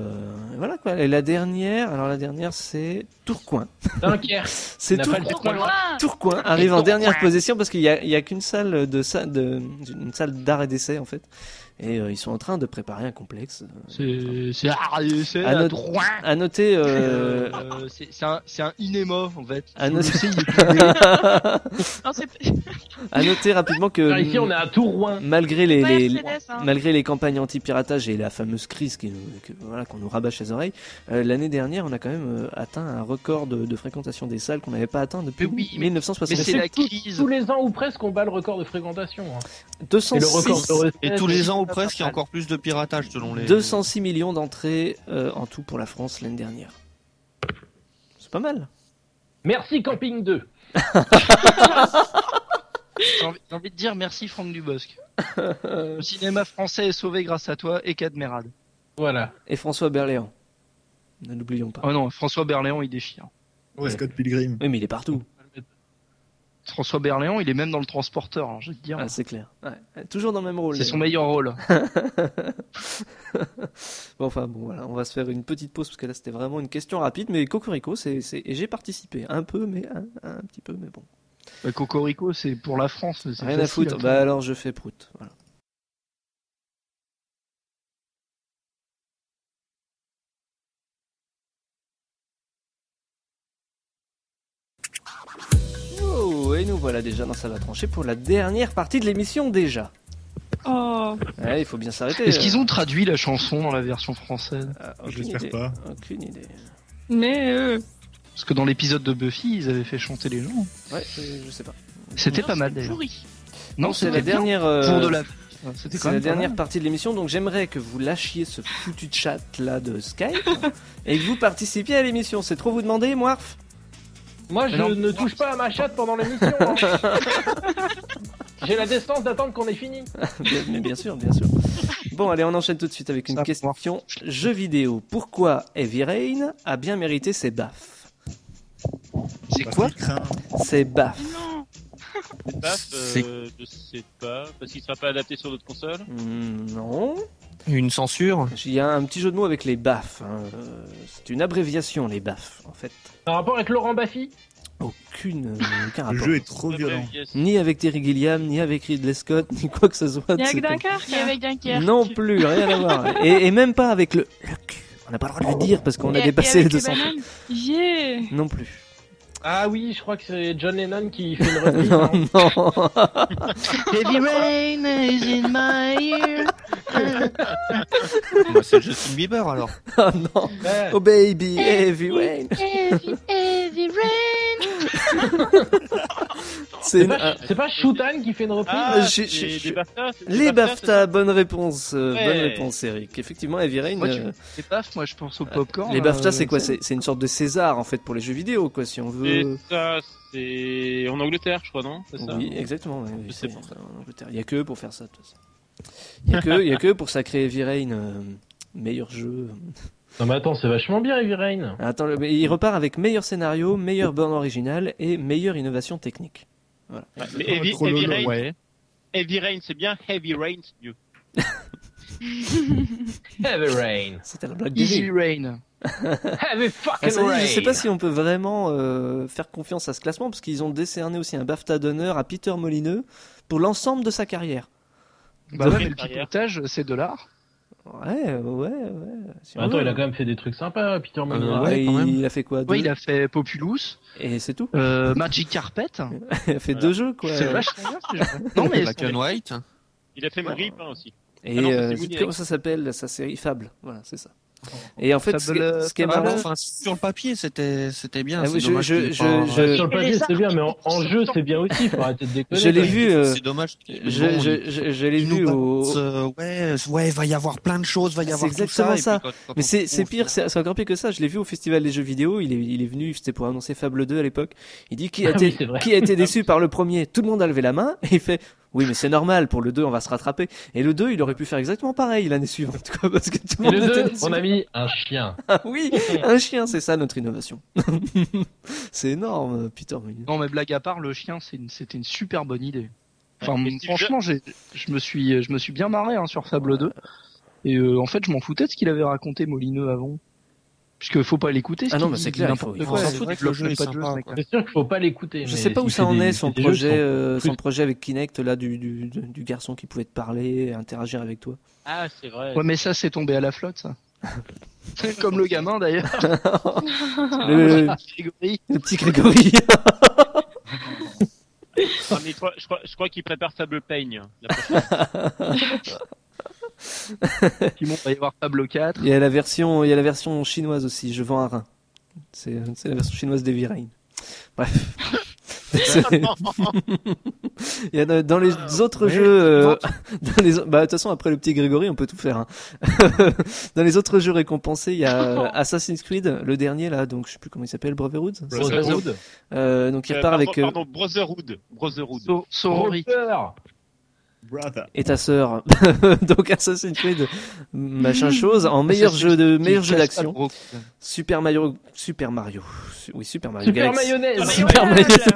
[SPEAKER 2] voilà quoi. Et la dernière, alors la dernière c'est Tourcoing.
[SPEAKER 5] Dunkerque.
[SPEAKER 2] C'est
[SPEAKER 5] On n'a pas le
[SPEAKER 2] Tourcoing.
[SPEAKER 5] droit de
[SPEAKER 2] Tourcoing.
[SPEAKER 5] le-
[SPEAKER 2] Tourcoing arrive en dernière position parce qu'il n'y a, il y a qu'une salle de, sa- de une salle d'art et d'essai en fait. Et euh, ils sont en train de préparer un complexe.
[SPEAKER 7] C'est c'est ah, c'est
[SPEAKER 2] À,
[SPEAKER 7] à
[SPEAKER 2] note-
[SPEAKER 7] Drouin.
[SPEAKER 2] à noter. euh,
[SPEAKER 7] Euh, c'est c'est un c'est un inémo en fait.
[SPEAKER 2] à
[SPEAKER 7] Vous
[SPEAKER 2] noter...
[SPEAKER 7] le savez, il est-
[SPEAKER 3] Non, c'est pas-
[SPEAKER 2] À noter rapidement
[SPEAKER 7] Euh,
[SPEAKER 2] que
[SPEAKER 5] Alors ici, on est à Tourcoing.
[SPEAKER 2] malgré les,
[SPEAKER 3] Pas
[SPEAKER 2] les-
[SPEAKER 3] RCDS, hein.
[SPEAKER 2] Ah. malgré les campagnes anti-piratage et la fameuse crise qui nous- que- voilà, qu'on nous rabâche les oreilles, euh, l'année dernière on a quand même euh, atteint un record de, de fréquentation des salles qu'on n'avait pas atteint depuis
[SPEAKER 5] Mais
[SPEAKER 2] 1960.
[SPEAKER 5] c'est tout- Tous les ans ou presque, on bat le record de fréquentation. hein.
[SPEAKER 2] 206
[SPEAKER 5] Et le record de recettes-
[SPEAKER 11] Et tous les ans ou presque, il y a encore plus de piratage selon les. *laughs*
[SPEAKER 2] 206 millions d'entrées euh, en tout pour la France l'année dernière. C'est pas mal.
[SPEAKER 5] Merci Camping 2.
[SPEAKER 7] J'ai envie, j'ai envie de dire merci Franck Dubosc.
[SPEAKER 5] Euh,
[SPEAKER 7] Le cinéma français est sauvé grâce à toi et Cadmerade.
[SPEAKER 5] Voilà.
[SPEAKER 2] Et François Berléand. Ne l'oublions pas.
[SPEAKER 7] Oh non, François Berléand il déchire.
[SPEAKER 8] Scott Pilgrim.
[SPEAKER 2] Oui, mais il est partout.
[SPEAKER 7] François Berléand il est même dans le transporteur, hein, je vais te dire.
[SPEAKER 2] Ah, c'est clair. Ouais. Toujours dans le même rôle.
[SPEAKER 7] C'est son
[SPEAKER 2] d'ailleurs.
[SPEAKER 7] meilleur rôle.
[SPEAKER 2] *laughs* Bon, enfin, bon, voilà, on va se faire une petite pause parce que là, c'était vraiment une question rapide. Mais Cocorico, c'est, c'est- et j'ai participé un peu, mais un, un petit peu, mais bon.
[SPEAKER 7] Bah, Cocorico, c'est pour la France. c'est
[SPEAKER 2] Rien à
[SPEAKER 7] facile hein.
[SPEAKER 2] foutre.
[SPEAKER 7] tout.
[SPEAKER 2] Bah alors, je fais prout. Voilà. Oh, et nous voilà déjà dans ça va trancher pour la dernière partie de l'émission déjà.
[SPEAKER 4] Oh.
[SPEAKER 2] Ouais, il faut bien s'arrêter. euh,
[SPEAKER 7] Est-ce qu'ils ont traduit la chanson dans la version française
[SPEAKER 2] Aucune idée. Aucune idée.
[SPEAKER 4] Mais euh,
[SPEAKER 7] Parce que dans l'épisode de Buffy, ils avaient fait chanter les gens.
[SPEAKER 2] Ouais, euh, je sais pas.
[SPEAKER 7] C'était pas mal d'ailleurs.
[SPEAKER 3] Pourri.
[SPEAKER 7] Non,
[SPEAKER 2] Bon, c'est
[SPEAKER 7] c'était
[SPEAKER 2] la
[SPEAKER 7] bien
[SPEAKER 2] dernière, euh,
[SPEAKER 7] Pour de la C'était
[SPEAKER 2] C'est la dernière partie de l'émission, donc j'aimerais que vous lâchiez ce foutu chat là de Skype
[SPEAKER 7] *laughs*
[SPEAKER 2] et que vous participiez à l'émission. C'est trop vous demander, Moirf
[SPEAKER 5] Moi, je ne touche pas à ma chatte pendant l'émission. hein. *laughs* J'ai la distance d'attendre qu'on ait fini.
[SPEAKER 2] bien, mais bien sûr, bien sûr. Bon, allez, on enchaîne tout de suite avec une question jeu vidéo. Pourquoi Heavy Rain a bien mérité ses baffes C'est quoi Ses baffes.
[SPEAKER 6] Cette baffe, euh, je sais pas, parce qu'il sera pas adapté sur d'autres consoles.
[SPEAKER 2] Hmm, non. Une censure Il y a un petit jeu de mots avec les baffes. hein. Euh, C'est une abréviation, les baffes, en fait.
[SPEAKER 5] Un rapport avec Laurent Baffy
[SPEAKER 2] Aucune, euh, aucun
[SPEAKER 5] Le
[SPEAKER 2] rapport.
[SPEAKER 5] jeu est trop violent.
[SPEAKER 2] Ni avec Terry Gilliam, ni avec Ridley Scott, ni quoi que ce soit.
[SPEAKER 3] Il y
[SPEAKER 2] de
[SPEAKER 3] a
[SPEAKER 2] cet
[SPEAKER 3] avec Dunkerque. Il y a avec Dunkerque.
[SPEAKER 2] Non plus, rien à voir. Et, et même pas avec le, le cul. On n'a pas le droit de le dire parce qu'on
[SPEAKER 5] Et-
[SPEAKER 2] a
[SPEAKER 5] et
[SPEAKER 2] dépassé
[SPEAKER 5] avec
[SPEAKER 2] les
[SPEAKER 5] les
[SPEAKER 2] 200
[SPEAKER 5] bananes
[SPEAKER 3] Yeah
[SPEAKER 2] Non plus. *laughs*
[SPEAKER 5] Ah oui, je crois que c'est John Lennon qui fait une reprise. hein.
[SPEAKER 2] non, non.
[SPEAKER 12] Heavy rain is in my ear.
[SPEAKER 11] Bah, c'est Justin Bieber alors.
[SPEAKER 2] Ah non. Oh baby, heavy rain.
[SPEAKER 12] Heavy, heavy rain.
[SPEAKER 2] C'est
[SPEAKER 5] *laughs* C'est pas, c'est pas Shoutan qui fait une reprise
[SPEAKER 2] Ah, je- je- je- Les BAFTA, bonne réponse, euh,
[SPEAKER 5] Ouais.
[SPEAKER 2] bonne réponse, Eric. Effectivement, Heavy Rain.
[SPEAKER 7] Moi, tu-
[SPEAKER 2] euh,
[SPEAKER 7] les BAFTA, moi je pense au popcorn.
[SPEAKER 2] les BAFTA,
[SPEAKER 7] euh,
[SPEAKER 2] c'est quoi C'est c'est une sorte de César en fait pour les jeux vidéo, quoi, si on
[SPEAKER 6] Et
[SPEAKER 2] veut.
[SPEAKER 6] ça, c'est en Angleterre, je crois, non C'est ça
[SPEAKER 2] Oui, exactement. ouais, oui, c'est- en Angleterre. Il n'y a que eux pour faire ça. de toute façon. Il n'y a, que- il y a que eux pour sacrer Heavy Rain euh, meilleur jeu.
[SPEAKER 5] Non mais attends, c'est vachement bien Heavy Rain.
[SPEAKER 2] Attends, le- mais il repart avec meilleur scénario, meilleure borne originale et meilleure innovation technique. Voilà.
[SPEAKER 6] Ouais, mais Heavy, Heavy Rain, Heavy Rain, c'est bien. Heavy Rain, c'est mieux.
[SPEAKER 5] Heavy Rain.
[SPEAKER 2] C'était la blague de
[SPEAKER 7] Easy
[SPEAKER 2] Gilles.
[SPEAKER 7] Rain.
[SPEAKER 2] Ah,
[SPEAKER 5] Heavy fucking
[SPEAKER 2] ça y est,
[SPEAKER 5] Rain.
[SPEAKER 2] je sais pas si on peut vraiment euh, faire confiance à ce classement parce qu'ils ont décerné aussi un BAFTA d'honneur à Peter Molineux pour l'ensemble de sa carrière.
[SPEAKER 7] Bah ouais, mais le pipotage, c'est de l'art.
[SPEAKER 2] Ouais, ouais, ouais. Euh, Si on
[SPEAKER 5] Attends,
[SPEAKER 2] veut.
[SPEAKER 5] il a quand même fait des trucs sympas, hein, Peter Molineux.
[SPEAKER 2] Ouais, il a fait quoi
[SPEAKER 7] Ouais, il a fait Populous. euh,
[SPEAKER 2] Et c'est tout. *laughs*
[SPEAKER 7] Magic Carpet.
[SPEAKER 2] il a fait deux jeux, quoi.
[SPEAKER 7] C'est vachement bien, ce jeu. *laughs* Non, mais
[SPEAKER 11] Black and White.
[SPEAKER 6] Il a fait mon rip hein, aussi.
[SPEAKER 2] Et
[SPEAKER 6] Ah non, ça,
[SPEAKER 2] euh,
[SPEAKER 6] c'est
[SPEAKER 2] je sais
[SPEAKER 6] Moonlight.
[SPEAKER 2] plus comment ça s'appelle sa série Fable, voilà, c'est ça. Et en fait, ce
[SPEAKER 11] Oh, Fable,
[SPEAKER 2] qui- ce qui est marrant,
[SPEAKER 11] Ah, enfin, sur le papier, c'était c'était bien.
[SPEAKER 2] Ah
[SPEAKER 11] c'est
[SPEAKER 2] oui, je-
[SPEAKER 11] dommage
[SPEAKER 2] je-
[SPEAKER 11] qu'il ait
[SPEAKER 2] je-
[SPEAKER 11] pas-
[SPEAKER 2] je- Sur le
[SPEAKER 5] papier, c'est bien, mais en- en jeu, c'est bien aussi, faut arrêter de déconner,
[SPEAKER 2] je l'ai
[SPEAKER 5] quoi.
[SPEAKER 2] vu. euh,
[SPEAKER 11] C'est dommage.
[SPEAKER 2] Je, je, je, je l'ai vu au.
[SPEAKER 11] Euh, ouais, ouais, va y avoir plein de choses, va y
[SPEAKER 2] C'est
[SPEAKER 11] avoir tout
[SPEAKER 2] exactement
[SPEAKER 11] et
[SPEAKER 2] ça.
[SPEAKER 11] puis quand- quand
[SPEAKER 2] Mais
[SPEAKER 11] on-
[SPEAKER 2] c'est
[SPEAKER 11] on-
[SPEAKER 2] c'est pire, c'est c'est encore pire que ça. Je l'ai vu au festival des jeux vidéo. Il est, il est venu, c'était pour annoncer Fable 2 à l'époque. Il dit qui a
[SPEAKER 5] *laughs* Ah oui,
[SPEAKER 2] été, *laughs*
[SPEAKER 5] c'est vrai.
[SPEAKER 2] qui a été déçu par le premier. Tout le monde a levé la main et il fait. Oui, mais c'est normal, pour le 2, on va se rattraper. Et le 2, il aurait pu faire exactement pareil l'année suivante, quoi, parce que tout le
[SPEAKER 5] Et
[SPEAKER 2] monde
[SPEAKER 5] le
[SPEAKER 2] était
[SPEAKER 5] deux,
[SPEAKER 2] déçu.
[SPEAKER 5] on a mis un chien.
[SPEAKER 2] Ah
[SPEAKER 5] *laughs*
[SPEAKER 2] oui, un chien, c'est ça notre innovation. *laughs* c'est énorme, Peter Molineux.
[SPEAKER 7] Non, mais blague à part, le chien, c'est une- c'était une super bonne idée. Enfin, franchement, j'ai- je me suis, je me suis bien marré hein, sur Fable 2. Et euh, en fait, je m'en foutais de ce qu'il avait raconté Molineux avant. Puisque faut pas l'écouter. ce
[SPEAKER 2] Ah non,
[SPEAKER 7] qu'il
[SPEAKER 2] mais
[SPEAKER 7] dit,
[SPEAKER 2] c'est
[SPEAKER 7] il dit
[SPEAKER 2] clair, il
[SPEAKER 7] n'importe
[SPEAKER 2] faut- il
[SPEAKER 7] quoi,
[SPEAKER 2] faut s'en
[SPEAKER 7] il
[SPEAKER 2] foutre,
[SPEAKER 7] développe
[SPEAKER 2] le jeu
[SPEAKER 7] même
[SPEAKER 2] est
[SPEAKER 7] pas de jeu,
[SPEAKER 2] sympa,
[SPEAKER 7] ce mec-là.
[SPEAKER 5] C'est sûr qu'il faut pas l'écouter.
[SPEAKER 2] Je
[SPEAKER 5] mais
[SPEAKER 2] sais pas où
[SPEAKER 5] il
[SPEAKER 2] ça
[SPEAKER 5] fait
[SPEAKER 2] en
[SPEAKER 5] des-
[SPEAKER 2] est, son
[SPEAKER 5] des jeux qui
[SPEAKER 2] projet,
[SPEAKER 5] sont
[SPEAKER 2] euh,
[SPEAKER 5] plus-
[SPEAKER 2] son projet avec Kinect, là, du, du, du garçon qui pouvait te parler, interagir avec
[SPEAKER 5] *laughs*
[SPEAKER 2] toi.
[SPEAKER 6] Ah, c'est vrai.
[SPEAKER 7] Ouais, mais ça, c'est tombé à la
[SPEAKER 2] *laughs*
[SPEAKER 7] flotte, ça. Comme le gamin, d'ailleurs.
[SPEAKER 2] Le-
[SPEAKER 7] *laughs* Grégory.
[SPEAKER 2] le petit Grégory.
[SPEAKER 6] Ah, mais je crois, je crois, je crois qu'il prépare Fable Peigne. la prochaine.
[SPEAKER 7] Simon, va y avoir Fable 4.
[SPEAKER 2] Il y a la version, il y a la version chinoise aussi. Je vends un rein. C'est c'est la version chinoise des Rain. Bref. *laughs* il y a dans, dans les autres
[SPEAKER 7] Ouais.
[SPEAKER 2] jeux, euh,
[SPEAKER 7] Non.
[SPEAKER 2] *laughs* dans les, bah de toute façon après le petit Grégory, on peut tout faire. hein. *laughs* dans les autres jeux récompensés, il y a euh, Assassin's Creed, le dernier là, donc je sais plus comment il s'appelle, Brotherhood. c'est ça
[SPEAKER 6] Brotherhood.
[SPEAKER 2] Euh, donc il
[SPEAKER 6] Euh,
[SPEAKER 2] repart
[SPEAKER 6] pardon,
[SPEAKER 2] avec euh,
[SPEAKER 6] Pardon, Brotherhood. Brotherhood.
[SPEAKER 7] sororité.
[SPEAKER 6] Brother.
[SPEAKER 2] et ta sœur. *laughs* Donc Assassin's Creed, machin chose, en meilleur
[SPEAKER 7] Assassin's
[SPEAKER 2] jeu de
[SPEAKER 7] Creed
[SPEAKER 2] meilleur jeu
[SPEAKER 7] casse
[SPEAKER 2] d'action.
[SPEAKER 7] pas le
[SPEAKER 2] Super Mario, Super Mario, Su- oui Super Mario.
[SPEAKER 5] Super
[SPEAKER 2] Galaxy.
[SPEAKER 5] mayonnaise.
[SPEAKER 2] Super mayonnaise.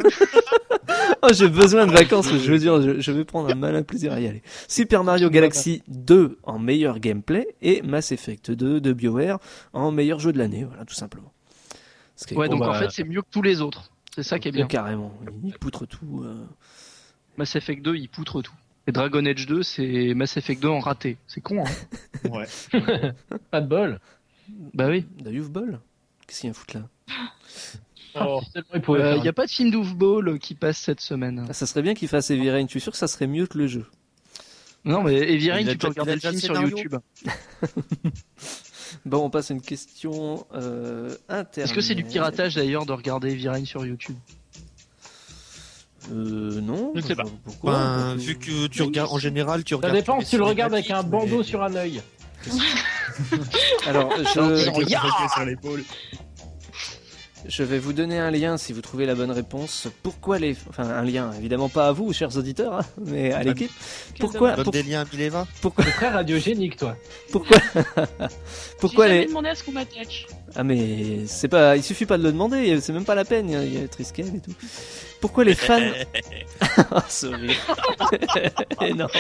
[SPEAKER 2] oh j'ai besoin de vacances, je veux dire, je, je vais prendre un malin plaisir à y aller. Super Mario Galaxy 2 en meilleur gameplay et Mass Effect 2 de BioWare en meilleur jeu de l'année, voilà tout simplement. Ce qui est
[SPEAKER 7] Ouais, donc
[SPEAKER 2] con,
[SPEAKER 7] en
[SPEAKER 2] bah,
[SPEAKER 7] fait, c'est mieux que tous les autres. C'est ça qui est bien.
[SPEAKER 2] carrément. Il poutre tout. euh.
[SPEAKER 7] Mass Effect 2, il poutre tout. Et Dragon Age 2, c'est Mass Effect 2 en raté. C'est con, hein
[SPEAKER 8] Ouais.
[SPEAKER 5] Pas de bol.
[SPEAKER 7] Bah oui.
[SPEAKER 2] Da Youth Ball Qu'est-ce qu'il y a à foutre là
[SPEAKER 5] Oh, c'est vrai, il
[SPEAKER 7] Il
[SPEAKER 2] Euh,
[SPEAKER 5] pouvait faire un-
[SPEAKER 7] n'y Euh, a pas de film d'offball qui passe cette semaine.
[SPEAKER 2] Ah, Ça serait bien qu'il fasse Heavy Rain, je suis sûr que ça serait mieux que le jeu.
[SPEAKER 7] Non, mais Heavy Rain, tu peux regarder le film sur YouTube.
[SPEAKER 2] Bon, on passe à une question euh, interne.
[SPEAKER 7] Est-ce que c'est du piratage d'ailleurs de regarder Heavy Rain sur YouTube
[SPEAKER 2] Euh, non.
[SPEAKER 5] Je sais pas.
[SPEAKER 2] Pourquoi
[SPEAKER 11] Ben, vu que tu regardes en général, tu
[SPEAKER 5] Ça
[SPEAKER 11] regardes.
[SPEAKER 5] dépend
[SPEAKER 11] tous les
[SPEAKER 5] si tu le regardes avec
[SPEAKER 11] cinématiques,
[SPEAKER 5] un bandeau sur un œil.
[SPEAKER 2] Alors, je...
[SPEAKER 11] Alors, genre, Ya
[SPEAKER 2] Je vais vous donner un lien si vous trouvez la bonne réponse. Pourquoi les. Enfin, un lien, évidemment pas à vous, chers auditeurs, hein, mais
[SPEAKER 7] Ah,
[SPEAKER 2] à l'équipe. Pourquoi.
[SPEAKER 11] Donne
[SPEAKER 2] pour-
[SPEAKER 11] des liens à Mileva.
[SPEAKER 2] Pourquoi.
[SPEAKER 5] Très radiogénique, toi.
[SPEAKER 7] *laughs*
[SPEAKER 2] Pourquoi. pourquoi
[SPEAKER 3] J'ai jamais
[SPEAKER 2] les.
[SPEAKER 3] demandé à ce qu'on m'attache.
[SPEAKER 2] Ah, mais c'est pas. Il suffit pas de le demander, c'est même pas la peine, il y a Triskel et tout. Pourquoi les fans.
[SPEAKER 7] *laughs*
[SPEAKER 11] eh,
[SPEAKER 2] Ah, ce *laughs* rire. Énorme.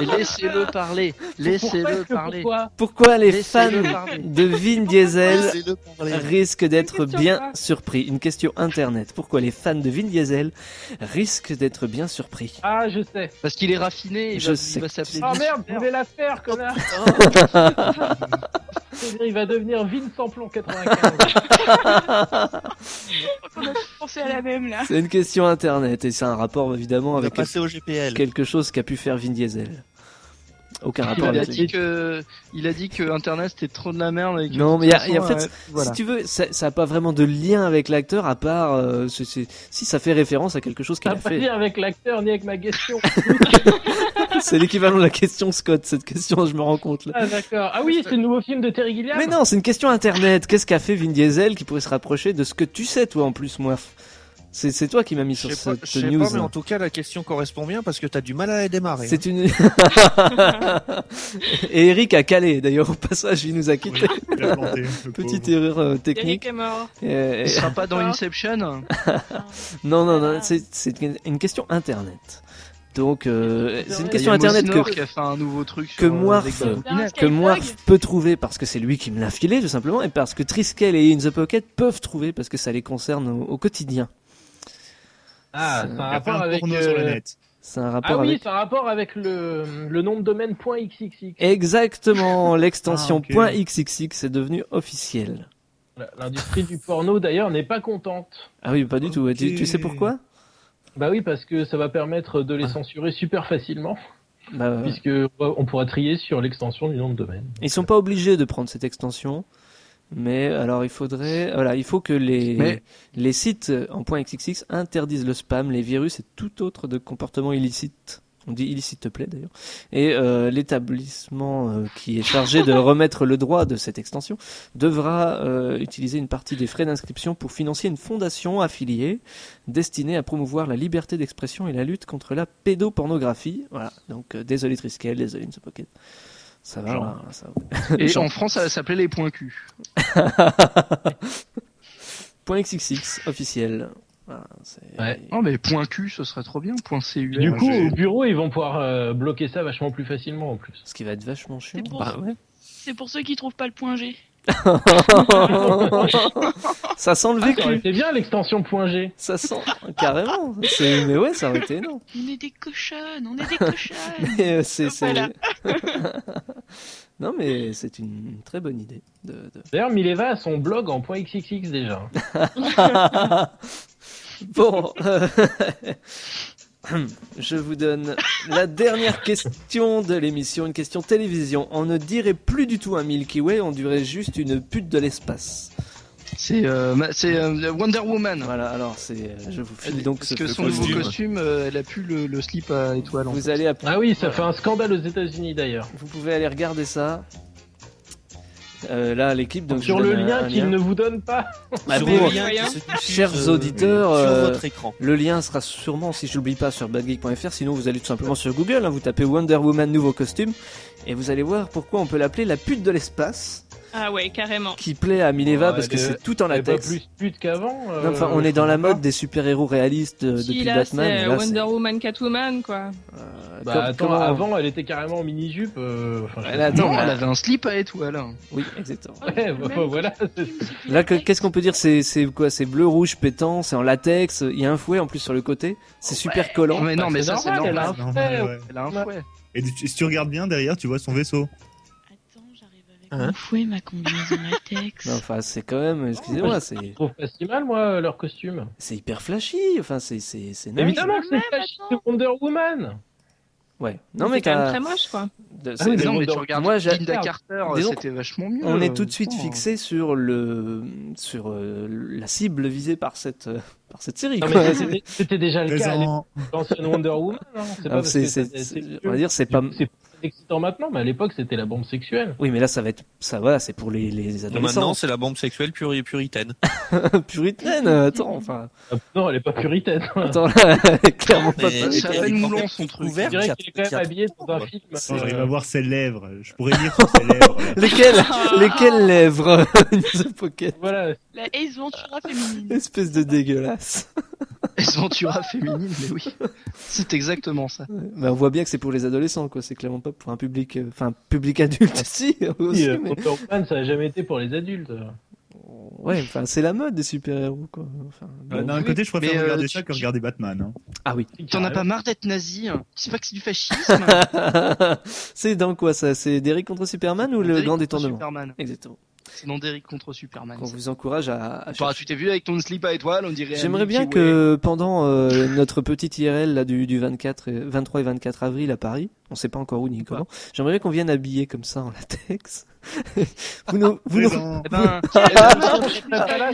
[SPEAKER 7] Et Laissez-le *laughs* parler. Laissez-le parler.
[SPEAKER 2] Pourquoi les fans
[SPEAKER 7] Laissez-le parler.
[SPEAKER 2] de Vin Diesel
[SPEAKER 7] Laissez-le parler.
[SPEAKER 2] risquent d'être
[SPEAKER 7] question
[SPEAKER 2] bien
[SPEAKER 7] grave.
[SPEAKER 2] surpris Une question internet. Pourquoi les fans de Vin Diesel risquent d'être bien surpris
[SPEAKER 5] Ah, je sais.
[SPEAKER 7] Parce qu'il est raffiné, il
[SPEAKER 2] Je
[SPEAKER 7] va,
[SPEAKER 2] sais
[SPEAKER 7] il va
[SPEAKER 2] que
[SPEAKER 7] s'appeler.
[SPEAKER 5] Oh merde, je vais la faire,
[SPEAKER 2] *laughs*
[SPEAKER 5] connard. C'est-à-dire, Il va devenir Vincent Plon 95.
[SPEAKER 3] On a tous pensé à la même là.
[SPEAKER 2] C'est une question internet et c'est un rapport évidemment avec
[SPEAKER 11] passer au GPL.
[SPEAKER 2] quelque chose qu'a pu faire Vin Diesel. Aucun rapport
[SPEAKER 7] Il a
[SPEAKER 2] avec
[SPEAKER 7] dit que, il a dit que Internet c'était trop de la merde. Et que,
[SPEAKER 2] Non,
[SPEAKER 7] de
[SPEAKER 2] mais il y a-
[SPEAKER 7] toute
[SPEAKER 2] il y a- en
[SPEAKER 7] façon,
[SPEAKER 2] fait,
[SPEAKER 7] euh, voilà.
[SPEAKER 2] si tu veux, ça n'a pas vraiment de lien avec l'acteur à part euh, ce- ce- si ça fait référence à quelque chose qu'il
[SPEAKER 5] T'as
[SPEAKER 2] a
[SPEAKER 5] pas
[SPEAKER 2] fait.
[SPEAKER 5] dit avec l'acteur ni avec ma question.
[SPEAKER 2] C'est l'équivalent de la question Scott, cette question, je me rends compte. Là.
[SPEAKER 5] Ah, d'accord. Ah oui, c'est le nouveau film de Terry Gilliam.
[SPEAKER 2] Mais non, c'est une question internet. Qu'est-ce qu'a fait Vin Diesel qui pourrait se rapprocher de ce que tu sais, toi, en plus, moi C'est c'est toi qui m'as mis sur
[SPEAKER 11] Je sais pas,
[SPEAKER 2] cette
[SPEAKER 11] je sais
[SPEAKER 2] news.
[SPEAKER 11] pas, mais en tout cas, la question correspond bien parce que t'as du mal à la démarrer.
[SPEAKER 2] C'est
[SPEAKER 11] hein.
[SPEAKER 2] une. *laughs* Et Eric a calé. D'ailleurs, au passage, il nous a quitté.
[SPEAKER 11] il a planté, le
[SPEAKER 2] Petite
[SPEAKER 7] pauvre.
[SPEAKER 2] erreur euh,
[SPEAKER 4] Eric
[SPEAKER 2] technique.
[SPEAKER 4] est mort.
[SPEAKER 2] Euh,
[SPEAKER 7] Il sera pas dans
[SPEAKER 2] *laughs*
[SPEAKER 7] Inception.
[SPEAKER 2] non, non, non. C'est c'est une- une question internet. Donc, euh, c'est une
[SPEAKER 7] Il y a
[SPEAKER 2] question internet
[SPEAKER 7] Mosinor
[SPEAKER 2] que
[SPEAKER 7] qui a fait un nouveau truc
[SPEAKER 2] que
[SPEAKER 7] sur, euh,
[SPEAKER 2] Moirf,
[SPEAKER 7] avec des roupinettes.
[SPEAKER 2] que Moirf peut trouver parce que c'est lui qui me l'a filé tout simplement et parce que Triskel et In the Pocket peuvent trouver parce que ça les concerne au, au quotidien.
[SPEAKER 5] Ah, c'est un rapport avec.
[SPEAKER 8] porno
[SPEAKER 5] euh,
[SPEAKER 8] sur le net.
[SPEAKER 2] C'est un rapport
[SPEAKER 5] Ah oui,
[SPEAKER 2] avec
[SPEAKER 5] c'est un rapport avec le, le nom de domaine .xxx.
[SPEAKER 2] exactement
[SPEAKER 5] Ah,
[SPEAKER 2] l'extension
[SPEAKER 5] ok.
[SPEAKER 2] .xxx est devenue officielle.
[SPEAKER 5] L'industrie du porno d'ailleurs n'est pas contente.
[SPEAKER 2] Ah oui, pas du tout. Tu, tu sais pourquoi
[SPEAKER 5] Bah oui, parce que ça va permettre de les censurer super facilement.
[SPEAKER 2] Bah, ouais.
[SPEAKER 5] Puisque on pourra trier sur l'extension du nom de domaine.
[SPEAKER 2] Ils sont pas obligés de prendre cette extension, mais alors il faudrait, voilà, il faut que les
[SPEAKER 7] Mais-
[SPEAKER 2] les sites en .xxx interdisent le spam, les virus et tout autre de comportement illicite. On dit illicite te plaît d'ailleurs. Et euh, l'établissement euh, qui est chargé
[SPEAKER 7] *laughs*
[SPEAKER 2] de remettre le droit de cette extension devra euh, utiliser une partie des frais d'inscription pour financer une fondation affiliée destinée à promouvoir la liberté d'expression et la lutte contre la pédopornographie. Voilà. Donc euh, désolé Triskel, désolé Inso Pocket. Ça va,
[SPEAKER 7] Genre.
[SPEAKER 2] hein, ça va.
[SPEAKER 7] Et en France, ça s'appelait les points Q.
[SPEAKER 2] Point XXX officiel. Voilà, c'est-
[SPEAKER 7] Non, Oh, mais point Q, ce serait trop bien. Point CU.
[SPEAKER 5] Du coup, au bureau, ils vont pouvoir euh, bloquer ça vachement plus facilement
[SPEAKER 2] *laughs*
[SPEAKER 5] en plus.
[SPEAKER 2] Ce qui va être vachement chiant.
[SPEAKER 3] pour- Bah ouais. C'est pour ceux qui trouvent pas le point G.
[SPEAKER 2] *laughs* ça sent le vécu.
[SPEAKER 5] C'est bien l'extension .g.
[SPEAKER 2] Ça sent carrément. C'est- Mais ouais, ça aurait été énorme.
[SPEAKER 1] On est des cochonnes, on est des cochonnes.
[SPEAKER 2] Mais, euh, c'est, c'est-
[SPEAKER 1] Voilà.
[SPEAKER 2] *laughs* non, mais c'est une très bonne idée. De, de-
[SPEAKER 5] D'ailleurs, Mileva a son blog en .xxx déjà.
[SPEAKER 2] bon, euh, *laughs* je vous donne la dernière question de l'émission, une question télévision. On ne dirait plus du tout un Milky Way, on dirait juste une pute de l'espace.
[SPEAKER 7] C'est euh, ma- c'est euh, Wonder Woman.
[SPEAKER 2] Voilà, alors c'est. euh, Je vous file donc
[SPEAKER 7] Parce
[SPEAKER 2] ce
[SPEAKER 7] que son
[SPEAKER 2] costume.
[SPEAKER 7] nouveau costume, euh, elle a pu le, le slip à étoile. en
[SPEAKER 2] Vous
[SPEAKER 7] fait.
[SPEAKER 2] allez à-
[SPEAKER 5] Ah oui, ça fait un scandale aux États-Unis d'ailleurs.
[SPEAKER 2] Vous pouvez aller regarder ça. Euh, là, l'équipe. donc,
[SPEAKER 5] Sur
[SPEAKER 2] je
[SPEAKER 5] le
[SPEAKER 2] donne un- un
[SPEAKER 5] lien qu'ils ne vous donnent pas.
[SPEAKER 11] hein.
[SPEAKER 2] Bah,
[SPEAKER 5] Sur
[SPEAKER 2] pour-
[SPEAKER 5] le lien qui se diffuse,
[SPEAKER 2] chers
[SPEAKER 5] euh,
[SPEAKER 2] auditeurs,
[SPEAKER 5] sur
[SPEAKER 2] euh,
[SPEAKER 5] votre écran.
[SPEAKER 2] le lien sera sûrement, si je l'oublie pas, sur badgeek.fr. Sinon, vous allez tout simplement sur Google, hein, vous tapez Wonder Woman nouveau costume, et vous allez voir pourquoi on peut l'appeler la pute de l'espace,
[SPEAKER 4] Ah ouais, carrément.
[SPEAKER 2] qui plaît à Mileva
[SPEAKER 5] Ouais,
[SPEAKER 2] parce que
[SPEAKER 5] elle est-
[SPEAKER 2] c'est tout en
[SPEAKER 5] elle est
[SPEAKER 2] latex.
[SPEAKER 5] pas plus pute qu'avant. euh,
[SPEAKER 2] Non, enfin, on est dans la mode des super-héros réalistes euh,
[SPEAKER 4] Qui
[SPEAKER 2] depuis
[SPEAKER 4] là,
[SPEAKER 2] Batman.
[SPEAKER 4] c'est
[SPEAKER 2] et là,
[SPEAKER 4] Wonder Woman, Catwoman, quoi.
[SPEAKER 2] c'est-
[SPEAKER 5] Bah,
[SPEAKER 2] comme-
[SPEAKER 5] attends,
[SPEAKER 2] comment-
[SPEAKER 5] avant, elle était carrément en mini-jupe. euh, enfin, je sais
[SPEAKER 2] Elle,
[SPEAKER 5] pas.
[SPEAKER 2] attends,
[SPEAKER 7] Non, elle
[SPEAKER 2] elle-
[SPEAKER 7] avait un slip à étoile.
[SPEAKER 2] Oui, exactement.
[SPEAKER 5] Ouais, bah, voilà.
[SPEAKER 2] Là, que- qu'est-ce qu'on peut dire C'est c'est quoi C'est bleu, rouge, pétant, c'est en latex, il y a un fouet en plus sur le côté, c'est super collant.
[SPEAKER 7] Mais non, mais ça, bah, c'est normal.
[SPEAKER 8] C'est normal, ouais.
[SPEAKER 7] Elle a un fouet.
[SPEAKER 8] Et tu- si tu regardes bien derrière, tu vois son vaisseau.
[SPEAKER 2] Hein
[SPEAKER 1] Mon fouet, ma combinaison latex.
[SPEAKER 2] Non, enfin, c'est quand même,
[SPEAKER 5] Moi,
[SPEAKER 2] excusez-moi,
[SPEAKER 5] je-
[SPEAKER 2] c'est
[SPEAKER 5] Je trouve pas si mal, moi, leur costume.
[SPEAKER 2] c'est hyper flashy, enfin, c'est c'est c'est naze.
[SPEAKER 5] Évidemment que c'est flashy, c'est Wonder Woman.
[SPEAKER 2] Ouais. Non
[SPEAKER 4] C'est
[SPEAKER 2] mais
[SPEAKER 4] quand même
[SPEAKER 2] t'as-
[SPEAKER 4] très moche, quoi.
[SPEAKER 2] De-
[SPEAKER 7] Ah
[SPEAKER 2] c'est-
[SPEAKER 7] oui, mais non,
[SPEAKER 2] c'est-
[SPEAKER 7] mais tu regardes
[SPEAKER 2] moi, j'a-
[SPEAKER 7] Linda Carter,
[SPEAKER 2] Disons
[SPEAKER 7] c'était
[SPEAKER 2] qu'on-
[SPEAKER 7] vachement mieux,
[SPEAKER 2] On
[SPEAKER 7] euh,
[SPEAKER 2] est tout de suite
[SPEAKER 7] franchement.
[SPEAKER 2] fixé sur le sur euh, la cible visée par cette euh, par cette série.
[SPEAKER 5] Non,
[SPEAKER 2] quoi.
[SPEAKER 5] mais c'était- C'était déjà le cas à
[SPEAKER 2] Présent.
[SPEAKER 5] l'époque, l'ancienne Wonder Woman. hein. C'est
[SPEAKER 2] Ah,
[SPEAKER 5] pas parce
[SPEAKER 2] c'est-
[SPEAKER 5] que
[SPEAKER 2] c'est-
[SPEAKER 5] ça-
[SPEAKER 2] c'est- on va dire, c'est pas-
[SPEAKER 5] c'est plus excitant maintenant, mais à l'époque c'était la bombe sexuelle.
[SPEAKER 2] Oui, mais là, ça va être, ça voilà, c'est pour les, les
[SPEAKER 11] Maintenant,
[SPEAKER 2] adolescents.
[SPEAKER 11] c'est la bombe sexuelle pure
[SPEAKER 2] *laughs*
[SPEAKER 11] et puritaine.
[SPEAKER 2] puritaine, euh, attends, enfin.
[SPEAKER 5] Ah, Non, elle est pas puritaine.
[SPEAKER 2] Attends, *laughs* là, elle est clairement pas
[SPEAKER 11] Mais
[SPEAKER 2] puritaine.
[SPEAKER 11] Chanel Moulon, son truc.
[SPEAKER 7] *laughs*
[SPEAKER 5] Je dirais qu'il est quand même habillé dans un film. euh,
[SPEAKER 8] Oh, J'arrive à voir ses lèvres. Je pourrais lire sur ses lèvres. là.
[SPEAKER 2] Lesquelles, lesquelles lèvres *laughs* News Pocket.
[SPEAKER 5] Voilà.
[SPEAKER 3] La Ace Ventura féminine.
[SPEAKER 2] Espèce de dégueulasse.
[SPEAKER 7] Ace Ventura féminine, mais oui. C'est exactement ça.
[SPEAKER 2] Bah, on voit bien que c'est pour les adolescents, quoi. C'est clairement pas pour un public, euh, enfin, public *laughs* adulte, si, aussi,
[SPEAKER 5] euh,
[SPEAKER 2] mais-
[SPEAKER 5] Wonder Woman, ça a jamais été pour les adultes.
[SPEAKER 2] Ouais, enfin, c'est la mode des super-héros, quoi. Enfin,
[SPEAKER 8] Euh,
[SPEAKER 2] bon.
[SPEAKER 8] D'un côté, je préfère
[SPEAKER 7] Mais, euh,
[SPEAKER 8] regarder
[SPEAKER 7] tu-
[SPEAKER 8] ça que regarder Batman. hein.
[SPEAKER 2] Ah oui. *laughs*
[SPEAKER 7] T'en as pas marre d'être nazi hein C'est pas que c'est du fascisme
[SPEAKER 2] c'est dans quoi ça C'est Derrick contre Superman ou le
[SPEAKER 7] Derrick
[SPEAKER 2] grand
[SPEAKER 7] contre
[SPEAKER 2] détournement
[SPEAKER 7] Superman.
[SPEAKER 2] Exactement.
[SPEAKER 7] C'est dans Derrick contre Superman.
[SPEAKER 2] On vous encourage à. à
[SPEAKER 7] Bah, tu t'es vu avec ton slip à étoiles, on dirait. un
[SPEAKER 2] J'aimerais bien
[SPEAKER 7] Milky Way.
[SPEAKER 2] que pendant euh, notre petite IRL là, du, du 24 et, 23 et 24 avril à Paris, on sait pas encore où ni comment, j'aimerais bien qu'on vienne habiller comme ça en latex. *laughs* vous nous, vous nous...
[SPEAKER 4] Présent.
[SPEAKER 7] Eh ben, *laughs*
[SPEAKER 5] Ah,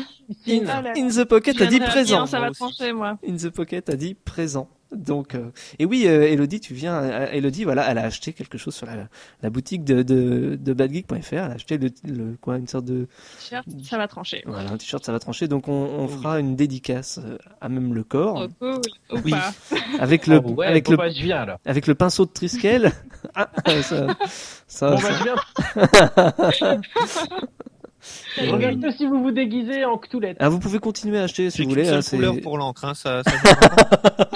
[SPEAKER 2] In,
[SPEAKER 5] Oh
[SPEAKER 2] in the pocket
[SPEAKER 4] Je
[SPEAKER 2] a dit
[SPEAKER 4] viendrai
[SPEAKER 2] présent.
[SPEAKER 4] bien, ça va
[SPEAKER 2] Moi aussi.
[SPEAKER 4] trancher, moi.
[SPEAKER 2] In the pocket a dit présent. Donc euh, et oui, euh, Elodie, tu viens. euh, Elodie, voilà, elle a acheté quelque chose sur la, la boutique de, de, de badgeek.fr. Elle a acheté le, le quoi, une sorte de
[SPEAKER 4] T-shirt, ça va trancher.
[SPEAKER 2] voilà, un t-shirt, ça va trancher. Donc on, on fera une dédicace euh, à même le corps.
[SPEAKER 4] Oh, cool. Ou
[SPEAKER 2] Oui.
[SPEAKER 4] pas.
[SPEAKER 2] Avec le,
[SPEAKER 5] Ah ouais,
[SPEAKER 2] avec,
[SPEAKER 5] bon
[SPEAKER 2] le,
[SPEAKER 5] bah, je viens, alors.
[SPEAKER 2] avec le pinceau de
[SPEAKER 5] *laughs*
[SPEAKER 2] Triskel. ah, ça, ça,
[SPEAKER 5] Bon, bah,
[SPEAKER 2] ça- *laughs*
[SPEAKER 5] je
[SPEAKER 2] Et,
[SPEAKER 5] Je regarde que si vous vous déguisez en Cthulhu.
[SPEAKER 2] ah, vous pouvez continuer à acheter si vous voulez. hein, c'est-
[SPEAKER 11] couleur pour l'encre, hein, ça, ça-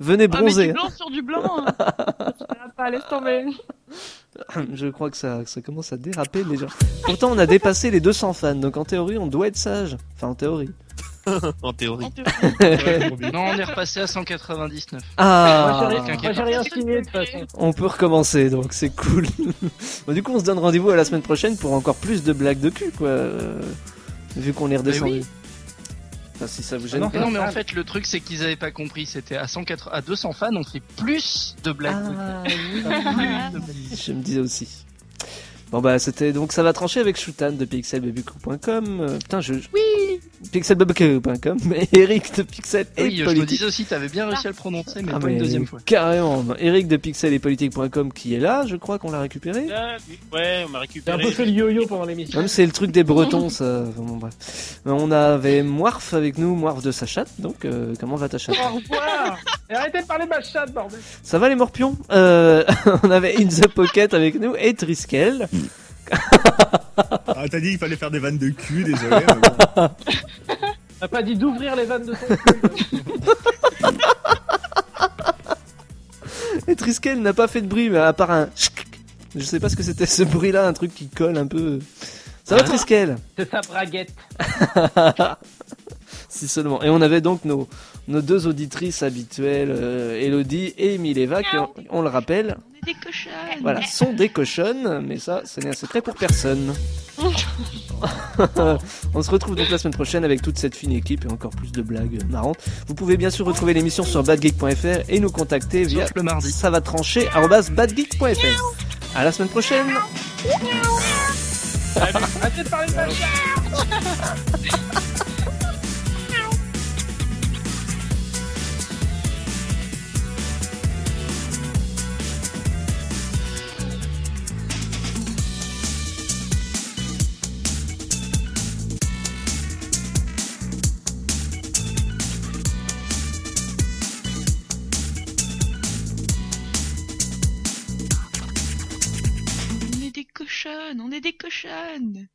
[SPEAKER 2] Venez
[SPEAKER 4] Ah, mais du
[SPEAKER 2] bronzer.
[SPEAKER 4] blanc sur du
[SPEAKER 2] *laughs*
[SPEAKER 4] blanc. hein. Ça va pas, laisse tomber.
[SPEAKER 2] Je crois que ça, que ça commence à déraper déjà. Pourtant, on a dépassé les 200 fans, donc en théorie, on doit être sage. Enfin, en théorie.
[SPEAKER 11] en théorie.
[SPEAKER 7] non, on est repassé à 199.
[SPEAKER 2] Ah.
[SPEAKER 7] Moi, j'ai-
[SPEAKER 5] Moi j'ai rien signé de toute façon.
[SPEAKER 2] On peut recommencer, donc c'est cool. *laughs* Bon, du coup, on se donne rendez-vous à la semaine prochaine pour encore plus de blagues de cul, quoi. euh, Vu qu'on est redescendu.
[SPEAKER 7] oui.
[SPEAKER 2] Enfin, si ça vous
[SPEAKER 7] Mais
[SPEAKER 2] gêne
[SPEAKER 7] non,
[SPEAKER 2] pas.
[SPEAKER 7] mais en fait, le truc, c'est qu'ils avaient pas compris. C'était à 180, à 200 fans, on fait plus de blagues.
[SPEAKER 2] Ah. *laughs* Je me disais aussi. Bon bah c'était donc ça va trancher avec Shoutan de pixelbabycou.com. Euh, putain je oui pixelbabycou.com *laughs* mais Eric de Pixel et
[SPEAKER 7] Oui, je me
[SPEAKER 2] Politique.
[SPEAKER 7] disais aussi, t'avais bien réussi à le prononcer, mais
[SPEAKER 2] Ah,
[SPEAKER 7] pas
[SPEAKER 2] mais
[SPEAKER 7] une deuxième fois.
[SPEAKER 2] Carrément. Eric de pixel et politique.com qui est là, je crois qu'on l'a récupéré.
[SPEAKER 6] Là, Ah, ouais, on
[SPEAKER 5] J'ai
[SPEAKER 6] m'a
[SPEAKER 5] un
[SPEAKER 6] récupéré.
[SPEAKER 5] peu fait le yo-yo pendant l'émission.
[SPEAKER 2] Même c'est le truc des Bretons ça. Enfin, bon, bref. Euh, On avait Moirf avec nous, Moirf de sa chatte. Donc euh, comment va ta chatte
[SPEAKER 5] Au revoir. Et arrêtez de parler de ma chatte, bordel.
[SPEAKER 2] Ça va les morpions Euh, *laughs* On avait In the Pocket avec nous et Triskel.
[SPEAKER 8] Ah, t'as dit qu'il fallait faire des vannes de cul, désolé. mais bon.
[SPEAKER 5] T'as pas dit d'ouvrir les vannes de son cul.
[SPEAKER 2] Et Triskel n'a pas fait de bruit, mais à part un. Je sais pas ce que c'était ce bruit-là, un truc qui colle un peu. Ça va,
[SPEAKER 5] Ah.
[SPEAKER 2] Triskel
[SPEAKER 5] C'est sa braguette.
[SPEAKER 2] Si seulement. Et on avait donc nos, nos deux auditrices habituelles, euh, Elodie et Mileva, qui, on, on le rappelle,
[SPEAKER 1] On est des cochonnes.
[SPEAKER 2] voilà, sont des cochonnes, mais ça, ce n'est un secret pour personne. on se retrouve donc la semaine prochaine avec toute cette fine équipe et encore plus de blagues marrantes. Vous pouvez bien sûr retrouver l'émission sur badgeek.fr et nous contacter via le mardi. Ça va trancher arobase badgeek.fr. À la semaine prochaine.
[SPEAKER 5] Arrêtez de parler
[SPEAKER 2] Ah,
[SPEAKER 5] de ma chatte.
[SPEAKER 1] On est des cochonnes, on est des cochonnes.